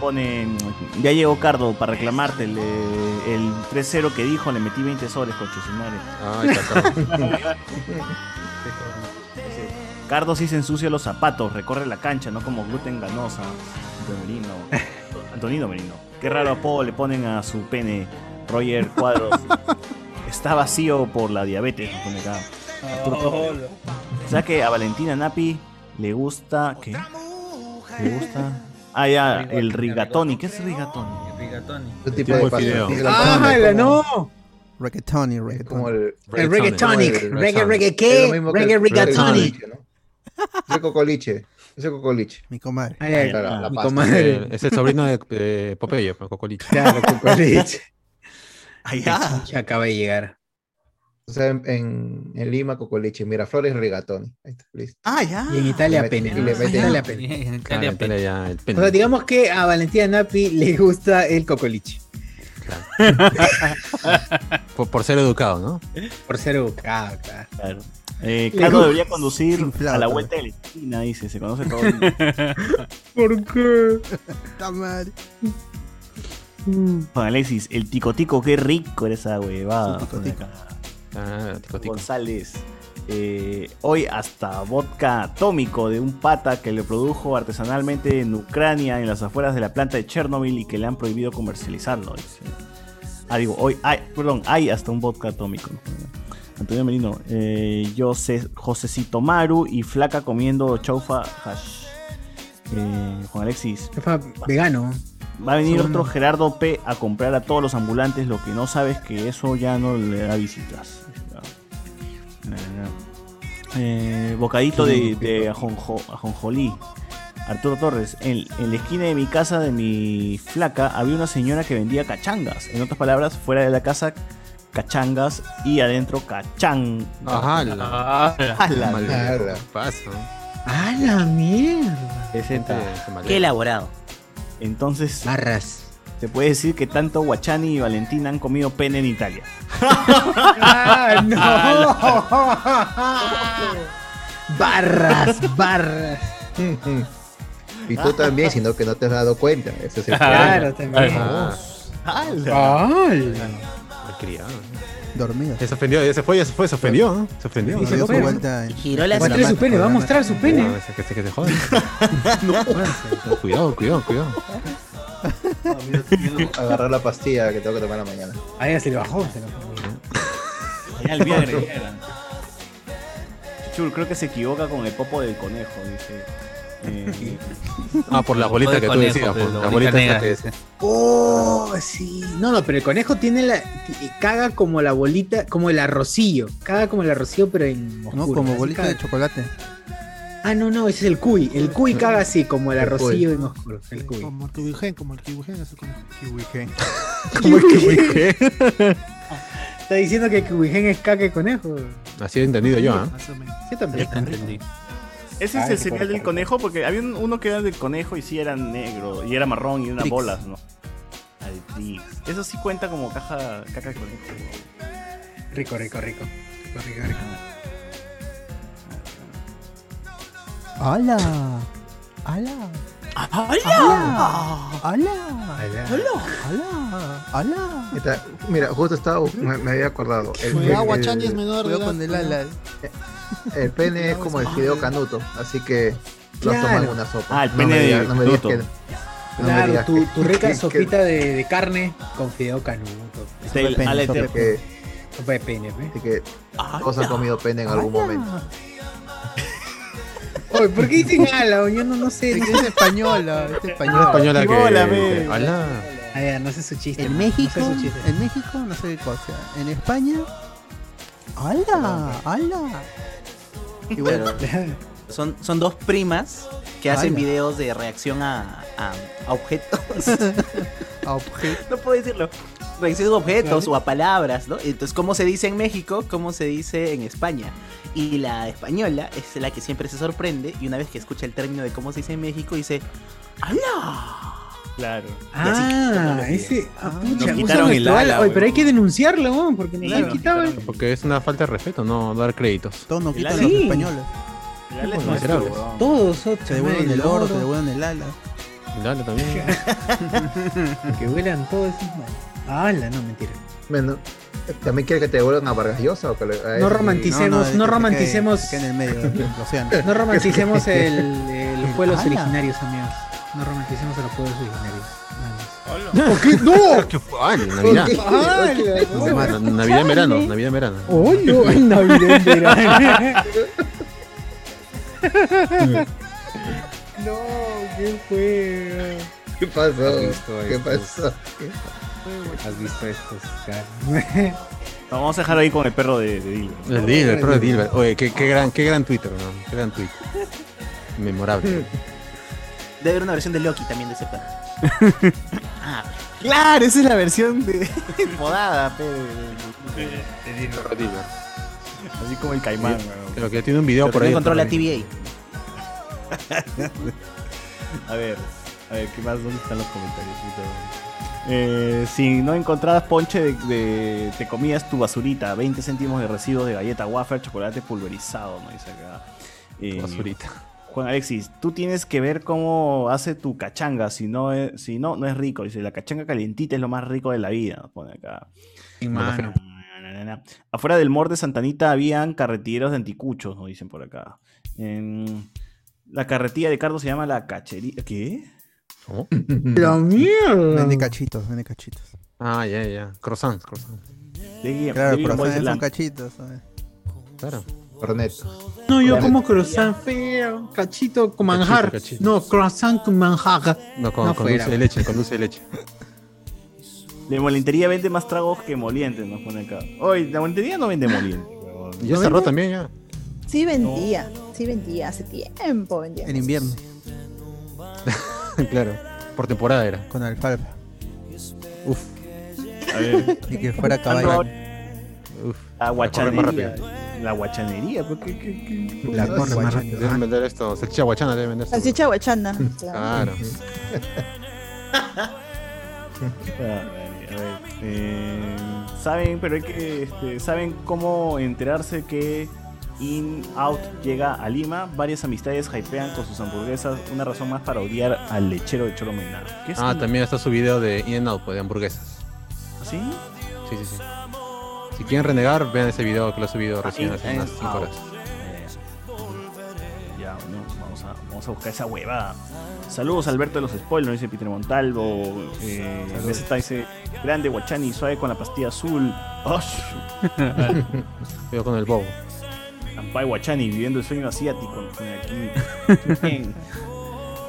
Speaker 6: Ponen. Ya llegó Cardo para reclamarte el, eh, el 3-0 que dijo. Le metí 20 soles con
Speaker 5: Ay, cacao.
Speaker 6: <laughs> Cardo sí se ensucia los zapatos, recorre la cancha, no como gluten ganosa. Antonino Merino. Antonino Merino. Qué raro apodo le ponen a su pene. Roger Cuadros. Está vacío por la diabetes. nos pone acá. Ah, O sea que a Valentina Napi le gusta. ¿Qué? Le gusta. Ah, ya, el rigatoni. ¿Qué es rigatoni?
Speaker 18: Rigatoni.
Speaker 6: Este
Speaker 7: Un Este tipo de pasta.
Speaker 5: fideo.
Speaker 7: Es
Speaker 10: ¡Ah,
Speaker 7: como-
Speaker 10: la
Speaker 4: <laughs>
Speaker 10: no!
Speaker 4: Reggaeton y
Speaker 7: es como
Speaker 4: reggaeton.
Speaker 7: el.
Speaker 10: El reggaetonic.
Speaker 7: el-
Speaker 10: Reggae, reggae,
Speaker 7: Es lo
Speaker 10: ¿qué?
Speaker 7: mismo que
Speaker 10: Reggae,
Speaker 7: el-
Speaker 10: reggaetonic.
Speaker 7: Es el cocoliche. Es el cocoliche.
Speaker 4: Mi comadre.
Speaker 10: Ay, ay,
Speaker 7: Claro, la
Speaker 10: mi
Speaker 7: pasta.
Speaker 10: comadre.
Speaker 5: <laughs> Eh, es el sobrino de eh, Popeye, pues, Cocoliche.
Speaker 6: <laughs>
Speaker 10: Claro, con coliche.
Speaker 6: Ah,
Speaker 10: Ya acaba de llegar.
Speaker 7: O sea, en, en, en Lima, cocoleche. Miraflores, regatón. Ahí está, listo.
Speaker 1: Ah, ya. Y en Italia,
Speaker 7: Le meten-
Speaker 1: pena.
Speaker 7: y le
Speaker 1: Ah,
Speaker 7: meten-
Speaker 1: ya. Italia, pena.
Speaker 5: Ah,
Speaker 1: O sea, digamos que a Valentina Napi le gusta el cocoliche. <laughs>
Speaker 5: Por, por ser educado, ¿no?
Speaker 1: Por ser educado, claro.
Speaker 6: Claro. Eh, Carlos debería conducir a la vuelta de la esquina, dice. Se conoce todo. el mundo.
Speaker 1: ¿Por qué?
Speaker 4: Está mal.
Speaker 6: Juan Alexis, el ticotico, qué rico era esa huevada. González. eh, hoy hasta vodka atómico de un pata que lo produjo artesanalmente en Ucrania, en las afueras de la planta de Chernobyl y que le han prohibido comercializarlo. dice. Ah, digo, hoy hay, perdón, hay hasta un vodka atómico. Antonio Merino, eh, Jose- Josecito Maru y Flaca comiendo chaufa hash. Eh, Juan Alexis.
Speaker 1: Chaufa vegano.
Speaker 6: Va a venir
Speaker 1: Son-
Speaker 6: otro Gerardo P a comprar a todos los ambulantes. Lo que no sabes que eso ya no le da visitas. Eh, bocadito de, de ajonjo- ajonjolí. Arturo Torres, en, en la esquina de mi casa de mi flaca había una señora que vendía cachangas. En otras palabras, fuera de la casa, cachangas y adentro cachán.
Speaker 5: Ajá, <laughs> la-
Speaker 4: Ah,
Speaker 6: Ala.
Speaker 5: Maldito paso.
Speaker 1: ¡A la mierda!
Speaker 6: Qué elaborado. Entonces.
Speaker 1: Barras.
Speaker 6: Se puede decir que tanto Guachani y Valentina han comido pene en Italia.
Speaker 1: ¡Ah,
Speaker 6: <laughs>
Speaker 1: no! <laughs> barras, barras. <laughs>
Speaker 7: Y tú también, sino que no te has dado cuenta. Ese es el
Speaker 1: Ah, Claro,
Speaker 7: problema.
Speaker 1: también.
Speaker 7: Ah.
Speaker 10: Ah.
Speaker 5: Criado.
Speaker 4: Dormido.
Speaker 5: Ya se ofendió, ya se fue, ya se fue, se ofendió, ¿no? Se ofendió.
Speaker 4: Y se fue, ¿no? Y giró la Muestre su pene, va a mostrar su pene.
Speaker 5: No, ese que, ese que se jode. <laughs> Cuidado, cuidado, cuidado.
Speaker 7: Agarrar la pastilla que tengo que tomar en la mañana.
Speaker 1: Ahí ya se le bajó. Se le bajó.
Speaker 6: Allá el
Speaker 1: <laughs>
Speaker 6: Viagra, Viagra. Chuchur, creo que se equivoca con el popo del conejo, dice. Eh,
Speaker 5: Ah, por las bolitas que tú decías, por las bolitas esas que decías.
Speaker 1: Oh, sí. No, no, pero el conejo tiene la. ti- Caga como la bolita, como el arrocillo. Caga como el arrocillo, pero en.
Speaker 4: No, como bolita de chocolate.
Speaker 1: Ah, no, no, ese es el cuy. El cuy caga así, como el
Speaker 4: El
Speaker 1: arrocillo
Speaker 4: cuy. <laughs>
Speaker 1: en oscuro. El cuy.
Speaker 3: Como el kiwigen, como el kiwigen, eso como el kiwigen.
Speaker 1: Como el kiwigen. <laughs> Está diciendo que kiwigen es caca de conejo.
Speaker 5: Así he entendido yo, ¿ah?
Speaker 1: Yo también.
Speaker 6: Ese es
Speaker 1: Ay,
Speaker 6: el
Speaker 1: qué
Speaker 6: cereal
Speaker 1: porca.
Speaker 6: del conejo, porque había un- uno que era del conejo y sí era negro, y era marrón y unas
Speaker 1: Trix.
Speaker 6: bolas, ¿no? Al Trix. Eso sí cuenta como caja, caca de conejo.
Speaker 1: Rico, rico, rico. Rico, rico, rico.
Speaker 4: ¡Hala! ¡Hala!
Speaker 19: ¡Hala!
Speaker 4: ¡Hala! ¡Hala! ¡Hala!
Speaker 7: Está- Mira, justo estaba, me, me había acordado. El,
Speaker 3: Cuidado,
Speaker 7: el-
Speaker 3: Guachani es menor de
Speaker 4: Cuidado
Speaker 3: edad. Ah.
Speaker 4: con el ala.
Speaker 7: el pene es como el fideo canuto, así que lo
Speaker 1: Claro.
Speaker 7: toman en una sopa.
Speaker 6: Ah, el pene
Speaker 7: me
Speaker 6: de
Speaker 7: digas- no me digas
Speaker 6: canuto.
Speaker 7: que- no me
Speaker 1: Claro,
Speaker 7: digas
Speaker 1: tu,
Speaker 7: que-
Speaker 1: tu rica
Speaker 7: que-
Speaker 1: sopita de, de carne con fideo canuto.
Speaker 6: Está el ala
Speaker 7: que-
Speaker 6: eterna.
Speaker 7: que-
Speaker 1: Sopa de pene, pe.
Speaker 7: Así que todos han comido pene en algún momento.
Speaker 1: <laughs> Oye, ¿por qué dicen ala? Yo no, no sé. No
Speaker 4: es española, es española.
Speaker 5: española que-
Speaker 4: Hola,
Speaker 5: que-
Speaker 4: ve.
Speaker 5: Ala.
Speaker 1: Ah, ya, no sé su chiste.
Speaker 4: En
Speaker 1: man,
Speaker 4: México,
Speaker 1: No sé su chiste.
Speaker 4: en México no sé qué cosa. En España, ¡hala! ¡hala! Y bueno,
Speaker 9: <laughs>
Speaker 14: Son, son dos primas que hacen
Speaker 4: Ala.
Speaker 14: videos de reacción a, a-
Speaker 9: <laughs>
Speaker 14: a objetos.
Speaker 4: a objeto.
Speaker 14: no puedo decirlo. Reacción a objetos o a palabras, ¿no? Entonces, ¿cómo se dice en México? ¿Cómo se dice en España? Y la española es la que siempre se sorprende y una vez que escucha el término de cómo se dice en México, dice ¡Hala!
Speaker 6: Claro.
Speaker 1: Ah, ese. Ah, pucha,
Speaker 5: quitaron
Speaker 1: usa
Speaker 5: el
Speaker 1: nuestro
Speaker 5: ala,
Speaker 1: ala. Oye,
Speaker 5: weón.
Speaker 1: pero hay que denunciarlo, weón, porque nos han quitado el.
Speaker 5: Porque es una falta de respeto no dar créditos.
Speaker 4: Todos nos
Speaker 5: El
Speaker 4: quitan
Speaker 5: ala.
Speaker 4: los
Speaker 5: Sí.
Speaker 4: españoles.
Speaker 6: El ala
Speaker 5: es
Speaker 4: Los
Speaker 5: nuestro,
Speaker 4: miserables.
Speaker 5: weón.
Speaker 1: Todos, oh,
Speaker 4: Te devuelven el
Speaker 1: el
Speaker 4: oro,
Speaker 1: oro.
Speaker 4: te devuelven el ala.
Speaker 5: Dale también.
Speaker 4: <laughs>
Speaker 1: <laughs> Que huelan todos esos malos. Ala, no, mentira.
Speaker 7: Bueno, ¿también quieres que te devuelvan a Vargas Llosa? O que le- a
Speaker 1: No
Speaker 7: él?
Speaker 1: romanticemos, no, romanticemos.
Speaker 4: Que en el medio,
Speaker 1: <laughs>
Speaker 4: el océano.
Speaker 1: No romanticemos el, el- los
Speaker 4: El
Speaker 1: pueblos
Speaker 4: ala.
Speaker 1: originarios, amigos. No romanticemos a los pueblos originarios. Vamos.
Speaker 5: No.
Speaker 1: <laughs> ¿Por qué?
Speaker 5: <laughs>
Speaker 1: ¡No!
Speaker 5: ¡Qué fue? Ay, Navidad.
Speaker 1: ¿Por <laughs> qué?
Speaker 5: Na- na- Navidad en verano, Navidad en verano.
Speaker 1: ¡Ay, no! ¡Ay, no! No, ¿qué fue?
Speaker 7: ¿Qué pasó?
Speaker 20: Listo,
Speaker 7: ¿Qué
Speaker 20: estos-
Speaker 7: pasó?
Speaker 20: Has visto estos.
Speaker 6: No, vamos a dejar ahí con el perro de, de Dilbert.
Speaker 5: El Dilber, el pro de Dilber. Oye, qué, qué gran, qué gran Twitter, ¿no? Qué gran tweet. Memorable.
Speaker 14: Debe haber una versión de Loki también de ese perro.
Speaker 9: Claro, esa es la versión de modada, pe, de- de- de- de- Así como el caimán, weón.
Speaker 5: Creo que ya tiene un video
Speaker 14: Pero
Speaker 5: por ahí.
Speaker 14: también controla
Speaker 5: por ahí.
Speaker 14: TVA.
Speaker 6: a ver, a ver, ¿qué más? ¿Dónde están los comentarios? Puta madre. Eh, si no encontrabas ponche de, de- Te comías tu basurita, 20 céntimos de residuos de galleta, wafer, chocolate pulverizado, ¿no? Dice acá. Eh,
Speaker 5: Basurita.
Speaker 6: Juan Alexis, tú tienes que ver cómo hace tu cachanga, si no, es- si no, no es rico. Dice, la cachanga calientita es lo más rico de la vida, pone acá.
Speaker 5: mano.
Speaker 6: Na, na, na. Afuera del mor de Santanita habían carretilleros de anticuchos, nos dicen por acá. En- La carretilla de Cardo se llama la cachería. ¿Qué?
Speaker 4: La mierda. Vende cachitos, vende cachitos.
Speaker 5: Ah, ya, ya. Croissants, croissants.
Speaker 6: De-
Speaker 4: <laughs> Claro,
Speaker 6: de-
Speaker 4: pero
Speaker 6: Boys
Speaker 4: son
Speaker 6: Land.
Speaker 4: cachitos, ¿sabes? <laughs>
Speaker 5: Claro.
Speaker 10: No, yo
Speaker 4: Claro.
Speaker 10: como croissant feo, cachito con manjar.
Speaker 5: cachito.
Speaker 10: No, croissant con manjar.
Speaker 5: No, con, con
Speaker 10: fuera.
Speaker 5: dulce de leche, con dulce de leche.
Speaker 6: La molintería vende más tragos que molientes, nos pone acá. Hoy, la molintería no vende molientes. weón.
Speaker 5: Ya cerró también, ya.
Speaker 8: Sí vendía, sí vendía, hace tiempo vendía.
Speaker 4: En invierno.
Speaker 5: claro. Por temporada era.
Speaker 4: Con alfalfa.
Speaker 5: Uf.
Speaker 6: A ver.
Speaker 4: <laughs> Y que fuera caballo.
Speaker 5: Uf.
Speaker 6: La
Speaker 5: correr más
Speaker 6: guachanería. La guachanería, ¿por qué? qué- qué-
Speaker 5: La corre más rápido.
Speaker 6: Ah,
Speaker 5: Deben vender esto. Salchicha guachana deben vender esto.
Speaker 8: Salchicha guachana.
Speaker 6: Mm.
Speaker 5: Claro.
Speaker 6: Ah, vale, <laughs> a ver, eh, saben, pero hay que este, saben cómo enterarse que In Out llega a Lima. Varias amistades hypean con sus hamburguesas. Una razón más para odiar al lechero de Cholo Mena. ¿Qué es
Speaker 5: Ah,
Speaker 6: un-
Speaker 5: también está su video de In and Out, pues, de hamburguesas.
Speaker 6: ¿Sí?
Speaker 5: Sí, sí, sí. Si quieren renegar, vean ese video que lo he subido
Speaker 6: Ah,
Speaker 5: recién hace
Speaker 6: In
Speaker 5: unas
Speaker 6: and
Speaker 5: 5
Speaker 6: Out.
Speaker 5: horas.
Speaker 6: Eh, Ya, bueno, vamos a, vamos a buscar esa huevada. Saludos Alberto de los Spoilers, dice Peter Montalvo. Eh, Meseta dice, grande guachani, suave con la pastilla azul. Oh, ¡Osh!
Speaker 5: Veo con el bobo.
Speaker 6: Ampai Guachani viviendo el sueño asiático. nos pone
Speaker 5: <laughs>
Speaker 6: aquí. Bien.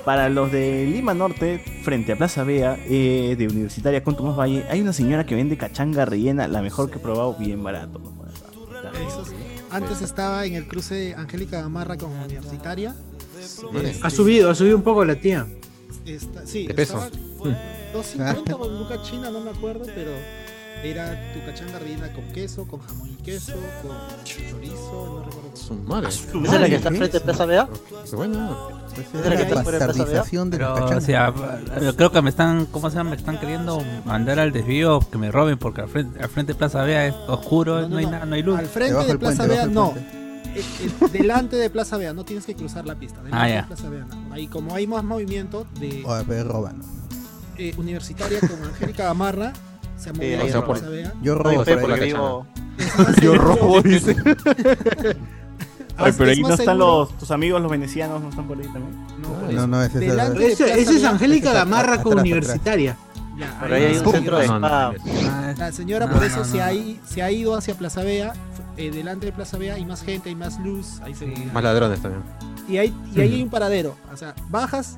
Speaker 6: Para los de Lima Norte, frente a Plaza Bea, eh, de Universitaria con Tomás Valle, hay una señora que vende cachanga rellena, la mejor que he probado, bien barato. nos pone acá.
Speaker 3: Esos- Antes estaba en el cruce de Angélica Gamarra con Universitaria. Este,
Speaker 10: Ha subido, ha subido un poco la tía.
Speaker 3: Está, sí,
Speaker 10: De peso.
Speaker 3: estaba
Speaker 4: <laughs>
Speaker 3: 250 o Luca pues, China, no me acuerdo, pero era tu cachanga rellena con queso, con jamón y queso, con chorizo, no recuerdo.
Speaker 5: Su madre.
Speaker 9: ¿Esa es la que está frente a Plaza Vea?
Speaker 5: Qué bueno.
Speaker 9: ¿Esa es la que está frente a Plaza Vea?
Speaker 4: Bastardización de la
Speaker 18: Pero,
Speaker 4: cachanga.
Speaker 18: o sea, yo creo que me están, ¿cómo se llama? Me están queriendo mandar al desvío que me roben porque al frente, al frente de Plaza Vea es oscuro, no, hay nada, no hay luz.
Speaker 3: Al frente de Plaza Vea, no. Eh, eh, delante de Plaza Vea, no tienes que cruzar la pista. Delante
Speaker 18: Ah,
Speaker 3: de
Speaker 18: ya.
Speaker 3: Plaza Vea, no. Ahí, como hay más movimiento de
Speaker 4: O a ver, roban.
Speaker 3: eh, universitaria como Angélica Gamarra, se ha movido
Speaker 4: o
Speaker 3: de
Speaker 4: sea, por-
Speaker 3: Plaza Vea.
Speaker 4: yo robo
Speaker 3: Ahí
Speaker 4: por
Speaker 3: fue
Speaker 4: ahí.
Speaker 3: porque
Speaker 4: Digo-
Speaker 3: digo-
Speaker 6: <laughs>
Speaker 4: Yo robo, dice.
Speaker 6: Ay, pero
Speaker 3: Es
Speaker 6: ahí no
Speaker 3: más
Speaker 6: están
Speaker 3: seguro.
Speaker 6: los, tus amigos los venecianos, no están por ahí también.
Speaker 4: pues. No, no, ese es
Speaker 3: Delante
Speaker 4: el-
Speaker 3: de
Speaker 4: Ese-
Speaker 3: Plaza
Speaker 4: ese es
Speaker 3: Vea-
Speaker 10: Angélica
Speaker 3: Ese es
Speaker 10: Gamarra
Speaker 3: atrás,
Speaker 10: con
Speaker 3: atrás,
Speaker 10: universitaria.
Speaker 3: Ya,
Speaker 9: Por ahí hay un
Speaker 3: está.
Speaker 9: centro de spa.
Speaker 3: La señora
Speaker 9: Ah. No,
Speaker 3: por
Speaker 9: no,
Speaker 3: eso
Speaker 9: no,
Speaker 3: se,
Speaker 9: no.
Speaker 3: Ha, i- se ha ido hacia Plaza Vea. eh, delante de Plaza Vea hay más gente, hay más luz, hay seguridad.
Speaker 5: Más ladrones también.
Speaker 3: Y, hay, y ahí hay un paradero. O sea, bajas,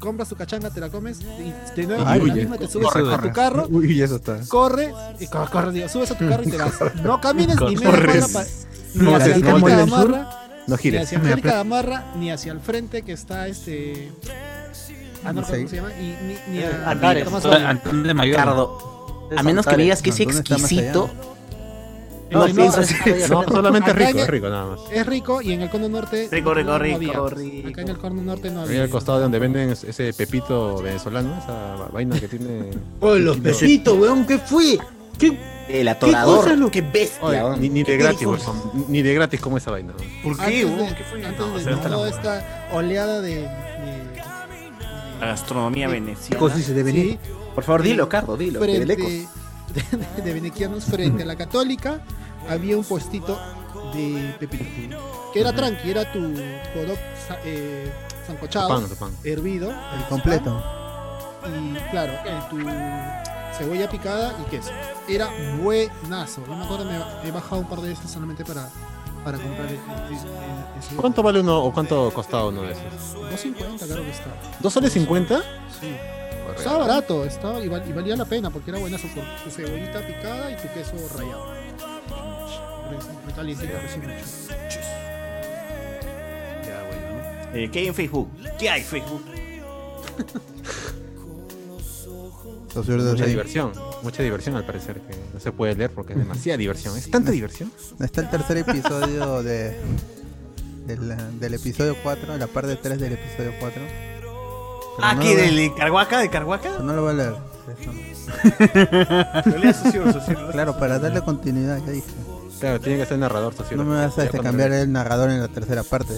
Speaker 3: compras tu cachanga, te la comes y de nuevo
Speaker 5: Ay,
Speaker 3: con la
Speaker 5: huye.
Speaker 3: misma te subes
Speaker 5: Corre,
Speaker 3: a
Speaker 5: corre.
Speaker 3: tu carro.
Speaker 5: Uy, eso está.
Speaker 3: Corre, y co- corre, digo, subes a tu carro y te vas. No camines ni media
Speaker 5: Corres.
Speaker 3: cuadra pa-
Speaker 5: No
Speaker 3: ni
Speaker 5: haces
Speaker 3: hacia
Speaker 5: como
Speaker 3: Angélica
Speaker 5: el del sur.
Speaker 3: Gamarra,
Speaker 5: No
Speaker 3: ni
Speaker 5: gires.
Speaker 3: hacia
Speaker 5: Me
Speaker 3: Angélica
Speaker 5: apla-
Speaker 3: Gamarra, ni hacia el frente que está este. Ah, no, recuerdo ¿cómo se llama? Y ni,
Speaker 14: Eh,
Speaker 3: ni a
Speaker 18: Antares. Antares.
Speaker 3: Tomás Orio.
Speaker 18: Antonio de Mayor.
Speaker 14: Ricardo,
Speaker 18: Es
Speaker 14: a menos que
Speaker 18: Antares.
Speaker 14: me digas que es
Speaker 18: Antonio está más
Speaker 14: exquisito,
Speaker 3: No,
Speaker 14: no,
Speaker 3: no,
Speaker 14: piensas
Speaker 3: es- es-
Speaker 5: No, solamente
Speaker 3: Acá
Speaker 5: rico,
Speaker 3: en-
Speaker 5: es rico nada más.
Speaker 3: Es rico y en el cono norte.
Speaker 6: Rico, rico,
Speaker 3: no
Speaker 6: rico,
Speaker 3: había. Acá en el cono norte no
Speaker 5: Ahí
Speaker 3: había.
Speaker 5: al costado de donde venden es- ese pepito venezolano, esa va- vaina que tiene.
Speaker 10: Oh, los pesitos, weón, ¿qué fue? ¿Qué,
Speaker 14: el
Speaker 10: qué cosa
Speaker 14: atorador.
Speaker 10: es lo que bestia?
Speaker 5: Oye,
Speaker 10: weón?
Speaker 5: ni, ni de
Speaker 10: ¿Qué
Speaker 5: gratis,
Speaker 10: cosa?
Speaker 5: weón, ni- ni de gratis como esa vaina.
Speaker 6: ¿Por
Speaker 5: weón.
Speaker 6: qué?
Speaker 3: Antes
Speaker 6: weón?
Speaker 3: de,
Speaker 6: ¿Qué fue?
Speaker 3: antes
Speaker 6: No,
Speaker 3: de
Speaker 6: o sea, está la
Speaker 3: toda
Speaker 6: moda.
Speaker 3: esta oleada de. de-
Speaker 6: La gastronomía veneciana.
Speaker 3: Cosa dice de venir.
Speaker 14: Por favor, dilo, Cardo, dilo. que
Speaker 3: frente,
Speaker 14: del eco.
Speaker 3: <laughs> de, de venequianos frente a la católica había un puestito de pepito que era tranqui era tu hot dog sa- eh, sancochado
Speaker 4: Tu pan, tu pan.
Speaker 3: hervido el
Speaker 4: Completo.
Speaker 3: y claro eh, tu cebolla picada y queso era buenazo yo me acuerdo me he bajado un par de veces solamente para para comprar el- el- el- ese
Speaker 5: ¿Cuánto vale uno o cuánto costaba uno de esos?
Speaker 3: 250 claro que está
Speaker 5: ¿Dos soles cincuenta?
Speaker 3: sí estaba barato estaba y, val- y valía la pena porque era buenazo con tu cebollita picada y tu queso rallado Muy calientito, recién hecho.
Speaker 6: Ya, bueno. Eh, ¿Qué hay en Facebook? ¿Qué hay en Facebook?
Speaker 4: Los Señores de los
Speaker 5: Mucha
Speaker 4: Anillos.
Speaker 5: diversión, mucha diversión al parecer, que no se puede leer porque es demasiada diversión. Es tanta diversión.
Speaker 4: Está el tercer episodio de, del, del episodio 4, la parte 3 del episodio 4. Pero
Speaker 6: Ah,
Speaker 4: no
Speaker 6: ¿qué?
Speaker 4: lo-
Speaker 6: ¿Del Carhuaca? ¿De Carhuaca?
Speaker 4: No lo voy
Speaker 6: <laughs>
Speaker 4: a leer. eso
Speaker 6: No leas, socio, socio, no
Speaker 4: no.
Speaker 6: leas.
Speaker 4: claro, para darle continuidad, ya dije.
Speaker 5: Claro, tiene que ser narrador socio.
Speaker 4: No me vas a
Speaker 5: Ya
Speaker 4: este,
Speaker 5: cuando
Speaker 4: cambiar el narrador en la tercera parte.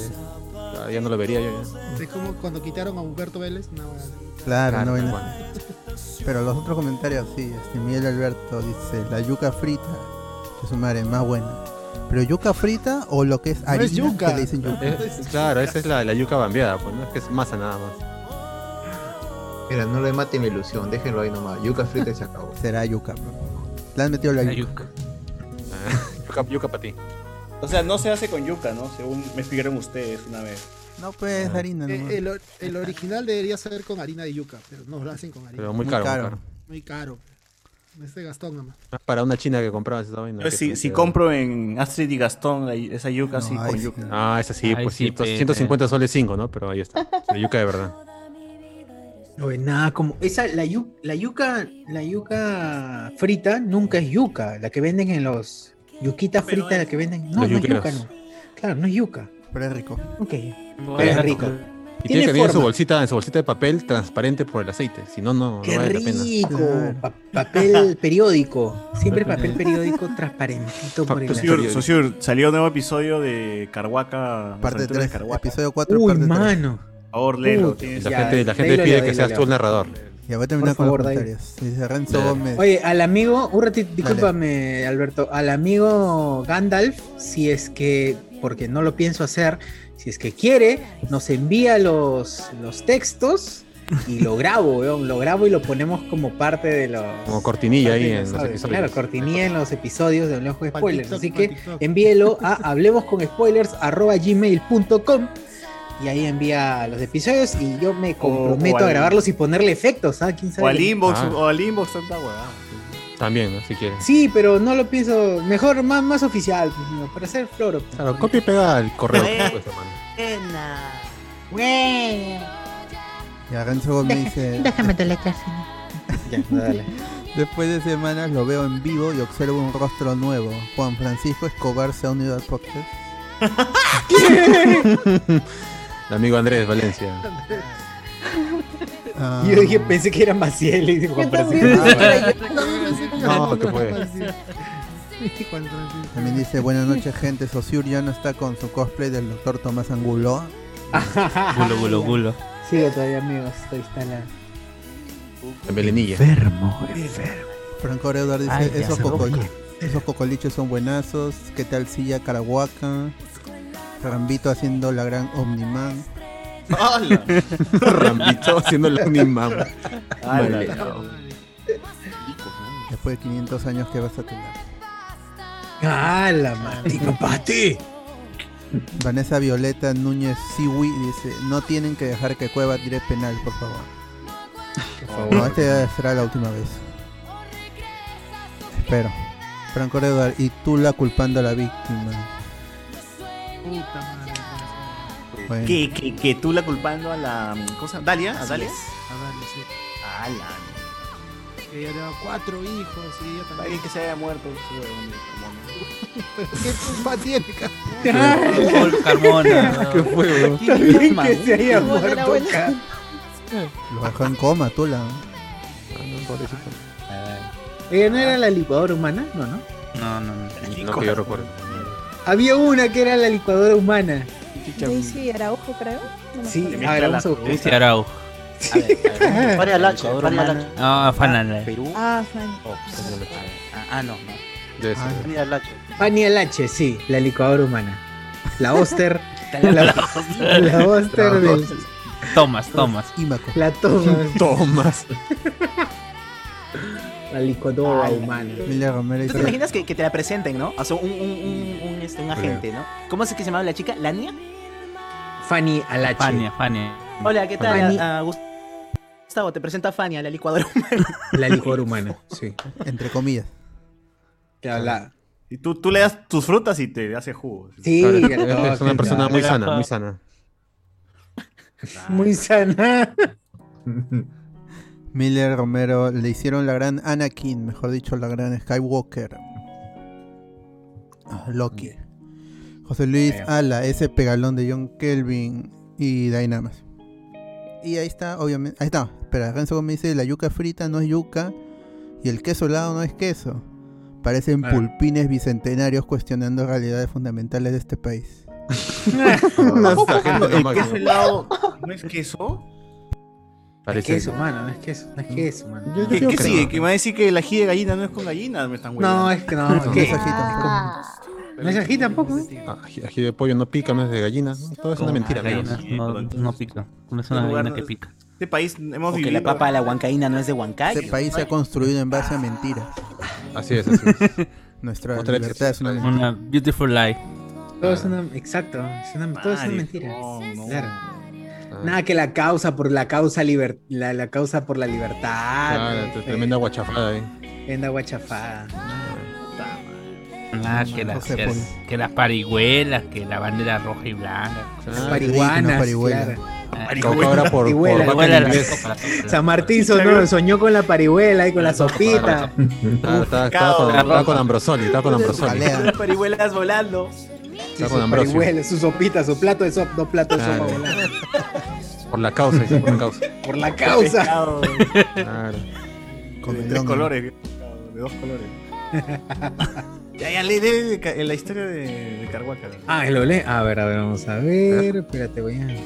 Speaker 5: Ah, Ya no lo vería yo. ya.
Speaker 3: Es como cuando quitaron a Humberto Vélez. No,
Speaker 4: Claro,
Speaker 5: Claro,
Speaker 4: no viene.
Speaker 5: bueno.
Speaker 4: Pero los otros comentarios, sí, este Miguel Alberto dice, la yuca frita, que su madre más buena. Pero yuca frita o lo que es harina
Speaker 3: es yuca.
Speaker 4: que le dicen yuca.
Speaker 5: Es- claro, esa es la, la yuca bambeada, pues no es que es masa nada más.
Speaker 7: Mira, no le maten mi ilusión, déjenlo ahí nomás. Yuca frita y se acabó.
Speaker 4: Será yuca. Le han metido la, yuca.
Speaker 7: <laughs>
Speaker 5: Yuca, yuca para ti.
Speaker 6: O sea, no se hace con yuca, ¿no? Según me explicaron ustedes una vez.
Speaker 4: No, pues harina.
Speaker 3: Eh,
Speaker 4: nomás.
Speaker 3: el, or- el original debería ser con harina de yuca, pero no lo hacen con harina.
Speaker 5: Pero muy caro, muy caro.
Speaker 3: Muy caro. Este Gastón, nomás.
Speaker 5: Ah, Para una china que comprabas esa vaina.
Speaker 6: Yo
Speaker 5: que
Speaker 6: si,
Speaker 5: te-
Speaker 6: si
Speaker 5: te-
Speaker 6: compro en Astrid y Gastón ahí, esa yuca, sí,
Speaker 5: ay,
Speaker 6: con
Speaker 5: sí.
Speaker 6: yuca.
Speaker 5: Ah, esa sí,
Speaker 6: Ay,
Speaker 5: pues
Speaker 6: sí,
Speaker 5: sí, pues,
Speaker 6: pe-
Speaker 5: 150 soles 5, ¿no? Pero ahí está. La yuca de verdad.
Speaker 1: No es nada como. Esa, la, yu- la yuca, la yuca frita nunca es yuca. La que venden en los. Yuquita frita, la que venden. No,
Speaker 5: Los
Speaker 1: no es yuca,
Speaker 5: yuqueros.
Speaker 1: no. Claro, no es yuca.
Speaker 4: Pero es rico.
Speaker 1: Ok.
Speaker 5: Bueno.
Speaker 1: Pero es rico.
Speaker 5: Y tiene que venir en su
Speaker 1: forma.
Speaker 5: bolsita, en su bolsita de papel transparente por el aceite. Si no, no, no
Speaker 1: Qué
Speaker 5: vale la pena.
Speaker 1: rico. Pa- papel periódico. Siempre papel periódico transparentito por el
Speaker 6: Sosur,
Speaker 1: aceite.
Speaker 6: Sosur, pues, salió un nuevo episodio de Carhuaca.
Speaker 4: Parte
Speaker 6: las aventuras de
Speaker 4: tres,
Speaker 6: Carhuaca.
Speaker 4: episodio cuatro, Uy, parte tres. mano.
Speaker 6: Por favor, léelo.
Speaker 4: Puta.
Speaker 6: tienes-
Speaker 5: La
Speaker 4: Ya,
Speaker 5: gente, la gente
Speaker 4: léelo,
Speaker 5: pide
Speaker 4: léelo,
Speaker 5: que seas
Speaker 4: léelo.
Speaker 5: tú el narrador.
Speaker 4: Ya voy a terminar con
Speaker 1: Por favor,
Speaker 4: los
Speaker 1: David.
Speaker 4: comentarios. Dice Renzo
Speaker 5: Dale.
Speaker 4: Gómez.
Speaker 1: Oye, al amigo, un ratito, discúlpame, Alberto, al amigo Gandalf, si es que, porque no lo pienso hacer, si es que quiere, nos envía los, los textos y lo grabo, weón, lo grabo y lo ponemos como parte de los.
Speaker 5: Como cortinilla ahí
Speaker 1: parte de
Speaker 5: en los episodios.
Speaker 1: Claro, cortinilla en los episodios de Hablemos con
Speaker 3: Pa'l
Speaker 1: Spoilers.
Speaker 3: TikTok,
Speaker 1: Así
Speaker 3: pa'l
Speaker 1: que
Speaker 3: TikTok.
Speaker 1: envíelo a hablemosconspoilers.gmail.com y ahí envía los episodios y yo me comprometo
Speaker 6: al-
Speaker 1: a grabarlos y ponerle efectos, ¿ah? ¿Quién sabe?
Speaker 6: O al inbox,
Speaker 5: Ah.
Speaker 6: o al inbox, tanta huevada.
Speaker 5: También, ¿no? Si quieres.
Speaker 1: Sí, pero no lo pienso. Mejor, más, más oficial, pues, amigo, para ser floro. pues.
Speaker 5: Claro, copia y pega el correo. pues, hermano.
Speaker 4: Ya Renzo Gómez
Speaker 1: <laughs>
Speaker 4: dice,
Speaker 21: Eh, Déjame tu letra final.
Speaker 4: Después de semanas lo veo en vivo y observo un rostro nuevo. Juan Francisco Escobar se ha unido al podcast.
Speaker 5: El amigo Andrés Valencia.
Speaker 4: Ah,
Speaker 1: <laughs> Yo dije, pensé que era Maciel y dijo, "Juan Francisco".
Speaker 5: No, que fue.
Speaker 4: También dice, buenas noches gente, Sosur ya no está con su cosplay del doctor Tomás
Speaker 1: <laughs>
Speaker 4: Angulo.
Speaker 22: Gulo, gulo, gulo.
Speaker 1: Sigo todavía, amigos. Ahí está la.
Speaker 5: En Belenilla.
Speaker 4: Enfermo,
Speaker 1: eh.
Speaker 4: Franco Oreudar dice,
Speaker 1: Ay, ya
Speaker 4: esos,
Speaker 1: se
Speaker 4: coco-
Speaker 1: dobla".
Speaker 4: esos cocolichos son buenazos. ¿Qué tal Silla Carahuaca? Rambito haciendo la gran Omniman.
Speaker 6: ¡Hala!
Speaker 5: <laughs> Rambito haciendo la Omniman.
Speaker 4: Vale.
Speaker 5: Vale.
Speaker 4: Después de 500 años que vas a tener.
Speaker 1: ¡Hala, maldito ¡Ah, pati!
Speaker 4: Vanessa Violeta Núñez Siwi dice, no tienen que dejar que Cueva tire penal, por favor.
Speaker 1: favor.
Speaker 4: No, esta será la última vez. Espero. Franco Eduard, y tú la culpando a la víctima. Bueno.
Speaker 6: Que, que, que tú la culpando a la. cosa ¿Dalia? ¿A
Speaker 3: Así
Speaker 6: Dalia?
Speaker 3: es, A darle, sí.
Speaker 6: A la.
Speaker 3: Que ella tenga Eh, cuatro hijos y ella también.
Speaker 6: Alguien que se haya muerto. sí, huevón,
Speaker 3: Qué culpa tiene,
Speaker 22: Paul Carmona.
Speaker 5: ¿Qué fue, bro?
Speaker 1: Alguien que se haya muerto acá.
Speaker 4: Lo dejó en coma, tú la.
Speaker 5: Ah,
Speaker 1: Ella Eh, no era la licuadora humana, no, no.
Speaker 22: No, no, no.
Speaker 5: No que
Speaker 9: <laughs>
Speaker 5: yo recuerdo.
Speaker 1: Había una que era la licuadora humana.
Speaker 8: Daisy Araujo, creo. No me
Speaker 1: Sí,
Speaker 8: acuerdo.
Speaker 1: a ver, vamos a buscar.
Speaker 22: Dice Araujo.
Speaker 9: Faria Lache,
Speaker 14: Ecuador,
Speaker 9: Faria
Speaker 14: humana.
Speaker 9: Lache.
Speaker 22: Ah, Fanala.
Speaker 14: Perú.
Speaker 8: Ah, Fanny.
Speaker 14: Ah, ah, no, no.
Speaker 5: Debe
Speaker 4: ser.
Speaker 9: Faria Lache.
Speaker 1: Fanny Alache, sí, la licuadora humana. La Oster. la,
Speaker 22: La Oster.
Speaker 1: la Oster del.
Speaker 22: Tomas, Tomas.
Speaker 4: Imaco.
Speaker 1: La <laughs> Thomas.
Speaker 5: Tomas.
Speaker 1: La licuadora humana.
Speaker 4: Emilia Romero
Speaker 14: ¿Tú te
Speaker 4: dice,
Speaker 14: imaginas que, que te la presenten, no? O sea, un, un, un, un, este, un agente, ¿no? ¿Cómo es que se llamaba la chica? ¿Lania?
Speaker 1: Fanny Alache.
Speaker 22: Fania, Fania.
Speaker 14: Hola, ¿qué tal?
Speaker 1: Fanny.
Speaker 14: Ah, Gust- Gustavo, te presento a Fania, la licuadora humana.
Speaker 1: La licuadora humana, sí.
Speaker 4: entre comillas.
Speaker 1: Claro, la-
Speaker 6: Y tú, tú le das tus frutas y te hace jugo.
Speaker 1: Sí,
Speaker 5: Claro,
Speaker 1: que no,
Speaker 5: es una
Speaker 1: que
Speaker 5: persona
Speaker 1: no.
Speaker 5: muy sana, muy sana.
Speaker 1: Muy sana.
Speaker 4: <laughs> Miller Romero le hicieron la gran Anakin, mejor dicho, la gran Skywalker. Ah, Loki. José Luis Ala, ese pegalón de John Kelvin y de ahí nada más. Y ahí está, obviamente. Ahí está. Espera, Renzo me dice: la yuca frita no es yuca y el queso helado no es queso. Parecen
Speaker 10: Claro.
Speaker 4: pulpines bicentenarios cuestionando realidades fundamentales de este país.
Speaker 6: ¿El queso helado no es queso?
Speaker 1: Parece queso, mano, no es queso, no es queso, mano.
Speaker 6: ¿Qué, qué sigue? ¿Que me va a decir que el ají de gallina no es con gallina? Me están
Speaker 1: No, es
Speaker 6: <laughs>
Speaker 1: que no, es que-
Speaker 6: es
Speaker 1: Ah. No es ají tampoco, ¿eh?
Speaker 5: Ají, ají de pollo no pica, no es de gallina. ¿no? Todo es una mentira.
Speaker 18: gallina, no, no pica. No es una gallina que pica.
Speaker 6: Este país hemos
Speaker 14: Porque la papa de la huancaína no es de huancayo.
Speaker 4: Este país se ha construido en base a mentiras.
Speaker 5: Así es, así es.
Speaker 4: <laughs> Nuestra
Speaker 5: Otra
Speaker 4: libertad es una mentira.
Speaker 18: Una beautiful lie.
Speaker 1: Todo es una, exacto, es una, todo es una
Speaker 18: Marico,
Speaker 1: mentira.
Speaker 9: Oh.
Speaker 18: <laughs>
Speaker 1: Claro.
Speaker 5: Ah.
Speaker 1: Nada que la causa por la causa liber- la, la causa por la libertad.
Speaker 5: Claro, tremenda guachafada ahí.
Speaker 1: Tremenda guachafada.
Speaker 18: Ah, que, las,
Speaker 1: José
Speaker 18: que, las- que las parihuelas, que la bandera roja y blanca.
Speaker 5: Ah,
Speaker 1: Las parihuanas, claro.
Speaker 14: Ah,
Speaker 18: Como ahora por-
Speaker 1: Parihuela.
Speaker 18: por vaca en inglés.
Speaker 1: San Martín sonó, soñó con la parihuela y con la sopita.
Speaker 5: Estaba, estaba- estaba con, estaba con Ambrosoli, estaba con Ambrosoli.
Speaker 1: Jalea.
Speaker 5: Estaba
Speaker 6: Las parihuelas volando.
Speaker 1: Sí,
Speaker 5: con
Speaker 1: su
Speaker 5: Ambrosio.
Speaker 1: parihuela, su sopita, su plato de sopa, dos platos de sopa
Speaker 5: Claro.
Speaker 1: volando.
Speaker 5: Por la causa, dice, por la causa.
Speaker 1: <laughs> Por la causa.
Speaker 6: Pescado.
Speaker 5: Claro.
Speaker 6: De tres colores, de dos
Speaker 1: <laughs>
Speaker 6: colores. Ya, ya, le de, de ca- la historia de, de Carhuaca.
Speaker 1: Ah, el olé. A ver, a ver, vamos a ver. Espérate, voy a.
Speaker 5: Vamos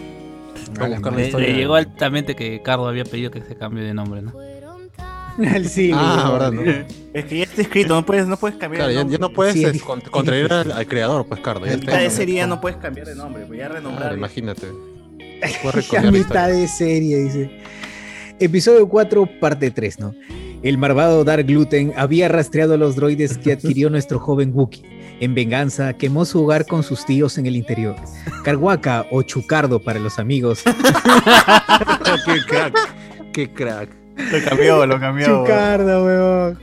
Speaker 5: Ah. a buscar la
Speaker 18: Le,
Speaker 5: historia.
Speaker 18: le llegó altamente que Cardo había pedido que se cambie de nombre,
Speaker 4: <laughs>
Speaker 5: <laughs>
Speaker 18: ¿no?
Speaker 1: El sí,
Speaker 5: Ah, verdad, ¿no?
Speaker 6: Es que ya está escrito, no puedes, no puedes cambiar
Speaker 5: Claro,
Speaker 6: de
Speaker 5: ya, ya
Speaker 6: nombre.
Speaker 5: no puedes
Speaker 6: Sí, es
Speaker 5: eh,
Speaker 6: difícil.
Speaker 5: con- contraer al, al creador, pues, Cardo. Ya
Speaker 6: A
Speaker 5: está.
Speaker 6: mitad de serie ya no puedes cambiar de nombre, pues ya
Speaker 5: Claro,
Speaker 6: renombrar.
Speaker 5: imagínate.
Speaker 1: <laughs>
Speaker 5: Puedes
Speaker 1: A
Speaker 5: recopiar la
Speaker 1: mitad
Speaker 5: historia.
Speaker 1: de serie, dice. Episodio 4, parte 3, ¿no? El malvado Dark Gluten había rastreado a los droides
Speaker 6: <laughs>
Speaker 1: que adquirió nuestro joven Wookiee. En venganza, quemó su hogar con sus tíos en el interior. Carhuaca o Chucardo para los amigos.
Speaker 5: <laughs> qué crack, qué crack.
Speaker 6: <laughs> Lo cambió, lo cambió.
Speaker 1: Chucardo, weón.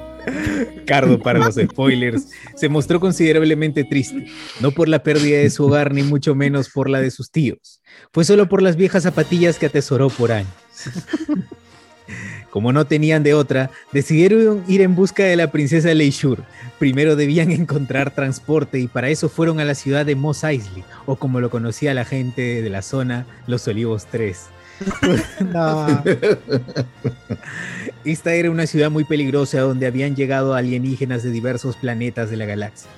Speaker 1: Cardo para los spoilers se mostró considerablemente triste, no por la pérdida de su hogar ni mucho menos por la de sus tíos, fue solo por las viejas zapatillas que atesoró por años. Como no tenían de otra, decidieron ir en busca de la princesa Leishur. Primero debían <laughs> encontrar transporte y para eso fueron a la ciudad de Moss Eisley, o como lo conocía la gente de la zona, Los Olivos 3. No. <laughs> Esta era una ciudad muy peligrosa donde habían llegado alienígenas de diversos planetas de la galaxia.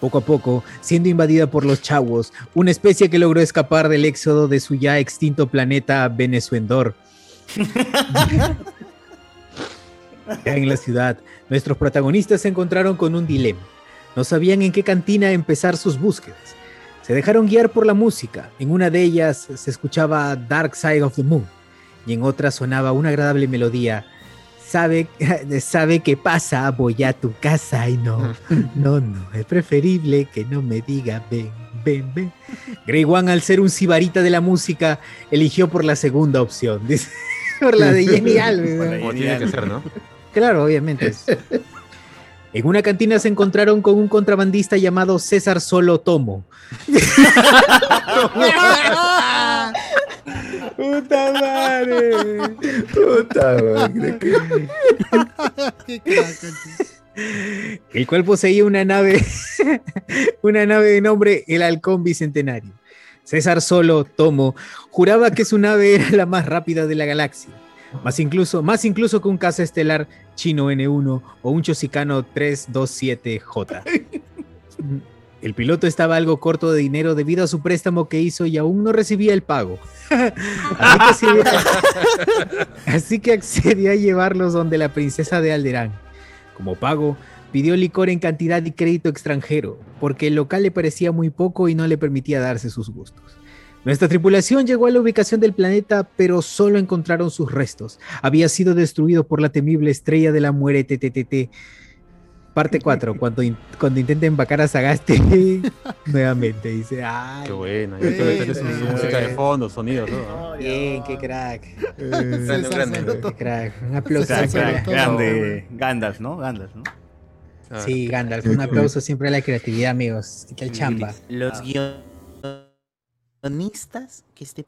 Speaker 1: Poco a poco, siendo invadida por los chavos, una especie que logró escapar del éxodo de su ya extinto planeta Venezuendor. Ya <laughs> en la ciudad, nuestros protagonistas se encontraron con un dilema. No sabían en qué cantina empezar sus búsquedas. Se dejaron guiar por la música. En una de ellas se escuchaba Dark Side of the Moon y en otra sonaba una agradable melodía. Sabe, <laughs> sabe qué pasa, voy a tu casa y no, no, no, es preferible que no me diga ven, ven, ven. Grey One, al ser un sibarita de la música, eligió por la segunda opción, dice, <laughs> por la de Jenny <laughs> Alves. ¿no?
Speaker 5: Como tiene que ser, ¿no?
Speaker 1: <laughs> Claro, obviamente. es. En una cantina se encontraron con un contrabandista llamado César Solo Tomo. ¡Puta madre! <laughs>
Speaker 7: ¡Puta madre!
Speaker 1: El cual poseía una nave, <laughs> una nave de nombre El Halcón Bicentenario. César Solo Tomo juraba que su nave era la más rápida de la galaxia, más incluso, más incluso que un caza estelar chino N1 o un chosicano 327J. El piloto estaba algo corto de dinero debido a su préstamo que hizo y aún no recibía el pago. Así que, accedió- así que accedió a llevarlos donde la princesa de Alderán. Como pago, pidió licor en cantidad y crédito extranjero, porque el local le parecía muy poco y no le permitía darse sus gustos. Nuestra tripulación llegó a la ubicación del planeta, pero solo encontraron sus restos. Había sido destruido por la temible estrella de la muerte TTT. Parte 4, cuando, in- cuando intenten vacar a Sagaste <laughs> nuevamente, dice, ay,
Speaker 5: Qué buena. Ya hay que meterle su su música de fondo, sonidos,
Speaker 6: <laughs>
Speaker 5: todo. ¿no?
Speaker 1: bien, qué crack.
Speaker 18: Eh,
Speaker 5: Grande, grande.
Speaker 1: Qué crack. Un aplauso.
Speaker 6: Crack,
Speaker 1: siempre a la-
Speaker 6: crack, grande. Gandalf, ¿no? Gandalf, ¿no?
Speaker 5: Ah.
Speaker 1: Sí, Gandalf, un aplauso siempre a la creatividad, amigos. ¿Qué tal chamba?
Speaker 14: Los guionistas que este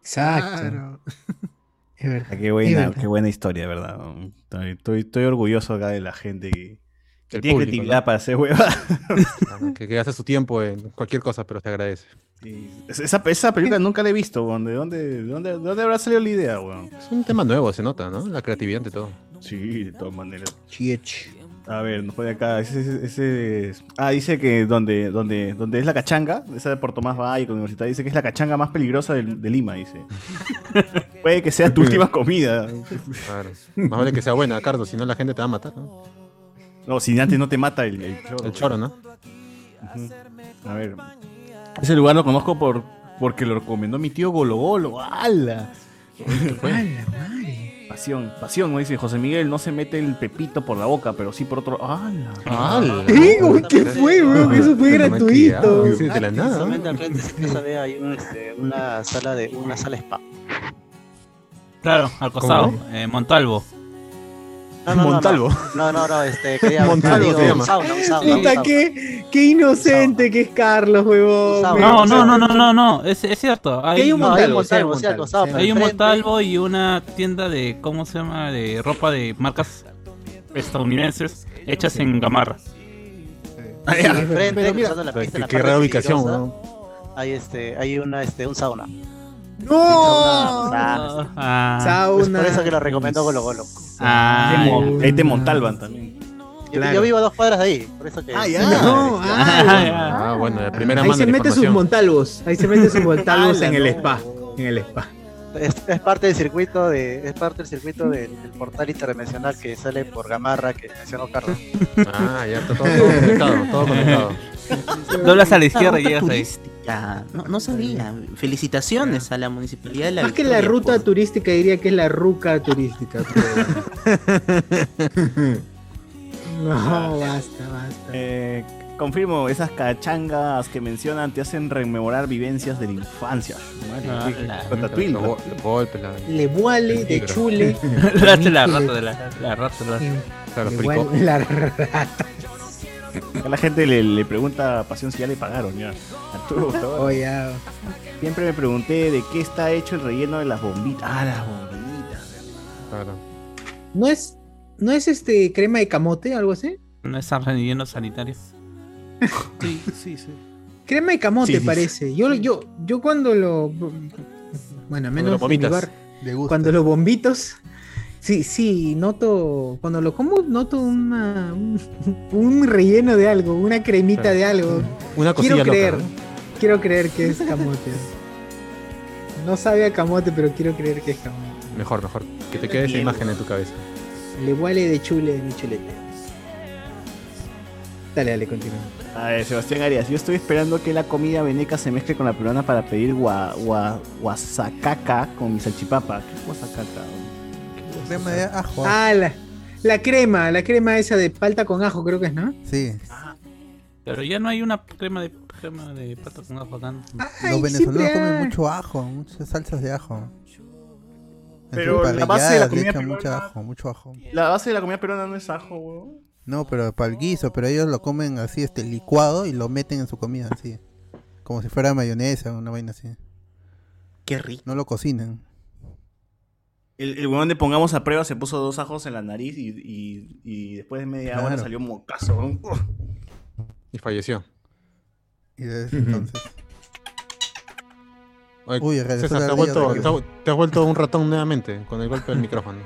Speaker 1: Exacto.
Speaker 10: Es verdad.
Speaker 6: Ah, Qué
Speaker 10: Es
Speaker 6: buena,
Speaker 10: verdad.
Speaker 6: qué buena historia, de ¿verdad? Estoy, estoy- estoy orgulloso acá de la gente que, que
Speaker 5: Del
Speaker 6: tiene
Speaker 5: público,
Speaker 6: creatividad
Speaker 5: ¿no?
Speaker 6: para hacer huevas.
Speaker 5: <laughs> que, que gasta su tiempo en cualquier cosa, pero te agradece.
Speaker 6: Es- Esa, esa película nunca la he visto, weón. ¿De dónde, de dónde, de dónde habrá salido la idea, weón?
Speaker 5: Es un tema nuevo, se nota, ¿no? La creatividad de todo.
Speaker 6: Sí, de todas maneras. A ver, nos pone acá. Ese, ese- ese es- Ah, dice que donde, donde, donde es la cachanga, esa de Puerto Más Valle, con Universidad, dice que es la cachanga más peligrosa del- de, Lima, dice. Puede que sea tu
Speaker 5: <laughs>
Speaker 6: última comida.
Speaker 5: Claro. Más vale que sea buena, Cardo, si no la gente te va a matar. ¿no?
Speaker 6: No, si antes no te mata el, el choro.
Speaker 5: El choro, ¿no?
Speaker 6: Ujú. A ver. Ese lugar lo conozco por, porque lo recomendó mi tío Golo Golo. ¡Hala! Pasión, pasión, como dice José Miguel, no se mete el pepito por la boca, pero sí por otro. ¡Hala!
Speaker 5: ¡Hala!
Speaker 1: Eh, güey, ¿qué fue, weón? Eso fue gratuito.
Speaker 6: Sí, de la nada.
Speaker 9: Ah, Solamente al frente de esa vea hay un, este, una sala de una sala spa.
Speaker 18: Claro, al costado, eh, Montalvo.
Speaker 9: No, no, no, No, no, no, no,
Speaker 18: <laughs>
Speaker 9: este, quería
Speaker 18: Montalvo
Speaker 9: digo,
Speaker 18: se llama.
Speaker 9: sauna, un sauna, un
Speaker 1: Puta,
Speaker 9: sauna.
Speaker 1: qué, qué inocente que es Carlos, huevón.
Speaker 18: No, no, no, no, no, no, es, es cierto. Hay,
Speaker 1: Hay un
Speaker 18: no,
Speaker 1: Montalvo, sí, hay un Montalvo, sí, al costado,
Speaker 18: Hay un
Speaker 1: frente.
Speaker 18: Montalvo y una tienda de, ¿cómo se llama? De ropa de marcas estadounidenses hechas en gamarra.
Speaker 9: Sí, al frente,
Speaker 18: Pero mira,
Speaker 9: cruzando la pista,
Speaker 18: qué-
Speaker 9: la
Speaker 18: qué
Speaker 9: parte
Speaker 18: rara ubicación,
Speaker 9: peligrosa, Hay este, hay una, este, un sauna.
Speaker 1: ¡No!
Speaker 5: Ah,
Speaker 9: Es por eso que lo recomendó Golo Golo.
Speaker 18: Ah,
Speaker 6: Ahí te Montalban también.
Speaker 9: Yo,
Speaker 6: Claro.
Speaker 9: yo vivo a dos cuadras de ahí, por eso que. <laughs>
Speaker 6: Ah,
Speaker 1: ya. No,
Speaker 5: Ah, bueno, de primera
Speaker 1: Ahí
Speaker 5: mano.
Speaker 1: se
Speaker 5: la
Speaker 1: mete sus
Speaker 5: información.
Speaker 1: montalvos. Ahí se
Speaker 5: <laughs>
Speaker 1: mete sus montalvos
Speaker 9: Ala,
Speaker 1: en el
Speaker 9: no.
Speaker 1: spa. En el spa.
Speaker 9: Es, es parte del circuito de, es parte del circuito del, del portal interdimensional que sale por Gamarra que mencionó Carlos.
Speaker 5: Ah, ya está todo, todo conectado, todo conectado.
Speaker 18: Doblas a la izquierda y
Speaker 14: Ruta
Speaker 18: llegas ahí.
Speaker 14: turística. No, no sabía. Felicitaciones a la municipalidad de la
Speaker 1: Más que la
Speaker 14: Victoria.
Speaker 1: ruta turística, diría que es la ruca
Speaker 5: <laughs>
Speaker 1: turística. pero- no, basta, basta.
Speaker 6: Eh, confirmo, esas cachangas que mencionan te hacen rememorar vivencias de la infancia. Madre,
Speaker 18: Ah,
Speaker 6: qué-
Speaker 18: la-
Speaker 6: Ratatouille,
Speaker 5: Los
Speaker 6: ¿no?
Speaker 5: go- los golpes, la-
Speaker 1: Le vuale de
Speaker 18: <laughs>
Speaker 5: <laughs>
Speaker 1: <laughs> chule.
Speaker 18: La rata, la rata, de la, la rata, la
Speaker 5: Claro,
Speaker 1: Le
Speaker 5: fricó.
Speaker 1: vuale <laughs> la rata.
Speaker 6: Acá la gente le, le pregunta a Pasión si ya le pagaron. Ya. Arturo, por favor.
Speaker 1: Oye, ah,
Speaker 6: Siempre me pregunté de qué está hecho el relleno de las bombitas. Ah, las bombitas.
Speaker 5: Claro.
Speaker 1: ¿no es, ¿No es este crema de camote algo así?
Speaker 18: No están relleno sanitario. <laughs> Sí, sí, sí.
Speaker 1: Crema de camote
Speaker 18: Sí, sí.
Speaker 1: parece. Yo, yo, yo cuando lo. Bueno, al menos
Speaker 18: lo
Speaker 1: en mi
Speaker 18: vomitas.
Speaker 1: bar. Cuando los bombitos. Sí, sí, noto. Cuando lo como, noto una, un, un relleno de algo, una cremita
Speaker 5: Claro.
Speaker 1: de algo.
Speaker 5: Una cosilla
Speaker 1: Quiero
Speaker 5: loca,
Speaker 1: creer.
Speaker 5: ¿no?
Speaker 1: Quiero creer que es camote. No sabe a camote, pero quiero creer que es camote.
Speaker 5: Mejor, mejor. Que te quede esa
Speaker 1: Bien.
Speaker 5: imagen en tu cabeza.
Speaker 1: Le huele de chule de mi chulete. Dale, dale, continúa.
Speaker 6: A ver, Sebastián Arias, yo estoy esperando que la comida veneca se mezcle con la peruana para pedir gua, gua- guasacaca con mi salchipapa. ¿Qué es guasacaca?
Speaker 4: Crema de ajo.
Speaker 1: Ah, la, la crema, la crema esa de palta con ajo, creo que es, ¿no?
Speaker 4: Sí.
Speaker 18: Pero ya no hay una crema de crema de pata con ajo acá.
Speaker 4: Los venezolanos
Speaker 18: siempre
Speaker 4: comen
Speaker 18: hay.
Speaker 4: mucho ajo, muchas salsas de ajo. En
Speaker 6: Pero
Speaker 4: sus
Speaker 6: la base de la
Speaker 4: parrilladas
Speaker 6: comida
Speaker 4: le echan mucho
Speaker 6: peruana-
Speaker 4: ajo, mucho ajo.
Speaker 6: La base de la comida peruana no es ajo, huevón.
Speaker 4: No, pero para el guiso, pero ellos lo comen así, este licuado y lo meten en su comida, así. Como si fuera mayonesa o una vaina así.
Speaker 14: Qué rico.
Speaker 4: No lo cocinan.
Speaker 6: El, el huevón de Pongamos a Prueba se puso dos ajos en la nariz y, y- y después de media hora
Speaker 4: Claro.
Speaker 6: salió mocazo. huevón.
Speaker 5: Y falleció.
Speaker 4: Y desde entonces.
Speaker 5: Oye,
Speaker 4: Uy, regresó
Speaker 5: César,
Speaker 4: la
Speaker 5: te has,
Speaker 4: ardilla
Speaker 5: vuelto,
Speaker 4: otra vez.
Speaker 5: te has- te has vuelto un ratón nuevamente con el golpe del micrófono.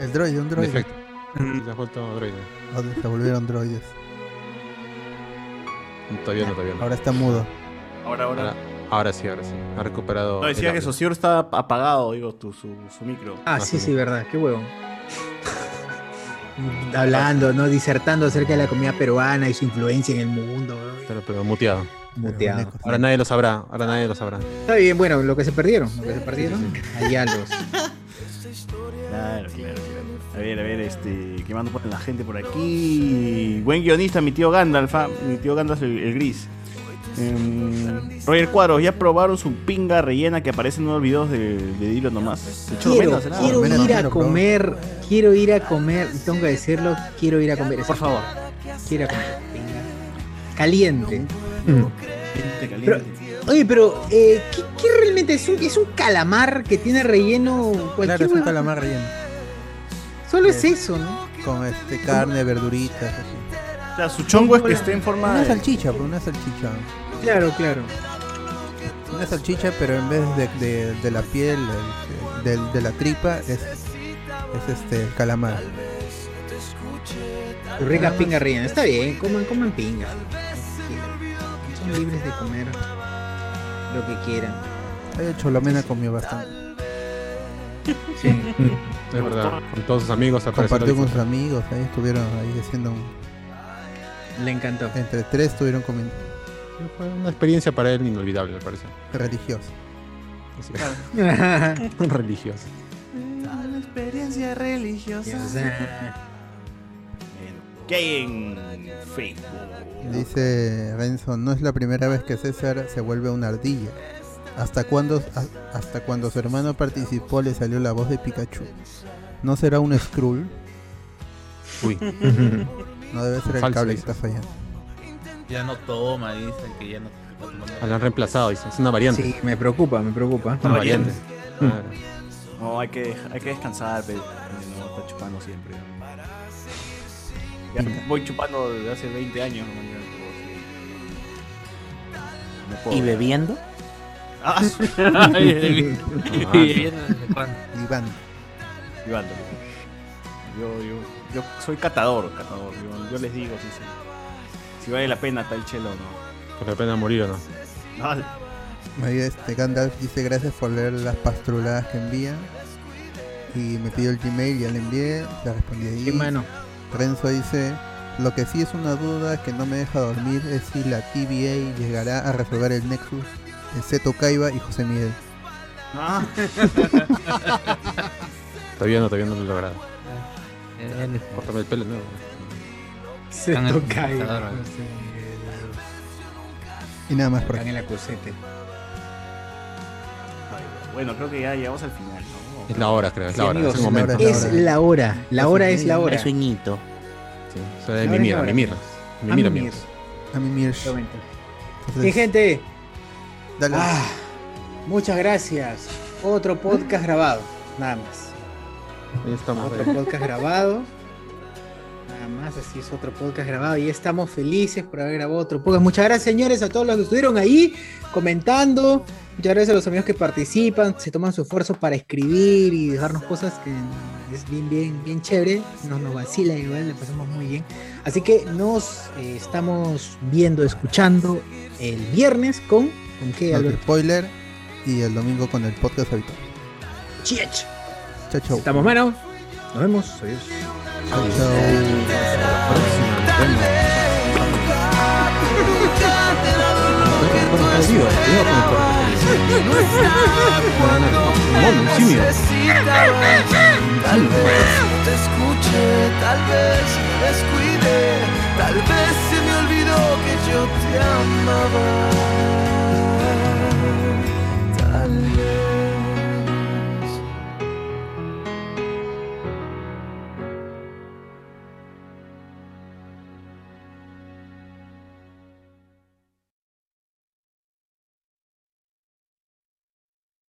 Speaker 4: El droide, un droide.
Speaker 5: Perfecto.
Speaker 6: Mm.
Speaker 5: Te has vuelto droide.
Speaker 4: Ahora Se volvieron droides.
Speaker 5: Todavía no, todavía no.
Speaker 4: Ahora está mudo.
Speaker 6: Ahora, ahora.
Speaker 5: Ahora, ahora sí, ahora sí. Ha recuperado.
Speaker 6: No, decía
Speaker 5: el
Speaker 6: que
Speaker 5: habla.
Speaker 6: Socior estaba apagado, digo, tu, su, su micro.
Speaker 1: Ah, sí, sí, verdad, qué huevo. Hablando, ¿no? Disertando acerca de la comida peruana y su influencia en el mundo. ¿no?
Speaker 5: Pero, pero muteado.
Speaker 1: Muteado.
Speaker 5: Ahora nadie lo sabrá. Ahora nadie lo sabrá.
Speaker 1: Está bien, bueno, lo que se perdieron, lo que se perdieron, allá los.
Speaker 6: Claro, claro, claro. A ver, a ver, este, ¿qué mando por la gente por aquí? Buen guionista, mi tío Gandalf, ah, mi tío Gandalf el, el gris. Em, Roger Cuadros, ¿ya probaron su pinga rellena que aparece en unos videos de, de Dilo nomás? De hecho,
Speaker 1: Quiero,
Speaker 6: menos, ¿será?
Speaker 1: quiero
Speaker 6: Menos,
Speaker 1: ir a
Speaker 6: menos,
Speaker 1: comer, quiero ir a comer, tengo que decirlo, quiero ir a comer. Por favor. Quiero ir a comer. Caliente.
Speaker 6: pero-
Speaker 1: Pero, Oye, pero eh, ¿qué, qué realmente es un, es un calamar que tiene relleno? Cualquier
Speaker 4: Claro, es un
Speaker 1: huevada?
Speaker 4: calamar relleno.
Speaker 1: Solo es eso, ¿no?
Speaker 4: Con este carne, verduritas. así.
Speaker 6: O sea, su chongo es que esté en forma
Speaker 4: Una
Speaker 6: de...
Speaker 4: salchicha, pues una salchicha.
Speaker 1: Claro, claro.
Speaker 4: Una salchicha, pero en vez de, de- de la piel, el- del- de, la tripa, es, es este el calamar.
Speaker 1: Sus ricas pingas rellenas. Está bien, coman, coman pinga. Son libres de comer lo que quieran.
Speaker 4: Eh, Cholomena comió bastante.
Speaker 5: Es verdad. Con todos sus amigos
Speaker 4: Compartió
Speaker 5: apareció.
Speaker 4: con sus amigos, ahí estuvieron ahí haciendo un-
Speaker 1: Le encantó.
Speaker 4: Entre tres estuvieron comiendo.
Speaker 5: Fue una experiencia para él inolvidable, me parece.
Speaker 4: Religioso.
Speaker 1: <laughs>
Speaker 5: Religioso.
Speaker 9: Una experiencia religiosa.
Speaker 6: ¿Qué hay en Facebook?
Speaker 4: Dice Renzo, no es la primera vez que César se vuelve una ardilla. Hasta cuando, a- hasta cuando su hermano participó le salió la voz de Pikachu. ¿No será un Skrull?
Speaker 5: Uy.
Speaker 4: No debe ser el
Speaker 5: Falso,
Speaker 4: cable que
Speaker 5: dices.
Speaker 4: está fallando.
Speaker 18: Ya no toma, dicen que ya no
Speaker 1: Mm.
Speaker 18: está tomando.
Speaker 5: Ah, Lo han reemplazado, dice. Es una variante.
Speaker 1: Sí, me preocupa, me preocupa.
Speaker 5: Una variante. Claro.
Speaker 6: No, hay que, hay que descansar, pero no está chupando siempre. Ya voy chupando desde hace 20 años. ¿no? Ya no puedo- no puedo.
Speaker 14: ¿Y bebiendo?
Speaker 6: Ah, <laughs>
Speaker 14: <laughs>
Speaker 5: Ah,
Speaker 4: Iván.
Speaker 6: Iván, Yo, yo, yo soy catador, catador. Yo, yo les digo si, si- si vale la pena tal chelo o no.
Speaker 5: Vale la pena morir o no.
Speaker 6: Vale.
Speaker 4: Ahí este Gandalf dice gracias por leer las pastruladas que envía. Y me pidió el Gmail, ya le envié, le respondí ahí.
Speaker 1: Sí, mano.
Speaker 4: Renzo dice, lo que sí es una duda que no me deja dormir es si la TVA llegará a resolver el Nexus de Seto Kaiba y José Miguel.
Speaker 6: Ah.
Speaker 5: Todavía no, todavía no lo he logrado. Córtame el pelo nuevo.
Speaker 1: Se
Speaker 5: Eh, Están en
Speaker 1: toca
Speaker 5: el
Speaker 1: ahí.
Speaker 5: computador,
Speaker 1: no
Speaker 5: ¿eh?
Speaker 1: sé,
Speaker 4: Y nada más por aquí.
Speaker 1: Están en la cosete.
Speaker 6: Bueno, creo que ya llegamos al final, ¿no?
Speaker 5: Es la hora, creo. Es la
Speaker 1: Sí,
Speaker 5: hora.
Speaker 1: amigos,
Speaker 5: es el momento.
Speaker 1: Es la hora. La hora es la hora.
Speaker 14: Es sueñito.
Speaker 5: Sí, es la de
Speaker 1: La hora
Speaker 5: mi
Speaker 1: es la
Speaker 5: mira,
Speaker 1: hora.
Speaker 5: mi mira. Mi
Speaker 1: A
Speaker 5: mira,
Speaker 1: mimir.
Speaker 5: amigos.
Speaker 4: A mí Mirsch.
Speaker 1: Momento.
Speaker 4: Entonces,
Speaker 1: Mi gente,
Speaker 4: dale.
Speaker 1: ah, muchas gracias. Otro podcast grabado, nada más.
Speaker 5: Ahí estamos.
Speaker 1: Otro
Speaker 5: ahí.
Speaker 1: podcast grabado. Nada más, así es otro podcast grabado. Y estamos felices por haber grabado otro podcast. Muchas gracias, señores, a todos los que estuvieron ahí comentando. Muchas gracias a los amigos que participan, se toman su esfuerzo para escribir y dejarnos cosas que es bien, bien, bien chévere. Nos, nos vacila igual, le pasamos muy bien. Así que nos eh, estamos viendo, escuchando el viernes con. ¿Con qué,
Speaker 4: Los
Speaker 1: Alberto?
Speaker 4: spoiler y el domingo con el podcast habitual.
Speaker 1: Chiech.
Speaker 4: Chao, chao.
Speaker 1: Estamos menos. Nos vemos. Adiós.
Speaker 23: Tal vez te escuche, tal vez descuide, tal vez se me olvidó que yo te amaba.